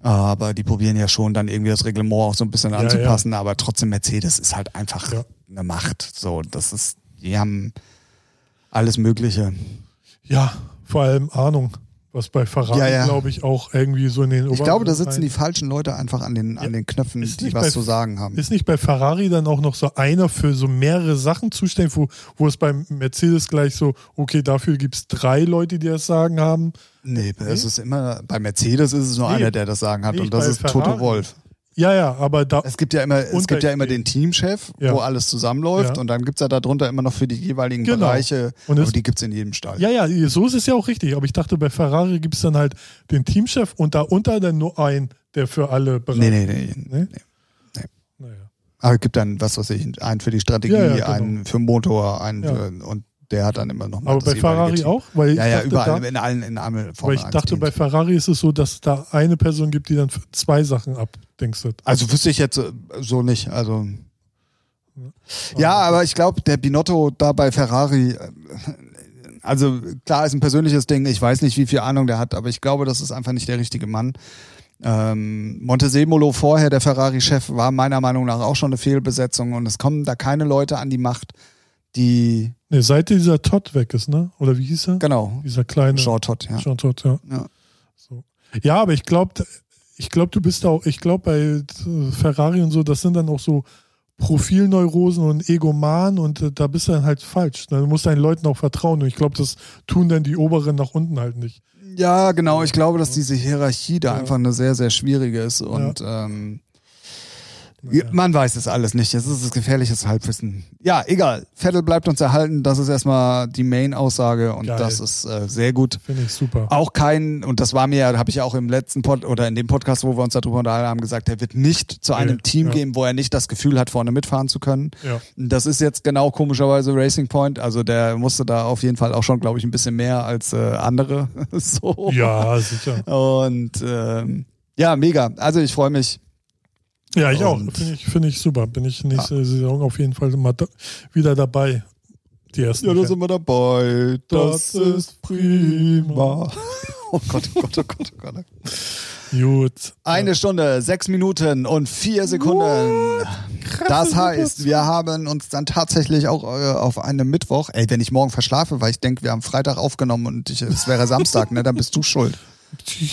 Speaker 1: Aber die probieren ja schon dann irgendwie das Reglement auch so ein bisschen
Speaker 2: Ja,
Speaker 1: anzupassen, aber trotzdem Mercedes ist halt einfach
Speaker 2: Ja.
Speaker 1: eine Macht. So, das ist, die haben alles Mögliche.
Speaker 2: ja, vor allem Ahnung. Was bei Ferrari,
Speaker 1: Ja, ja.
Speaker 2: glaube ich, auch irgendwie so in den
Speaker 1: Ich glaube, da sitzen
Speaker 2: Oberbereichen-
Speaker 1: die falschen Leute einfach an den, an den Knöpfen,
Speaker 2: Ist
Speaker 1: die
Speaker 2: nicht
Speaker 1: was
Speaker 2: bei-
Speaker 1: zu sagen haben.
Speaker 2: Ist nicht bei Ferrari dann auch noch so einer für so mehrere Sachen zuständig, wo, wo es bei Mercedes gleich so, okay, dafür gibt es drei Leute, die das Sagen haben.
Speaker 1: Nee, es ist immer, bei Mercedes ist es nur
Speaker 2: Nee.
Speaker 1: einer, der das sagen hat
Speaker 2: Nee,
Speaker 1: und das
Speaker 2: bei
Speaker 1: ist
Speaker 2: Ferrari.
Speaker 1: Toto Wolf.
Speaker 2: Ja, ja, aber da,
Speaker 1: Es gibt ja immer, es gibt ja immer den Teamchef,
Speaker 2: Ja.
Speaker 1: wo alles zusammenläuft
Speaker 2: Ja.
Speaker 1: und dann gibt es ja darunter immer noch für die jeweiligen
Speaker 2: Genau.
Speaker 1: Bereiche und
Speaker 2: Und es-
Speaker 1: aber die gibt es in jedem Stall.
Speaker 2: ja, ja, so ist es ja auch richtig. Aber ich dachte, bei Ferrari gibt es dann halt den Teamchef und darunter dann nur einen, der für alle bereit
Speaker 1: Nee, nee, nee.
Speaker 2: Nee?
Speaker 1: Nee.
Speaker 2: Naja.
Speaker 1: Aber es gibt dann, was weiß ich, einen für die Strategie,
Speaker 2: Ja, ja, genau.
Speaker 1: einen für Motor, einen
Speaker 2: Ja.
Speaker 1: für, und der hat dann immer nochmal
Speaker 2: Aber bei Ferrari auch? Weil ich
Speaker 1: eh Ja, ja,
Speaker 2: dachte,
Speaker 1: überall,
Speaker 2: da,
Speaker 1: in allen, in allen
Speaker 2: weil
Speaker 1: Formel
Speaker 2: ich dachte
Speaker 1: 1
Speaker 2: bei Ferrari ist es so, dass da eine Person gibt, die dann für zwei Sachen abdenkst.
Speaker 1: Also wüsste ich jetzt äh, so nicht. Also ja, aber ich glaube, der Binotto da bei Ferrari, äh, also klar ist ein persönliches Ding. Ich weiß nicht, wie viel Ahnung der hat, aber ich glaube, das ist einfach nicht der richtige Mann. Ähm, Montesemolo vorher, der Ferrari-Chef, war meiner Meinung nach auch schon eine Fehlbesetzung und es kommen da keine Leute an die Macht, die
Speaker 2: Nee, seit dieser Todd weg ist, ne? Oder wie hieß er?
Speaker 1: genau
Speaker 2: Dieser kleine.
Speaker 1: Short Hot, ja.
Speaker 2: Schon tot, ja.
Speaker 1: Ja.
Speaker 2: So. ja, aber ich glaube, ich glaube, du bist da auch, ich glaube, bei äh, Ferrari und so, das sind dann auch so Profilneurosen und Egoman und äh, da bist du dann halt falsch. Du musst deinen Leuten auch vertrauen und ich glaube, das tun dann die Oberen nach unten halt nicht.
Speaker 1: Ja, genau. Ich glaube, dass diese Hierarchie da
Speaker 2: Ja.
Speaker 1: einfach eine sehr, sehr schwierige ist und ähm, Man weiß es alles nicht. Es ist das gefährliches Halbwissen. Ja, egal. Vettel bleibt uns erhalten. Das ist erstmal die Main-Aussage und
Speaker 2: Geil.
Speaker 1: das ist äh, sehr gut.
Speaker 2: Finde ich super.
Speaker 1: Auch kein, und das war mir ja, habe ich ja auch im letzten Pod oder in dem Podcast, wo wir uns darüber unterhalten haben, gesagt, er wird nicht zu einem
Speaker 2: Nee,
Speaker 1: Team
Speaker 2: ja.
Speaker 1: gehen, wo er nicht das Gefühl hat, vorne mitfahren zu können.
Speaker 2: Ja.
Speaker 1: Das ist jetzt genau komischerweise Racing Point. Also der musste da auf jeden Fall auch schon, glaube ich, ein bisschen mehr als äh, andere. [laughs] so.
Speaker 2: Ja, sicher.
Speaker 1: Und ähm, ja, mega. Also ich freue mich.
Speaker 2: Ja, ich auch.
Speaker 1: Und-
Speaker 2: Finde ich, finde ich super. Bin ich nächste Saison auf jeden Fall mal da, wieder dabei. Die ersten.
Speaker 1: Ja, da sind wir dabei. Das,
Speaker 2: Das
Speaker 1: ist
Speaker 2: ist
Speaker 1: prima.
Speaker 2: prima.
Speaker 1: [laughs] Oh Gott, oh Gott, oh Gott, oh Gott.
Speaker 2: Gut.
Speaker 1: Eine Stunde, sechs Minuten und vier Sekunden. Das heißt, wir haben uns dann tatsächlich auch äh, auf einem Mittwoch, ey, wenn ich morgen verschlafe, weil ich denke, wir haben Freitag aufgenommen und ich, es wäre Samstag, ne, dann bist du schuld.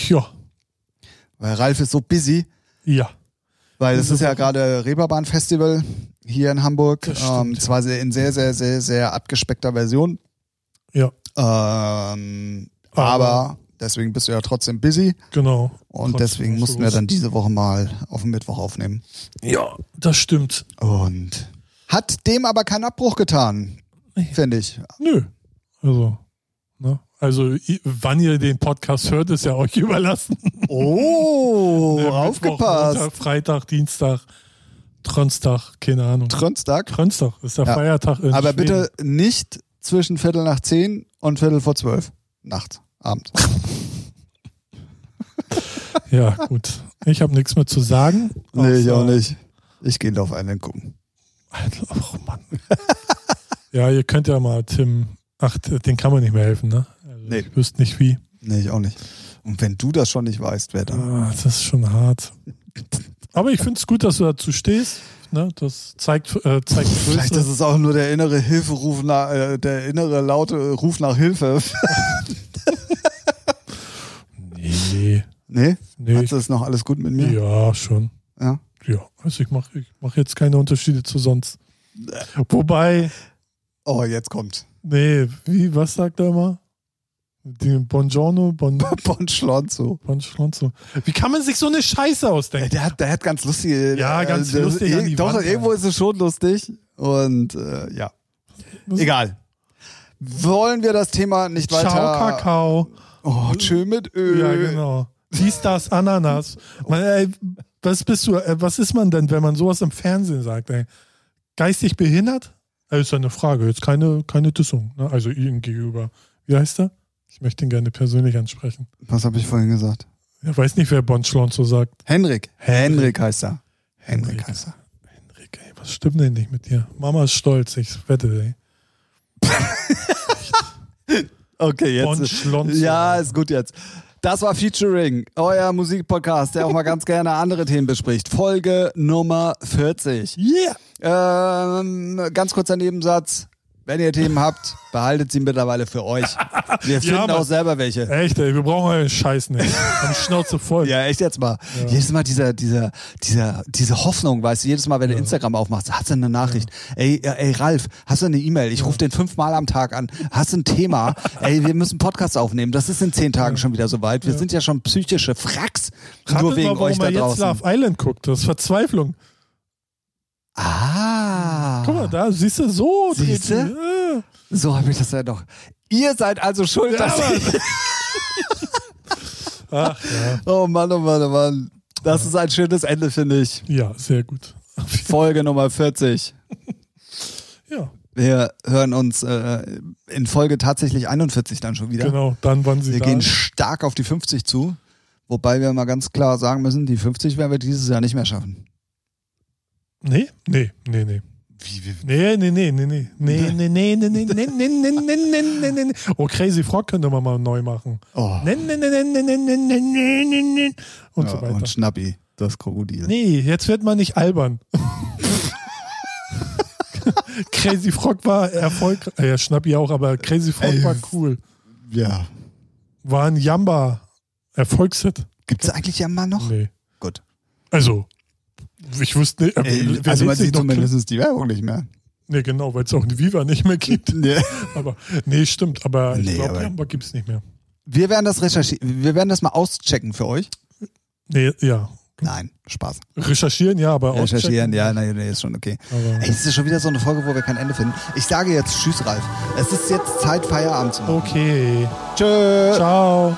Speaker 2: Ja.
Speaker 1: Weil Ralf ist so busy,
Speaker 2: Ja.
Speaker 1: weil es
Speaker 2: Das
Speaker 1: ist
Speaker 2: ist
Speaker 1: ja
Speaker 2: okay.
Speaker 1: gerade Reeperbahn-Festival hier in Hamburg.
Speaker 2: Das stimmt,
Speaker 1: ähm,
Speaker 2: ja.
Speaker 1: zwar sehr, in sehr, sehr, sehr, sehr abgespeckter Version.
Speaker 2: Ja.
Speaker 1: Ähm, aber deswegen bist du ja trotzdem busy.
Speaker 2: Genau.
Speaker 1: Und
Speaker 2: Trotzdem
Speaker 1: deswegen
Speaker 2: was
Speaker 1: mussten wir
Speaker 2: los.
Speaker 1: dann diese Woche mal auf den Mittwoch aufnehmen.
Speaker 2: Ja, das stimmt.
Speaker 1: Und hat dem aber keinen Abbruch getan, finde
Speaker 2: [laughs]
Speaker 1: ich.
Speaker 2: Nö. Also, ne? Also, i- wann ihr den Podcast hört, ist ja euch [laughs] überlassen.
Speaker 1: Oh,
Speaker 2: Äh, Mittwoch,
Speaker 1: aufgepasst.
Speaker 2: Montag, Freitag, Dienstag, Tronstag, keine Ahnung.
Speaker 1: Tronstag.
Speaker 2: Tronstag ist der
Speaker 1: Ja.
Speaker 2: Feiertag in
Speaker 1: Aber
Speaker 2: Schweden.
Speaker 1: bitte nicht zwischen Viertel nach zehn und Viertel vor zwölf. Nachts, Abend.
Speaker 2: Ja, gut. Ich habe nichts mehr zu sagen.
Speaker 1: Nee, ich
Speaker 2: Außer-
Speaker 1: auch nicht. Ich gehe auf einen gucken.
Speaker 2: Alter, Oh Mann. ja, ihr könnt ja mal Tim. Ach, den kann man nicht mehr helfen, ne? Also,
Speaker 1: Nee.
Speaker 2: Ich wüsste nicht wie.
Speaker 1: Nee, ich auch nicht. Und wenn du das schon nicht weißt, wer dann?
Speaker 2: Ah, das ist schon hart. Aber ich finde es gut, dass du dazu stehst. Ne? Das zeigt, äh, zeigt
Speaker 1: Vielleicht ist
Speaker 2: Größe.
Speaker 1: es auch nur der innere Hilferuf nach, äh, der innere laute äh, Ruf nach Hilfe. [laughs]
Speaker 2: Nee,
Speaker 1: nee?
Speaker 2: nee.
Speaker 1: Hat es noch alles gut mit mir?
Speaker 2: Ja, schon.
Speaker 1: Ja.
Speaker 2: Ja, also ich mache ich mach jetzt keine Unterschiede zu sonst. Wobei,
Speaker 1: Oh, jetzt kommt. [laughs]
Speaker 2: nee, wie, was sagt er immer? Die Buongiorno, Bon,
Speaker 1: Bon Schlonzo.
Speaker 2: bon Schlonzo. Wie kann man sich so eine Scheiße ausdenken?
Speaker 1: Der hat, der hat ganz lustige.
Speaker 2: Ja, ganz
Speaker 1: das-
Speaker 2: lustig an die
Speaker 1: Doch,
Speaker 2: Wand,
Speaker 1: irgendwo ist es schon lustig. Und äh, ja.
Speaker 2: Was-
Speaker 1: Egal. Wollen wir das Thema nicht weiter.
Speaker 2: Ciao, Kakao.
Speaker 1: Oh, tschö mit Ö.
Speaker 2: Ja, genau. Dies, das, Ananas. Man, ey, was bist du, äh, was ist man denn, wenn man sowas im Fernsehen sagt, ey? Geistig behindert? Das ist ja eine Frage, jetzt keine, keine Dissung, ne? Also ihm gegenüber. Wie heißt er? Ich möchte ihn gerne persönlich ansprechen.
Speaker 1: Was habe ich vorhin gesagt?
Speaker 2: Ich weiß nicht, wer Bon Schlonzo sagt.
Speaker 1: Henrik. Henrik heißt er. Henrik
Speaker 2: Henrik.
Speaker 1: heißt er.
Speaker 2: Henrik, ey, was stimmt denn nicht mit dir? Mama ist stolz, ich wette,
Speaker 1: Okay,
Speaker 2: ey. Bon
Speaker 1: jetzt.
Speaker 2: Schlonzo.
Speaker 1: Ja, ist gut jetzt. Das war Featuring, euer Musikpodcast, der auch mal ganz gerne andere Themen bespricht. Folge Nummer 40.
Speaker 2: Yeah!
Speaker 1: Ähm, ganz kurzer Nebensatz. Wenn ihr Themen habt, behaltet sie mittlerweile für euch. Wir finden
Speaker 2: Mann.
Speaker 1: auch selber welche.
Speaker 2: Echt, ey, wir brauchen euren
Speaker 1: [laughs]
Speaker 2: Scheiß nicht. Haben Schnauze voll.
Speaker 1: Ja, echt jetzt mal. Jedes Mal dieser, dieser, dieser, diese Hoffnung, weißt du, jedes Mal, wenn du Instagram aufmachst, hast du eine Nachricht. Ey, äh, ey, Ralf, hast du eine E-Mail? Ich rufe den fünfmal am Tag an. Hast du ein Thema?
Speaker 2: [laughs]
Speaker 1: ey, wir müssen Podcast aufnehmen. Das ist in zehn Tagen schon wieder soweit. Wir sind ja schon psychische Fracks. nur
Speaker 2: Ratet
Speaker 1: wegen
Speaker 2: mal, warum
Speaker 1: euch da
Speaker 2: man jetzt
Speaker 1: draußen.
Speaker 2: Love Island guckt. Das ist Verzweiflung.
Speaker 1: Ah.
Speaker 2: Guck mal, da siehst du so. Äh.
Speaker 1: Siehst du?
Speaker 2: Ja.
Speaker 1: So habe ich das ja doch. Ihr seid also schuld, dass
Speaker 2: Mann.
Speaker 1: ich [laughs] Oh Mann, oh Mann, oh Mann. Das ist ein schönes Ende, finde ich.
Speaker 2: Ja, sehr gut.
Speaker 1: Folge Nummer 40.
Speaker 2: Ja,
Speaker 1: Wir hören uns äh, in Folge tatsächlich 41 dann schon wieder.
Speaker 2: genau. Dann waren sie
Speaker 1: Wir
Speaker 2: da.
Speaker 1: gehen stark auf die 50 zu. Wobei wir mal ganz klar sagen müssen, die 50 werden wir dieses Jahr nicht mehr schaffen.
Speaker 2: nee, nee, nee, nee.
Speaker 1: Wie, wie?
Speaker 2: Nee, nee, nee, nee, nee.
Speaker 1: [laughs]
Speaker 2: Nee, nee, nee, nee, nee, nee, nee, nee, nee, nee, nee, nee, nee. Oh, Crazy Frog könnte man mal neu machen.
Speaker 1: Oh.
Speaker 2: Nee, nee, nee, nee, nee, nee, nee, nee, nee, nee, nee. Und
Speaker 1: ja,
Speaker 2: so
Speaker 1: und
Speaker 2: weiter.
Speaker 1: Schnappi, das Krokodil.
Speaker 2: Nee, jetzt wird man nicht albern. [laughs] Crazy Frog war erfolgreich. Ja, Schnappi auch, aber Crazy Frog
Speaker 1: Ey.
Speaker 2: war cool.
Speaker 1: Ja.
Speaker 2: War ein Jamba Erfolgshit.
Speaker 1: Gibt es eigentlich ja mal noch?
Speaker 2: Nee.
Speaker 1: Gut.
Speaker 2: Also, ich wüsste nicht.
Speaker 1: Ey,
Speaker 2: wer
Speaker 1: also man
Speaker 2: lädt sich
Speaker 1: sieht
Speaker 2: noch-
Speaker 1: zumindest die Werbung nicht mehr.
Speaker 2: Nee, genau, weil es auch eine Viva nicht
Speaker 1: [laughs]
Speaker 2: mehr gibt.
Speaker 1: Nee.
Speaker 2: Aber nee, stimmt. Aber
Speaker 1: Nee,
Speaker 2: ich glaube,
Speaker 1: aber-
Speaker 2: Jamba gibt es nicht mehr.
Speaker 1: Wir werden das recherchieren. Wir werden das mal auschecken für euch.
Speaker 2: Nee, ja.
Speaker 1: Nein, Spaß.
Speaker 2: Recherchieren, ja, aber auschecken,
Speaker 1: Recherchieren, ja, nee, nee, ist schon okay.
Speaker 2: Aber-
Speaker 1: Ey, es ist schon wieder so eine Folge, wo wir kein Ende finden. Ich sage jetzt Tschüss, Ralf. Es ist jetzt Zeit, Feierabend zu machen.
Speaker 2: Okay.
Speaker 1: Tschö.
Speaker 2: Ciao.